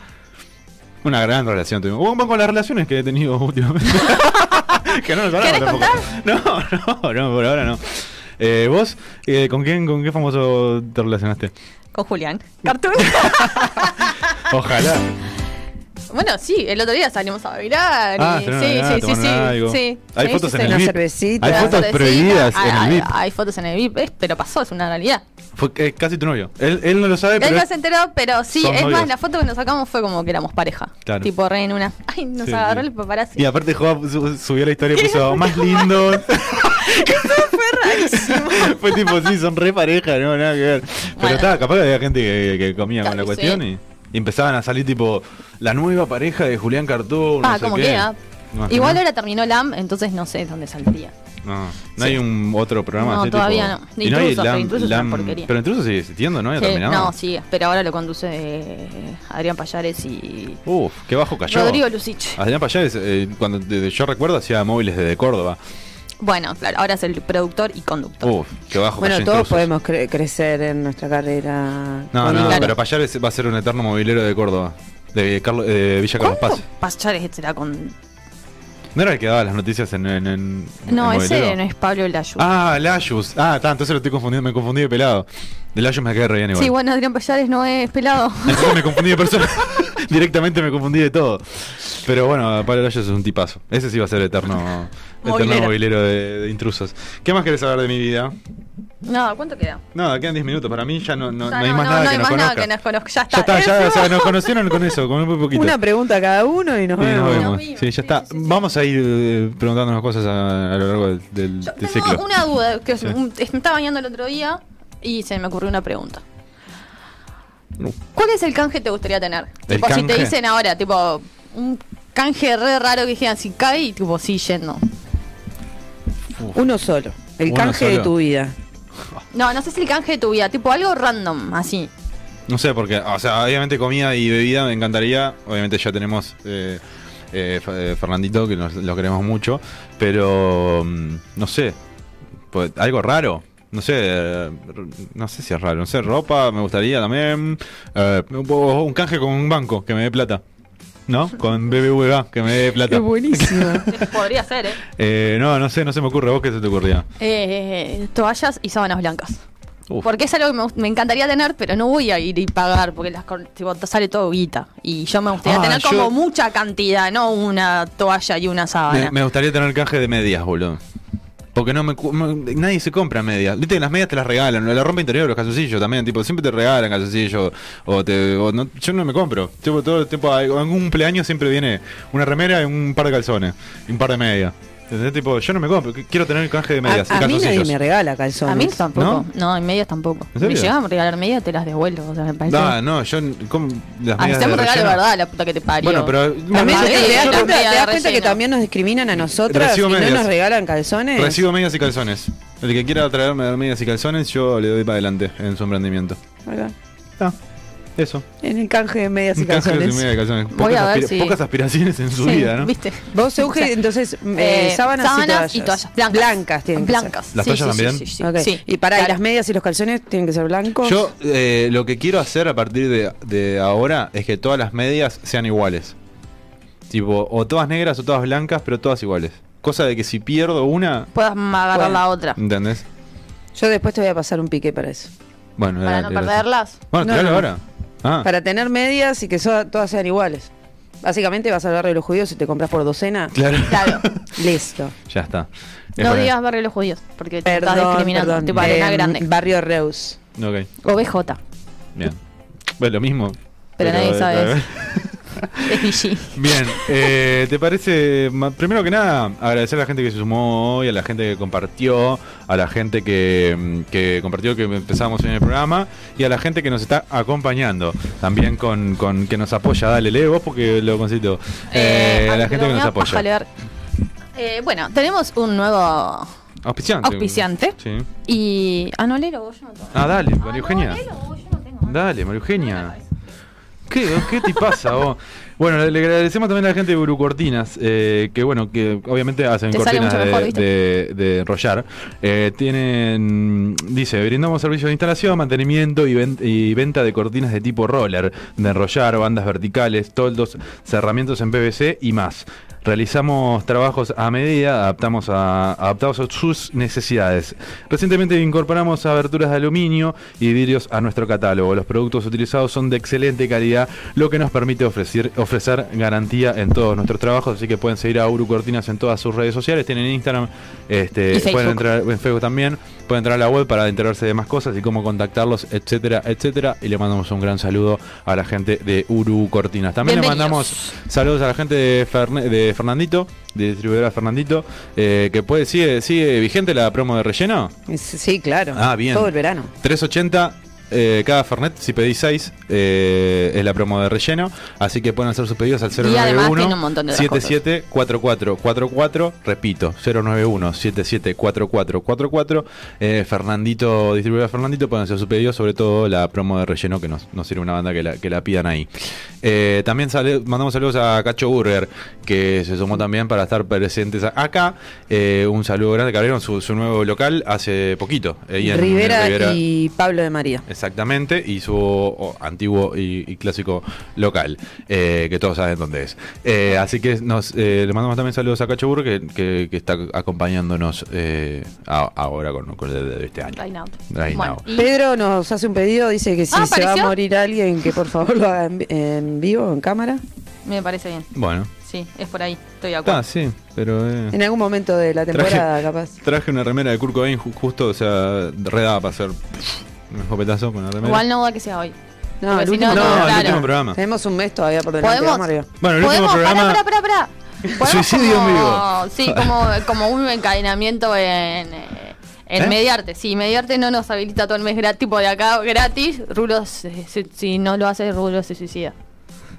[SPEAKER 2] Una gran relación tuvimos. Bueno, van con las relaciones que he tenido últimamente. que no nos hablamos tampoco. No, no, no, por ahora no. Eh, ¿Vos eh, con quién con qué famoso te relacionaste?
[SPEAKER 1] Con Julián. Cartoon.
[SPEAKER 2] Ojalá.
[SPEAKER 1] Bueno, sí, el otro día salimos a bailar.
[SPEAKER 2] Ah,
[SPEAKER 1] y,
[SPEAKER 2] salieron a
[SPEAKER 1] sí,
[SPEAKER 2] bailar,
[SPEAKER 1] sí, sí,
[SPEAKER 2] tomaron
[SPEAKER 1] sí,
[SPEAKER 2] algo.
[SPEAKER 1] sí.
[SPEAKER 2] Hay
[SPEAKER 1] Sí,
[SPEAKER 2] fotos
[SPEAKER 1] sí,
[SPEAKER 2] en el
[SPEAKER 1] sí.
[SPEAKER 2] VIP. Hay
[SPEAKER 1] Una
[SPEAKER 2] fotos
[SPEAKER 1] cervecita.
[SPEAKER 2] prohibidas en el
[SPEAKER 1] Hay-
[SPEAKER 2] VIP.
[SPEAKER 1] Hay, hay fotos en el VIP, es- pero pasó, es una realidad.
[SPEAKER 2] Fue eh, casi tu novio. Él, él no lo sabe,
[SPEAKER 1] Él
[SPEAKER 2] pero.
[SPEAKER 1] no se enteró, pero sí,
[SPEAKER 2] son
[SPEAKER 1] es
[SPEAKER 2] novios.
[SPEAKER 1] más, la foto que nos sacamos fue como que éramos pareja.
[SPEAKER 2] Claro.
[SPEAKER 1] Tipo re en una. Ay, nos
[SPEAKER 2] Sí,
[SPEAKER 1] agarró
[SPEAKER 2] sí.
[SPEAKER 1] el paparazzi.
[SPEAKER 2] Y aparte Joa su- subió la historia y puso más lindo. Fue tipo, sí, son re pareja, no, nada que ver. Pero
[SPEAKER 1] Bueno.
[SPEAKER 2] estaba, capaz que había gente que, que comía con la
[SPEAKER 1] Claro,
[SPEAKER 2] cuestión
[SPEAKER 1] sí.
[SPEAKER 2] y, y empezaban a salir tipo la nueva pareja de Julián Cartón.
[SPEAKER 1] Ah,
[SPEAKER 2] no sé
[SPEAKER 1] como
[SPEAKER 2] qué.
[SPEAKER 1] queda.
[SPEAKER 2] No,
[SPEAKER 1] Igual
[SPEAKER 2] no,
[SPEAKER 1] ahora terminó LAM, entonces no sé dónde saldría.
[SPEAKER 2] No, no hay un otro programa
[SPEAKER 1] No,
[SPEAKER 2] así,
[SPEAKER 1] todavía
[SPEAKER 2] tipo-
[SPEAKER 1] no.
[SPEAKER 2] Y no hay
[SPEAKER 1] Intrusos, pero
[SPEAKER 2] Lam-
[SPEAKER 1] Intrusos es una
[SPEAKER 2] Lam-
[SPEAKER 1] porquería.
[SPEAKER 2] Pero intruso sigue existiendo, ¿no? ¿Ya
[SPEAKER 1] Sí,
[SPEAKER 2] terminado?
[SPEAKER 1] no, sí, pero ahora lo conduce eh, Adrián Payares y
[SPEAKER 2] Uf, qué bajo cayó.
[SPEAKER 1] Rodrigo Lucich.
[SPEAKER 2] Adrián Payares, eh, cuando desde- yo recuerdo hacía móviles desde Córdoba.
[SPEAKER 1] Bueno, claro, ahora es el productor y conductor.
[SPEAKER 2] Uf, qué bajo
[SPEAKER 3] Bueno,
[SPEAKER 2] cayó
[SPEAKER 3] todos
[SPEAKER 2] Intrusos.
[SPEAKER 3] podemos cre- crecer en nuestra carrera.
[SPEAKER 2] No,
[SPEAKER 3] Con-
[SPEAKER 2] no, pero Payares va a ser un eterno movilero de Córdoba. De, Carlos, de Villa Carlos Paz.
[SPEAKER 1] Payares será con.
[SPEAKER 2] ¿No era el que daba las noticias en. en, en-
[SPEAKER 1] No,
[SPEAKER 2] en
[SPEAKER 1] ese
[SPEAKER 2] Movilero?
[SPEAKER 1] no es Pablo Layu.
[SPEAKER 2] Ah, Layus. Ah, está, entonces lo estoy confundiendo, me confundí de pelado. De Layus me quedé re bien igual.
[SPEAKER 1] Sí, bueno, Adrián Payares no es pelado.
[SPEAKER 2] Entonces me confundí de persona. Directamente me confundí de todo. Pero bueno, Pablo Layus es un tipazo. Ese sí va a ser eterno. Eterno
[SPEAKER 1] Movilero.
[SPEAKER 2] movilero de, de intrusos. ¿Qué más querés saber de mi vida?
[SPEAKER 1] No, ¿cuánto queda?
[SPEAKER 2] Nada, quedan 10 minutos. Para mí ya no, no-
[SPEAKER 1] O sea,
[SPEAKER 2] no hay más nada
[SPEAKER 1] no
[SPEAKER 2] que
[SPEAKER 1] hay
[SPEAKER 2] nos
[SPEAKER 1] más nada
[SPEAKER 2] conozca.
[SPEAKER 1] que nos conozca. Ya
[SPEAKER 2] Ya
[SPEAKER 1] está.
[SPEAKER 2] está, ya, o sea,
[SPEAKER 1] Eso.
[SPEAKER 2] nos conocieron con eso, con muy poquito.
[SPEAKER 3] Una pregunta cada uno y nos
[SPEAKER 2] Y nos
[SPEAKER 3] vemos.
[SPEAKER 2] vemos. Sí, ya está. Vamos a ir eh, preguntándonos cosas a, a lo largo del, del- del ciclo.
[SPEAKER 1] Tengo una duda, que es
[SPEAKER 2] Sí.
[SPEAKER 1] un- me estaba bañando el otro día y se me ocurrió una pregunta.
[SPEAKER 2] No.
[SPEAKER 1] ¿Cuál es el canje que te gustaría tener?
[SPEAKER 2] ¿El
[SPEAKER 1] Tipo, si te
[SPEAKER 2] canje?
[SPEAKER 1] dicen ahora, tipo, un canje re raro que dijeran, si cae, y tipo, sí, yendo.
[SPEAKER 3] Uno solo. El
[SPEAKER 2] Uno
[SPEAKER 3] canje de
[SPEAKER 2] solo.
[SPEAKER 3] tu vida.
[SPEAKER 1] No, no sé si el canje de tu vida, tipo, algo random, así.
[SPEAKER 2] No sé, porque, o sea, obviamente comida y bebida me encantaría. Obviamente ya tenemos eh, eh, F- eh, Fernandito, que nos- lo queremos mucho. Pero, mm, no sé, pues, algo raro. No sé, eh, r- no sé si es raro. No sé, ropa me gustaría también. Eh, un, po- un canje con un banco que me dé plata. ¿No? Con BBVA que me dé plata.
[SPEAKER 3] buenísimo.
[SPEAKER 1] Podría ser, ¿eh?
[SPEAKER 2] Eh, no, no sé, no se me ocurre. ¿Vos qué se te ocurría?
[SPEAKER 1] Eh, Toallas y sábanas blancas.
[SPEAKER 2] Uf.
[SPEAKER 1] Porque es algo que me, gust- me encantaría tener, pero no voy a ir y pagar, porque las, cor- tipo, te sale todo guita. Y yo me gustaría
[SPEAKER 2] Ah,
[SPEAKER 1] tener
[SPEAKER 2] yo-
[SPEAKER 1] como mucha cantidad, no una toalla y una sábana.
[SPEAKER 2] Me, me gustaría tener canje de medias, boludo. Porque no me, cu- me- nadie se compra medias. Viste, las medias te las regalan. La ropa interior, los calzoncillos también. Tipo, siempre te regalan calzoncillos. O te, o no- yo no me compro. Tipo, todo el tiempo, en un cumpleaños siempre viene una remera y un par de calzones. Y un par de medias. ¿Entendés? Tipo, yo no me compro. qu- Quiero tener el canje de medias.
[SPEAKER 3] A,
[SPEAKER 2] y
[SPEAKER 3] a mí nadie
[SPEAKER 2] calzoncillos.
[SPEAKER 3] me regala calzones.
[SPEAKER 1] A mí tampoco.
[SPEAKER 2] ¿No?
[SPEAKER 1] No, en medias tampoco.
[SPEAKER 2] ¿En
[SPEAKER 1] Me
[SPEAKER 2] serio?
[SPEAKER 1] llegan a regalar medias, te las devuelvo. O sea, me parece.
[SPEAKER 2] Ah, no, yo. ¿cómo? Las
[SPEAKER 1] Ah,
[SPEAKER 2] medias
[SPEAKER 1] hacemos regalo
[SPEAKER 2] de
[SPEAKER 1] de
[SPEAKER 2] relleno.
[SPEAKER 1] verdad, la puta que te parió.
[SPEAKER 2] Bueno, pero.
[SPEAKER 3] También
[SPEAKER 1] Las
[SPEAKER 3] te,
[SPEAKER 1] medias,
[SPEAKER 3] te das
[SPEAKER 1] las
[SPEAKER 3] cuenta,
[SPEAKER 1] medias
[SPEAKER 3] te das
[SPEAKER 1] de
[SPEAKER 3] cuenta que
[SPEAKER 1] relleno.
[SPEAKER 3] también nos discriminan a nosotras
[SPEAKER 2] Recibo
[SPEAKER 3] y no
[SPEAKER 2] medias.
[SPEAKER 3] nos regalan calzones.
[SPEAKER 2] Recibo medias y calzones. El que quiera traerme dormidas y calzones, yo le doy para adelante en su emprendimiento.
[SPEAKER 3] Acá.
[SPEAKER 2] Eso.
[SPEAKER 3] En el canje de medias y
[SPEAKER 2] Un canje de
[SPEAKER 3] calzones.
[SPEAKER 2] media de calzones. Pocas, aspira- pocas aspiraciones en su vida, ¿no?
[SPEAKER 11] ¿Viste?
[SPEAKER 3] Vos, Euge, entonces, eh,
[SPEAKER 11] Eh,
[SPEAKER 3] sábanas,
[SPEAKER 11] sábanas
[SPEAKER 3] y
[SPEAKER 11] y
[SPEAKER 3] toallas.
[SPEAKER 11] toallas blancas.
[SPEAKER 3] tienen
[SPEAKER 11] Blancas.
[SPEAKER 3] que ser.
[SPEAKER 2] ¿Las Sí, toallas sí, también? sí, sí, sí.
[SPEAKER 3] Ok.
[SPEAKER 11] Sí,
[SPEAKER 3] Y para
[SPEAKER 11] claro.
[SPEAKER 3] las medias y los calzones tienen que ser blancos.
[SPEAKER 2] Yo eh, lo que quiero hacer a partir de, de ahora es que todas las medias sean iguales. Tipo, o todas negras o todas blancas, pero todas iguales. Cosa de que si pierdo una,
[SPEAKER 1] Puedas agarrar
[SPEAKER 3] Bueno.
[SPEAKER 1] la otra.
[SPEAKER 2] ¿entendés?
[SPEAKER 3] Yo después te voy a pasar un pique para eso.
[SPEAKER 2] Bueno,
[SPEAKER 1] Para
[SPEAKER 2] dale,
[SPEAKER 1] no
[SPEAKER 2] dale.
[SPEAKER 1] perderlas.
[SPEAKER 2] Bueno,
[SPEAKER 3] No,
[SPEAKER 2] tiralo
[SPEAKER 3] no.
[SPEAKER 2] ahora. Ah.
[SPEAKER 3] Para tener medias y que so- todas sean iguales. Básicamente vas al barrio de los judíos y te compras por docena.
[SPEAKER 2] Claro.
[SPEAKER 3] Listo.
[SPEAKER 2] Ya está. Es
[SPEAKER 1] No
[SPEAKER 2] para-
[SPEAKER 1] digas barrio de los judíos, porque te estás
[SPEAKER 3] Perdón,
[SPEAKER 1] discriminando.
[SPEAKER 3] perdón.
[SPEAKER 1] Tipo arena
[SPEAKER 3] Em,
[SPEAKER 1] grande.
[SPEAKER 3] Barrio Reus.
[SPEAKER 2] Ok,
[SPEAKER 1] O BJ.
[SPEAKER 2] bien. Bueno, lo mismo.
[SPEAKER 1] Pero nadie sabe eso. Es BG.
[SPEAKER 2] Bien, eh, ¿te parece? ma- Primero que nada, agradecer a la gente que se sumó hoy, a la gente que compartió, a la gente que, mm, que compartió que empezamos en el programa y a la gente que nos está acompañando. También con, con que nos apoya. Dale, lee vos porque lo consigo. Eh, a la gente que nos apoya.
[SPEAKER 1] Eh, bueno, tenemos un nuevo
[SPEAKER 2] Auspiciante.
[SPEAKER 1] Auspiciante.
[SPEAKER 2] Sí.
[SPEAKER 1] y. Ah, no lero vos, yo no
[SPEAKER 2] Ah, dale, María Eugenia. Dale, María Eugenia. ¿Qué, ¿Qué te pasa vos? Bueno, le- le agradecemos también a la gente de Burucortinas, eh, que bueno, que obviamente hacen
[SPEAKER 14] Te sale
[SPEAKER 2] cortinas
[SPEAKER 14] mucho
[SPEAKER 2] de,
[SPEAKER 14] mejor, ¿viste?
[SPEAKER 2] de- de enrollar. Eh, tienen, dice, brindamos servicios de instalación, mantenimiento y, ven- y venta de cortinas de tipo roller, de enrollar, bandas verticales, toldos, cerramientos en PVC y más. Realizamos trabajos a medida, adaptamos a, adaptados a sus necesidades. Recientemente incorporamos aberturas de aluminio y vidrios a nuestro catálogo. Los productos utilizados son de excelente calidad, lo que nos permite ofrecer, ofrecer garantía en todos nuestros trabajos. Así que pueden seguir a Uru Cortinas en todas sus redes sociales. Tienen Instagram, este,
[SPEAKER 14] Y Facebook.
[SPEAKER 2] pueden entrar en Facebook también. Pueden entrar a la web para enterarse de más cosas y cómo contactarlos, etcétera, etcétera. Y le mandamos un gran saludo a la gente de Uru Cortinas. También le
[SPEAKER 14] Bienvenidos.
[SPEAKER 2] mandamos Saludos a la gente de, Ferne- de Fernandito, de distribuidora Fernandito, eh, que puede, sigue, sigue vigente la promo de relleno.
[SPEAKER 3] Es- Sí, claro.
[SPEAKER 2] Ah, bien.
[SPEAKER 3] Todo el verano.
[SPEAKER 2] 380 eh, cada Fernet, si pedís 6, es la promo de relleno. Así que pueden hacer sus pedidos al
[SPEAKER 1] Y además tiene un
[SPEAKER 2] 091
[SPEAKER 1] montón de otras cosas.
[SPEAKER 2] 774444. Repito, 091 774444. Eh, Fernandito, distribuidora Fernandito, pueden hacer sus pedidos, sobre todo la promo de relleno, que nos, nos sirve una banda que la, que la pidan ahí. Eh, también sale- mandamos saludos a Cacho Burger, que se sumó también para estar presentes a- acá. Eh, un saludo grande que abrieron su, su nuevo local hace poquito. ahí en
[SPEAKER 3] Rivera, y Pablo de María.
[SPEAKER 2] Exactamente, y su oh, antiguo y, y clásico local, eh, que todos saben dónde es. Eh, así que nos eh, le mandamos también saludos a Cacho Burro, que, que- que está acompañándonos eh, a- ahora con, con el de este año.
[SPEAKER 1] Right now.
[SPEAKER 2] Right
[SPEAKER 1] Bueno,
[SPEAKER 2] now.
[SPEAKER 3] Pedro nos hace un pedido, dice que si
[SPEAKER 1] Ah,
[SPEAKER 3] se va a
[SPEAKER 1] ¿apareció?
[SPEAKER 3] morir alguien, que por favor lo haga en, vi- en vivo, en cámara.
[SPEAKER 1] Me parece bien.
[SPEAKER 2] Bueno,
[SPEAKER 1] Sí, es por ahí. Estoy de acuerdo.
[SPEAKER 2] está, Ah, sí, pero... eh,
[SPEAKER 3] En algún momento de la temporada, capaz.
[SPEAKER 2] traje una remera de Kurt Cobain ju- justo, o sea, redaba para hacer un escopetazo con la remera.
[SPEAKER 1] Igual no da que sea hoy.
[SPEAKER 3] No,
[SPEAKER 1] Porque
[SPEAKER 3] el
[SPEAKER 1] si
[SPEAKER 3] último,
[SPEAKER 1] no,
[SPEAKER 2] no, el
[SPEAKER 1] claro.
[SPEAKER 2] último programa.
[SPEAKER 3] Tenemos un mes todavía por delante.
[SPEAKER 1] ¿Podemos?
[SPEAKER 3] vamos arriba.
[SPEAKER 2] Bueno, el último
[SPEAKER 1] Podemos, pará,
[SPEAKER 2] programa...
[SPEAKER 1] pará, pará, pará. Podemos
[SPEAKER 2] Suicidio en vivo.
[SPEAKER 1] Sí, como, como un encadenamiento en, eh, en
[SPEAKER 2] ¿Eh?
[SPEAKER 1] Mediarte. Si Mediarte no nos habilita todo el mes gratis, tipo de acá gratis, Rulo, se- se- si, no lo hace, Rulo se suicida.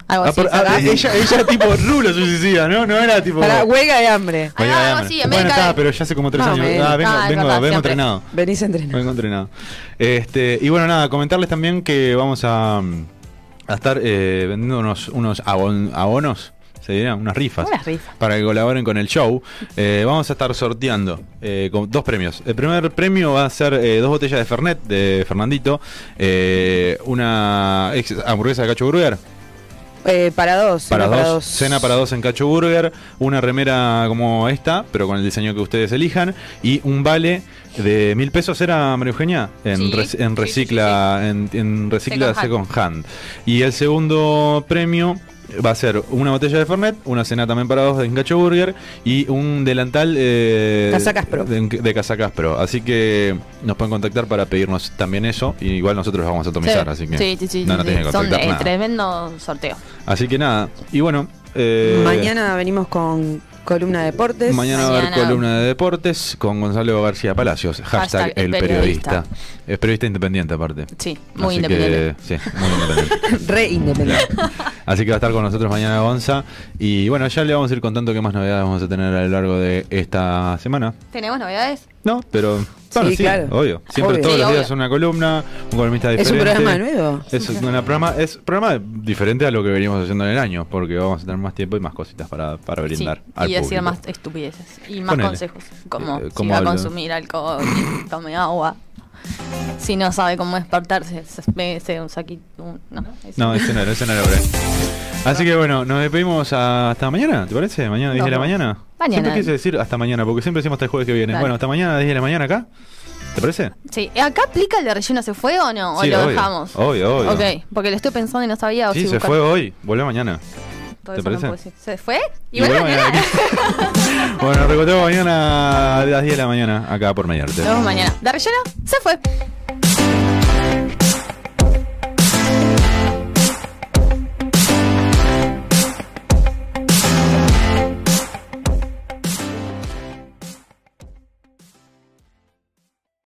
[SPEAKER 1] Algo
[SPEAKER 2] Ah,
[SPEAKER 1] así.
[SPEAKER 2] por- ah,
[SPEAKER 1] ¿sabes?
[SPEAKER 2] ella, ella tipo rulo se suicida, ¿no? No era tipo...
[SPEAKER 3] Para huelga de hambre.
[SPEAKER 2] Oye,
[SPEAKER 1] Ah,
[SPEAKER 2] dame.
[SPEAKER 1] sí, en
[SPEAKER 2] bueno,
[SPEAKER 1] América-
[SPEAKER 2] está, pero ya hace como tres
[SPEAKER 3] Más o
[SPEAKER 2] años.
[SPEAKER 3] menos.
[SPEAKER 2] Ah, vengo,
[SPEAKER 3] Ah, es
[SPEAKER 2] vengo,
[SPEAKER 3] verdad,
[SPEAKER 2] vengo
[SPEAKER 3] siempre.
[SPEAKER 2] entrenado.
[SPEAKER 3] Venís a entrenar.
[SPEAKER 2] Vengo entrenado. Este, y bueno, nada, comentarles también que vamos a, a estar eh, vendiendo unos, unos abon- abonos, se dirá, unas rifas.
[SPEAKER 1] Unas rifas.
[SPEAKER 2] Para que colaboren con el show. Eh, vamos a estar sorteando eh, con dos premios. El primer premio va a ser eh, dos botellas de Fernet de Fernandito, eh, una ex hamburguesa de Cacho Gruber.
[SPEAKER 3] Eh, para dos.
[SPEAKER 2] Para
[SPEAKER 3] una
[SPEAKER 2] dos, cena para dos en Cacho Burger, una remera como esta, pero con el diseño que ustedes elijan, y un vale de mil pesos era María Eugenia en,
[SPEAKER 14] Sí,
[SPEAKER 2] rec- en recicla en, en recicla
[SPEAKER 14] Second
[SPEAKER 2] second hand. y el segundo premio va a ser una botella de Fernet, una cena también para dos en Cacho Burger y un delantal eh,
[SPEAKER 3] Casacas Pro.
[SPEAKER 2] de, de casacas pro. Así que nos pueden contactar para pedirnos también eso y igual nosotros vamos a atomizar,
[SPEAKER 1] Sí,
[SPEAKER 2] así que
[SPEAKER 1] sí, sí, sí,
[SPEAKER 2] no, no
[SPEAKER 1] sí,
[SPEAKER 2] tienen que
[SPEAKER 1] sí. Son
[SPEAKER 2] contactar
[SPEAKER 1] eh,
[SPEAKER 2] nada.
[SPEAKER 1] tremendo sorteo.
[SPEAKER 2] Así que nada, y bueno, eh,
[SPEAKER 3] Mañana venimos con columna de deportes.
[SPEAKER 2] Mañana va a haber columna de deportes con Gonzalo García Palacios. Hashtag,
[SPEAKER 3] Hashtag
[SPEAKER 2] el
[SPEAKER 3] el
[SPEAKER 2] periodista.
[SPEAKER 3] periodista.
[SPEAKER 2] Es periodista independiente, aparte.
[SPEAKER 1] Sí, muy
[SPEAKER 2] Así que,
[SPEAKER 1] independiente.
[SPEAKER 2] sí, muy independiente.
[SPEAKER 3] Re independiente.
[SPEAKER 2] Así que va a estar con nosotros mañana Gonza. Y bueno, ya le vamos a ir contando qué más novedades vamos a tener a lo largo de esta semana.
[SPEAKER 1] ¿Tenemos novedades?
[SPEAKER 2] No, pero Claro,
[SPEAKER 3] Sí,
[SPEAKER 2] sí,
[SPEAKER 3] claro.
[SPEAKER 2] obvio. Siempre
[SPEAKER 3] Obvio.
[SPEAKER 2] todos
[SPEAKER 3] Sí,
[SPEAKER 2] los días
[SPEAKER 3] obvio.
[SPEAKER 2] una columna, un columnista
[SPEAKER 3] Es un
[SPEAKER 2] diferente.
[SPEAKER 3] programa nuevo.
[SPEAKER 2] Es un una programa, es un programa diferente a lo que venimos haciendo en el año, porque vamos a tener más tiempo y más cositas para, para brindar al
[SPEAKER 1] y decir
[SPEAKER 2] público.
[SPEAKER 1] más estupideces y más
[SPEAKER 2] Ponele.
[SPEAKER 1] consejos, como
[SPEAKER 2] Eh,
[SPEAKER 1] si
[SPEAKER 2] ¿cómo
[SPEAKER 1] va a
[SPEAKER 2] hablo?
[SPEAKER 1] consumir alcohol, tome agua. Si no sabe cómo despertarse, se- pégese un saquito. un- no, eso.
[SPEAKER 2] No, ese no era, ese no era ahora. Así que bueno, nos despedimos a- hasta mañana, ¿te parece? Mañana, 10 de la
[SPEAKER 1] Nos vemos.
[SPEAKER 2] mañana.
[SPEAKER 1] Mañana.
[SPEAKER 2] Siempre quise decir hasta mañana, porque siempre decimos hasta el jueves que viene.
[SPEAKER 1] Dale.
[SPEAKER 2] Bueno, hasta mañana, 10 de la mañana acá. ¿Te parece?
[SPEAKER 1] Sí, ¿eh, ¿acá aplica el de relleno se fue o no? ¿O
[SPEAKER 2] Sí,
[SPEAKER 1] lo
[SPEAKER 2] obvio.
[SPEAKER 1] dejamos?
[SPEAKER 2] Obvio, obvio.
[SPEAKER 1] Ok, porque lo estoy pensando y no sabía. o
[SPEAKER 2] sí,
[SPEAKER 1] si
[SPEAKER 2] se
[SPEAKER 1] buscar-
[SPEAKER 2] fue hoy, vuelve mañana.
[SPEAKER 1] Todo
[SPEAKER 2] ¿Te
[SPEAKER 1] eso no
[SPEAKER 2] parece?
[SPEAKER 1] puedo decir. ¿Se fue?
[SPEAKER 2] Y
[SPEAKER 1] ¿Y bueno,
[SPEAKER 2] vuelve
[SPEAKER 1] mañana?
[SPEAKER 2] Bueno, recotemos mañana a las 10 de la mañana acá por Mediarte.
[SPEAKER 1] Nos vemos mañana. ¿De relleno? Se fue.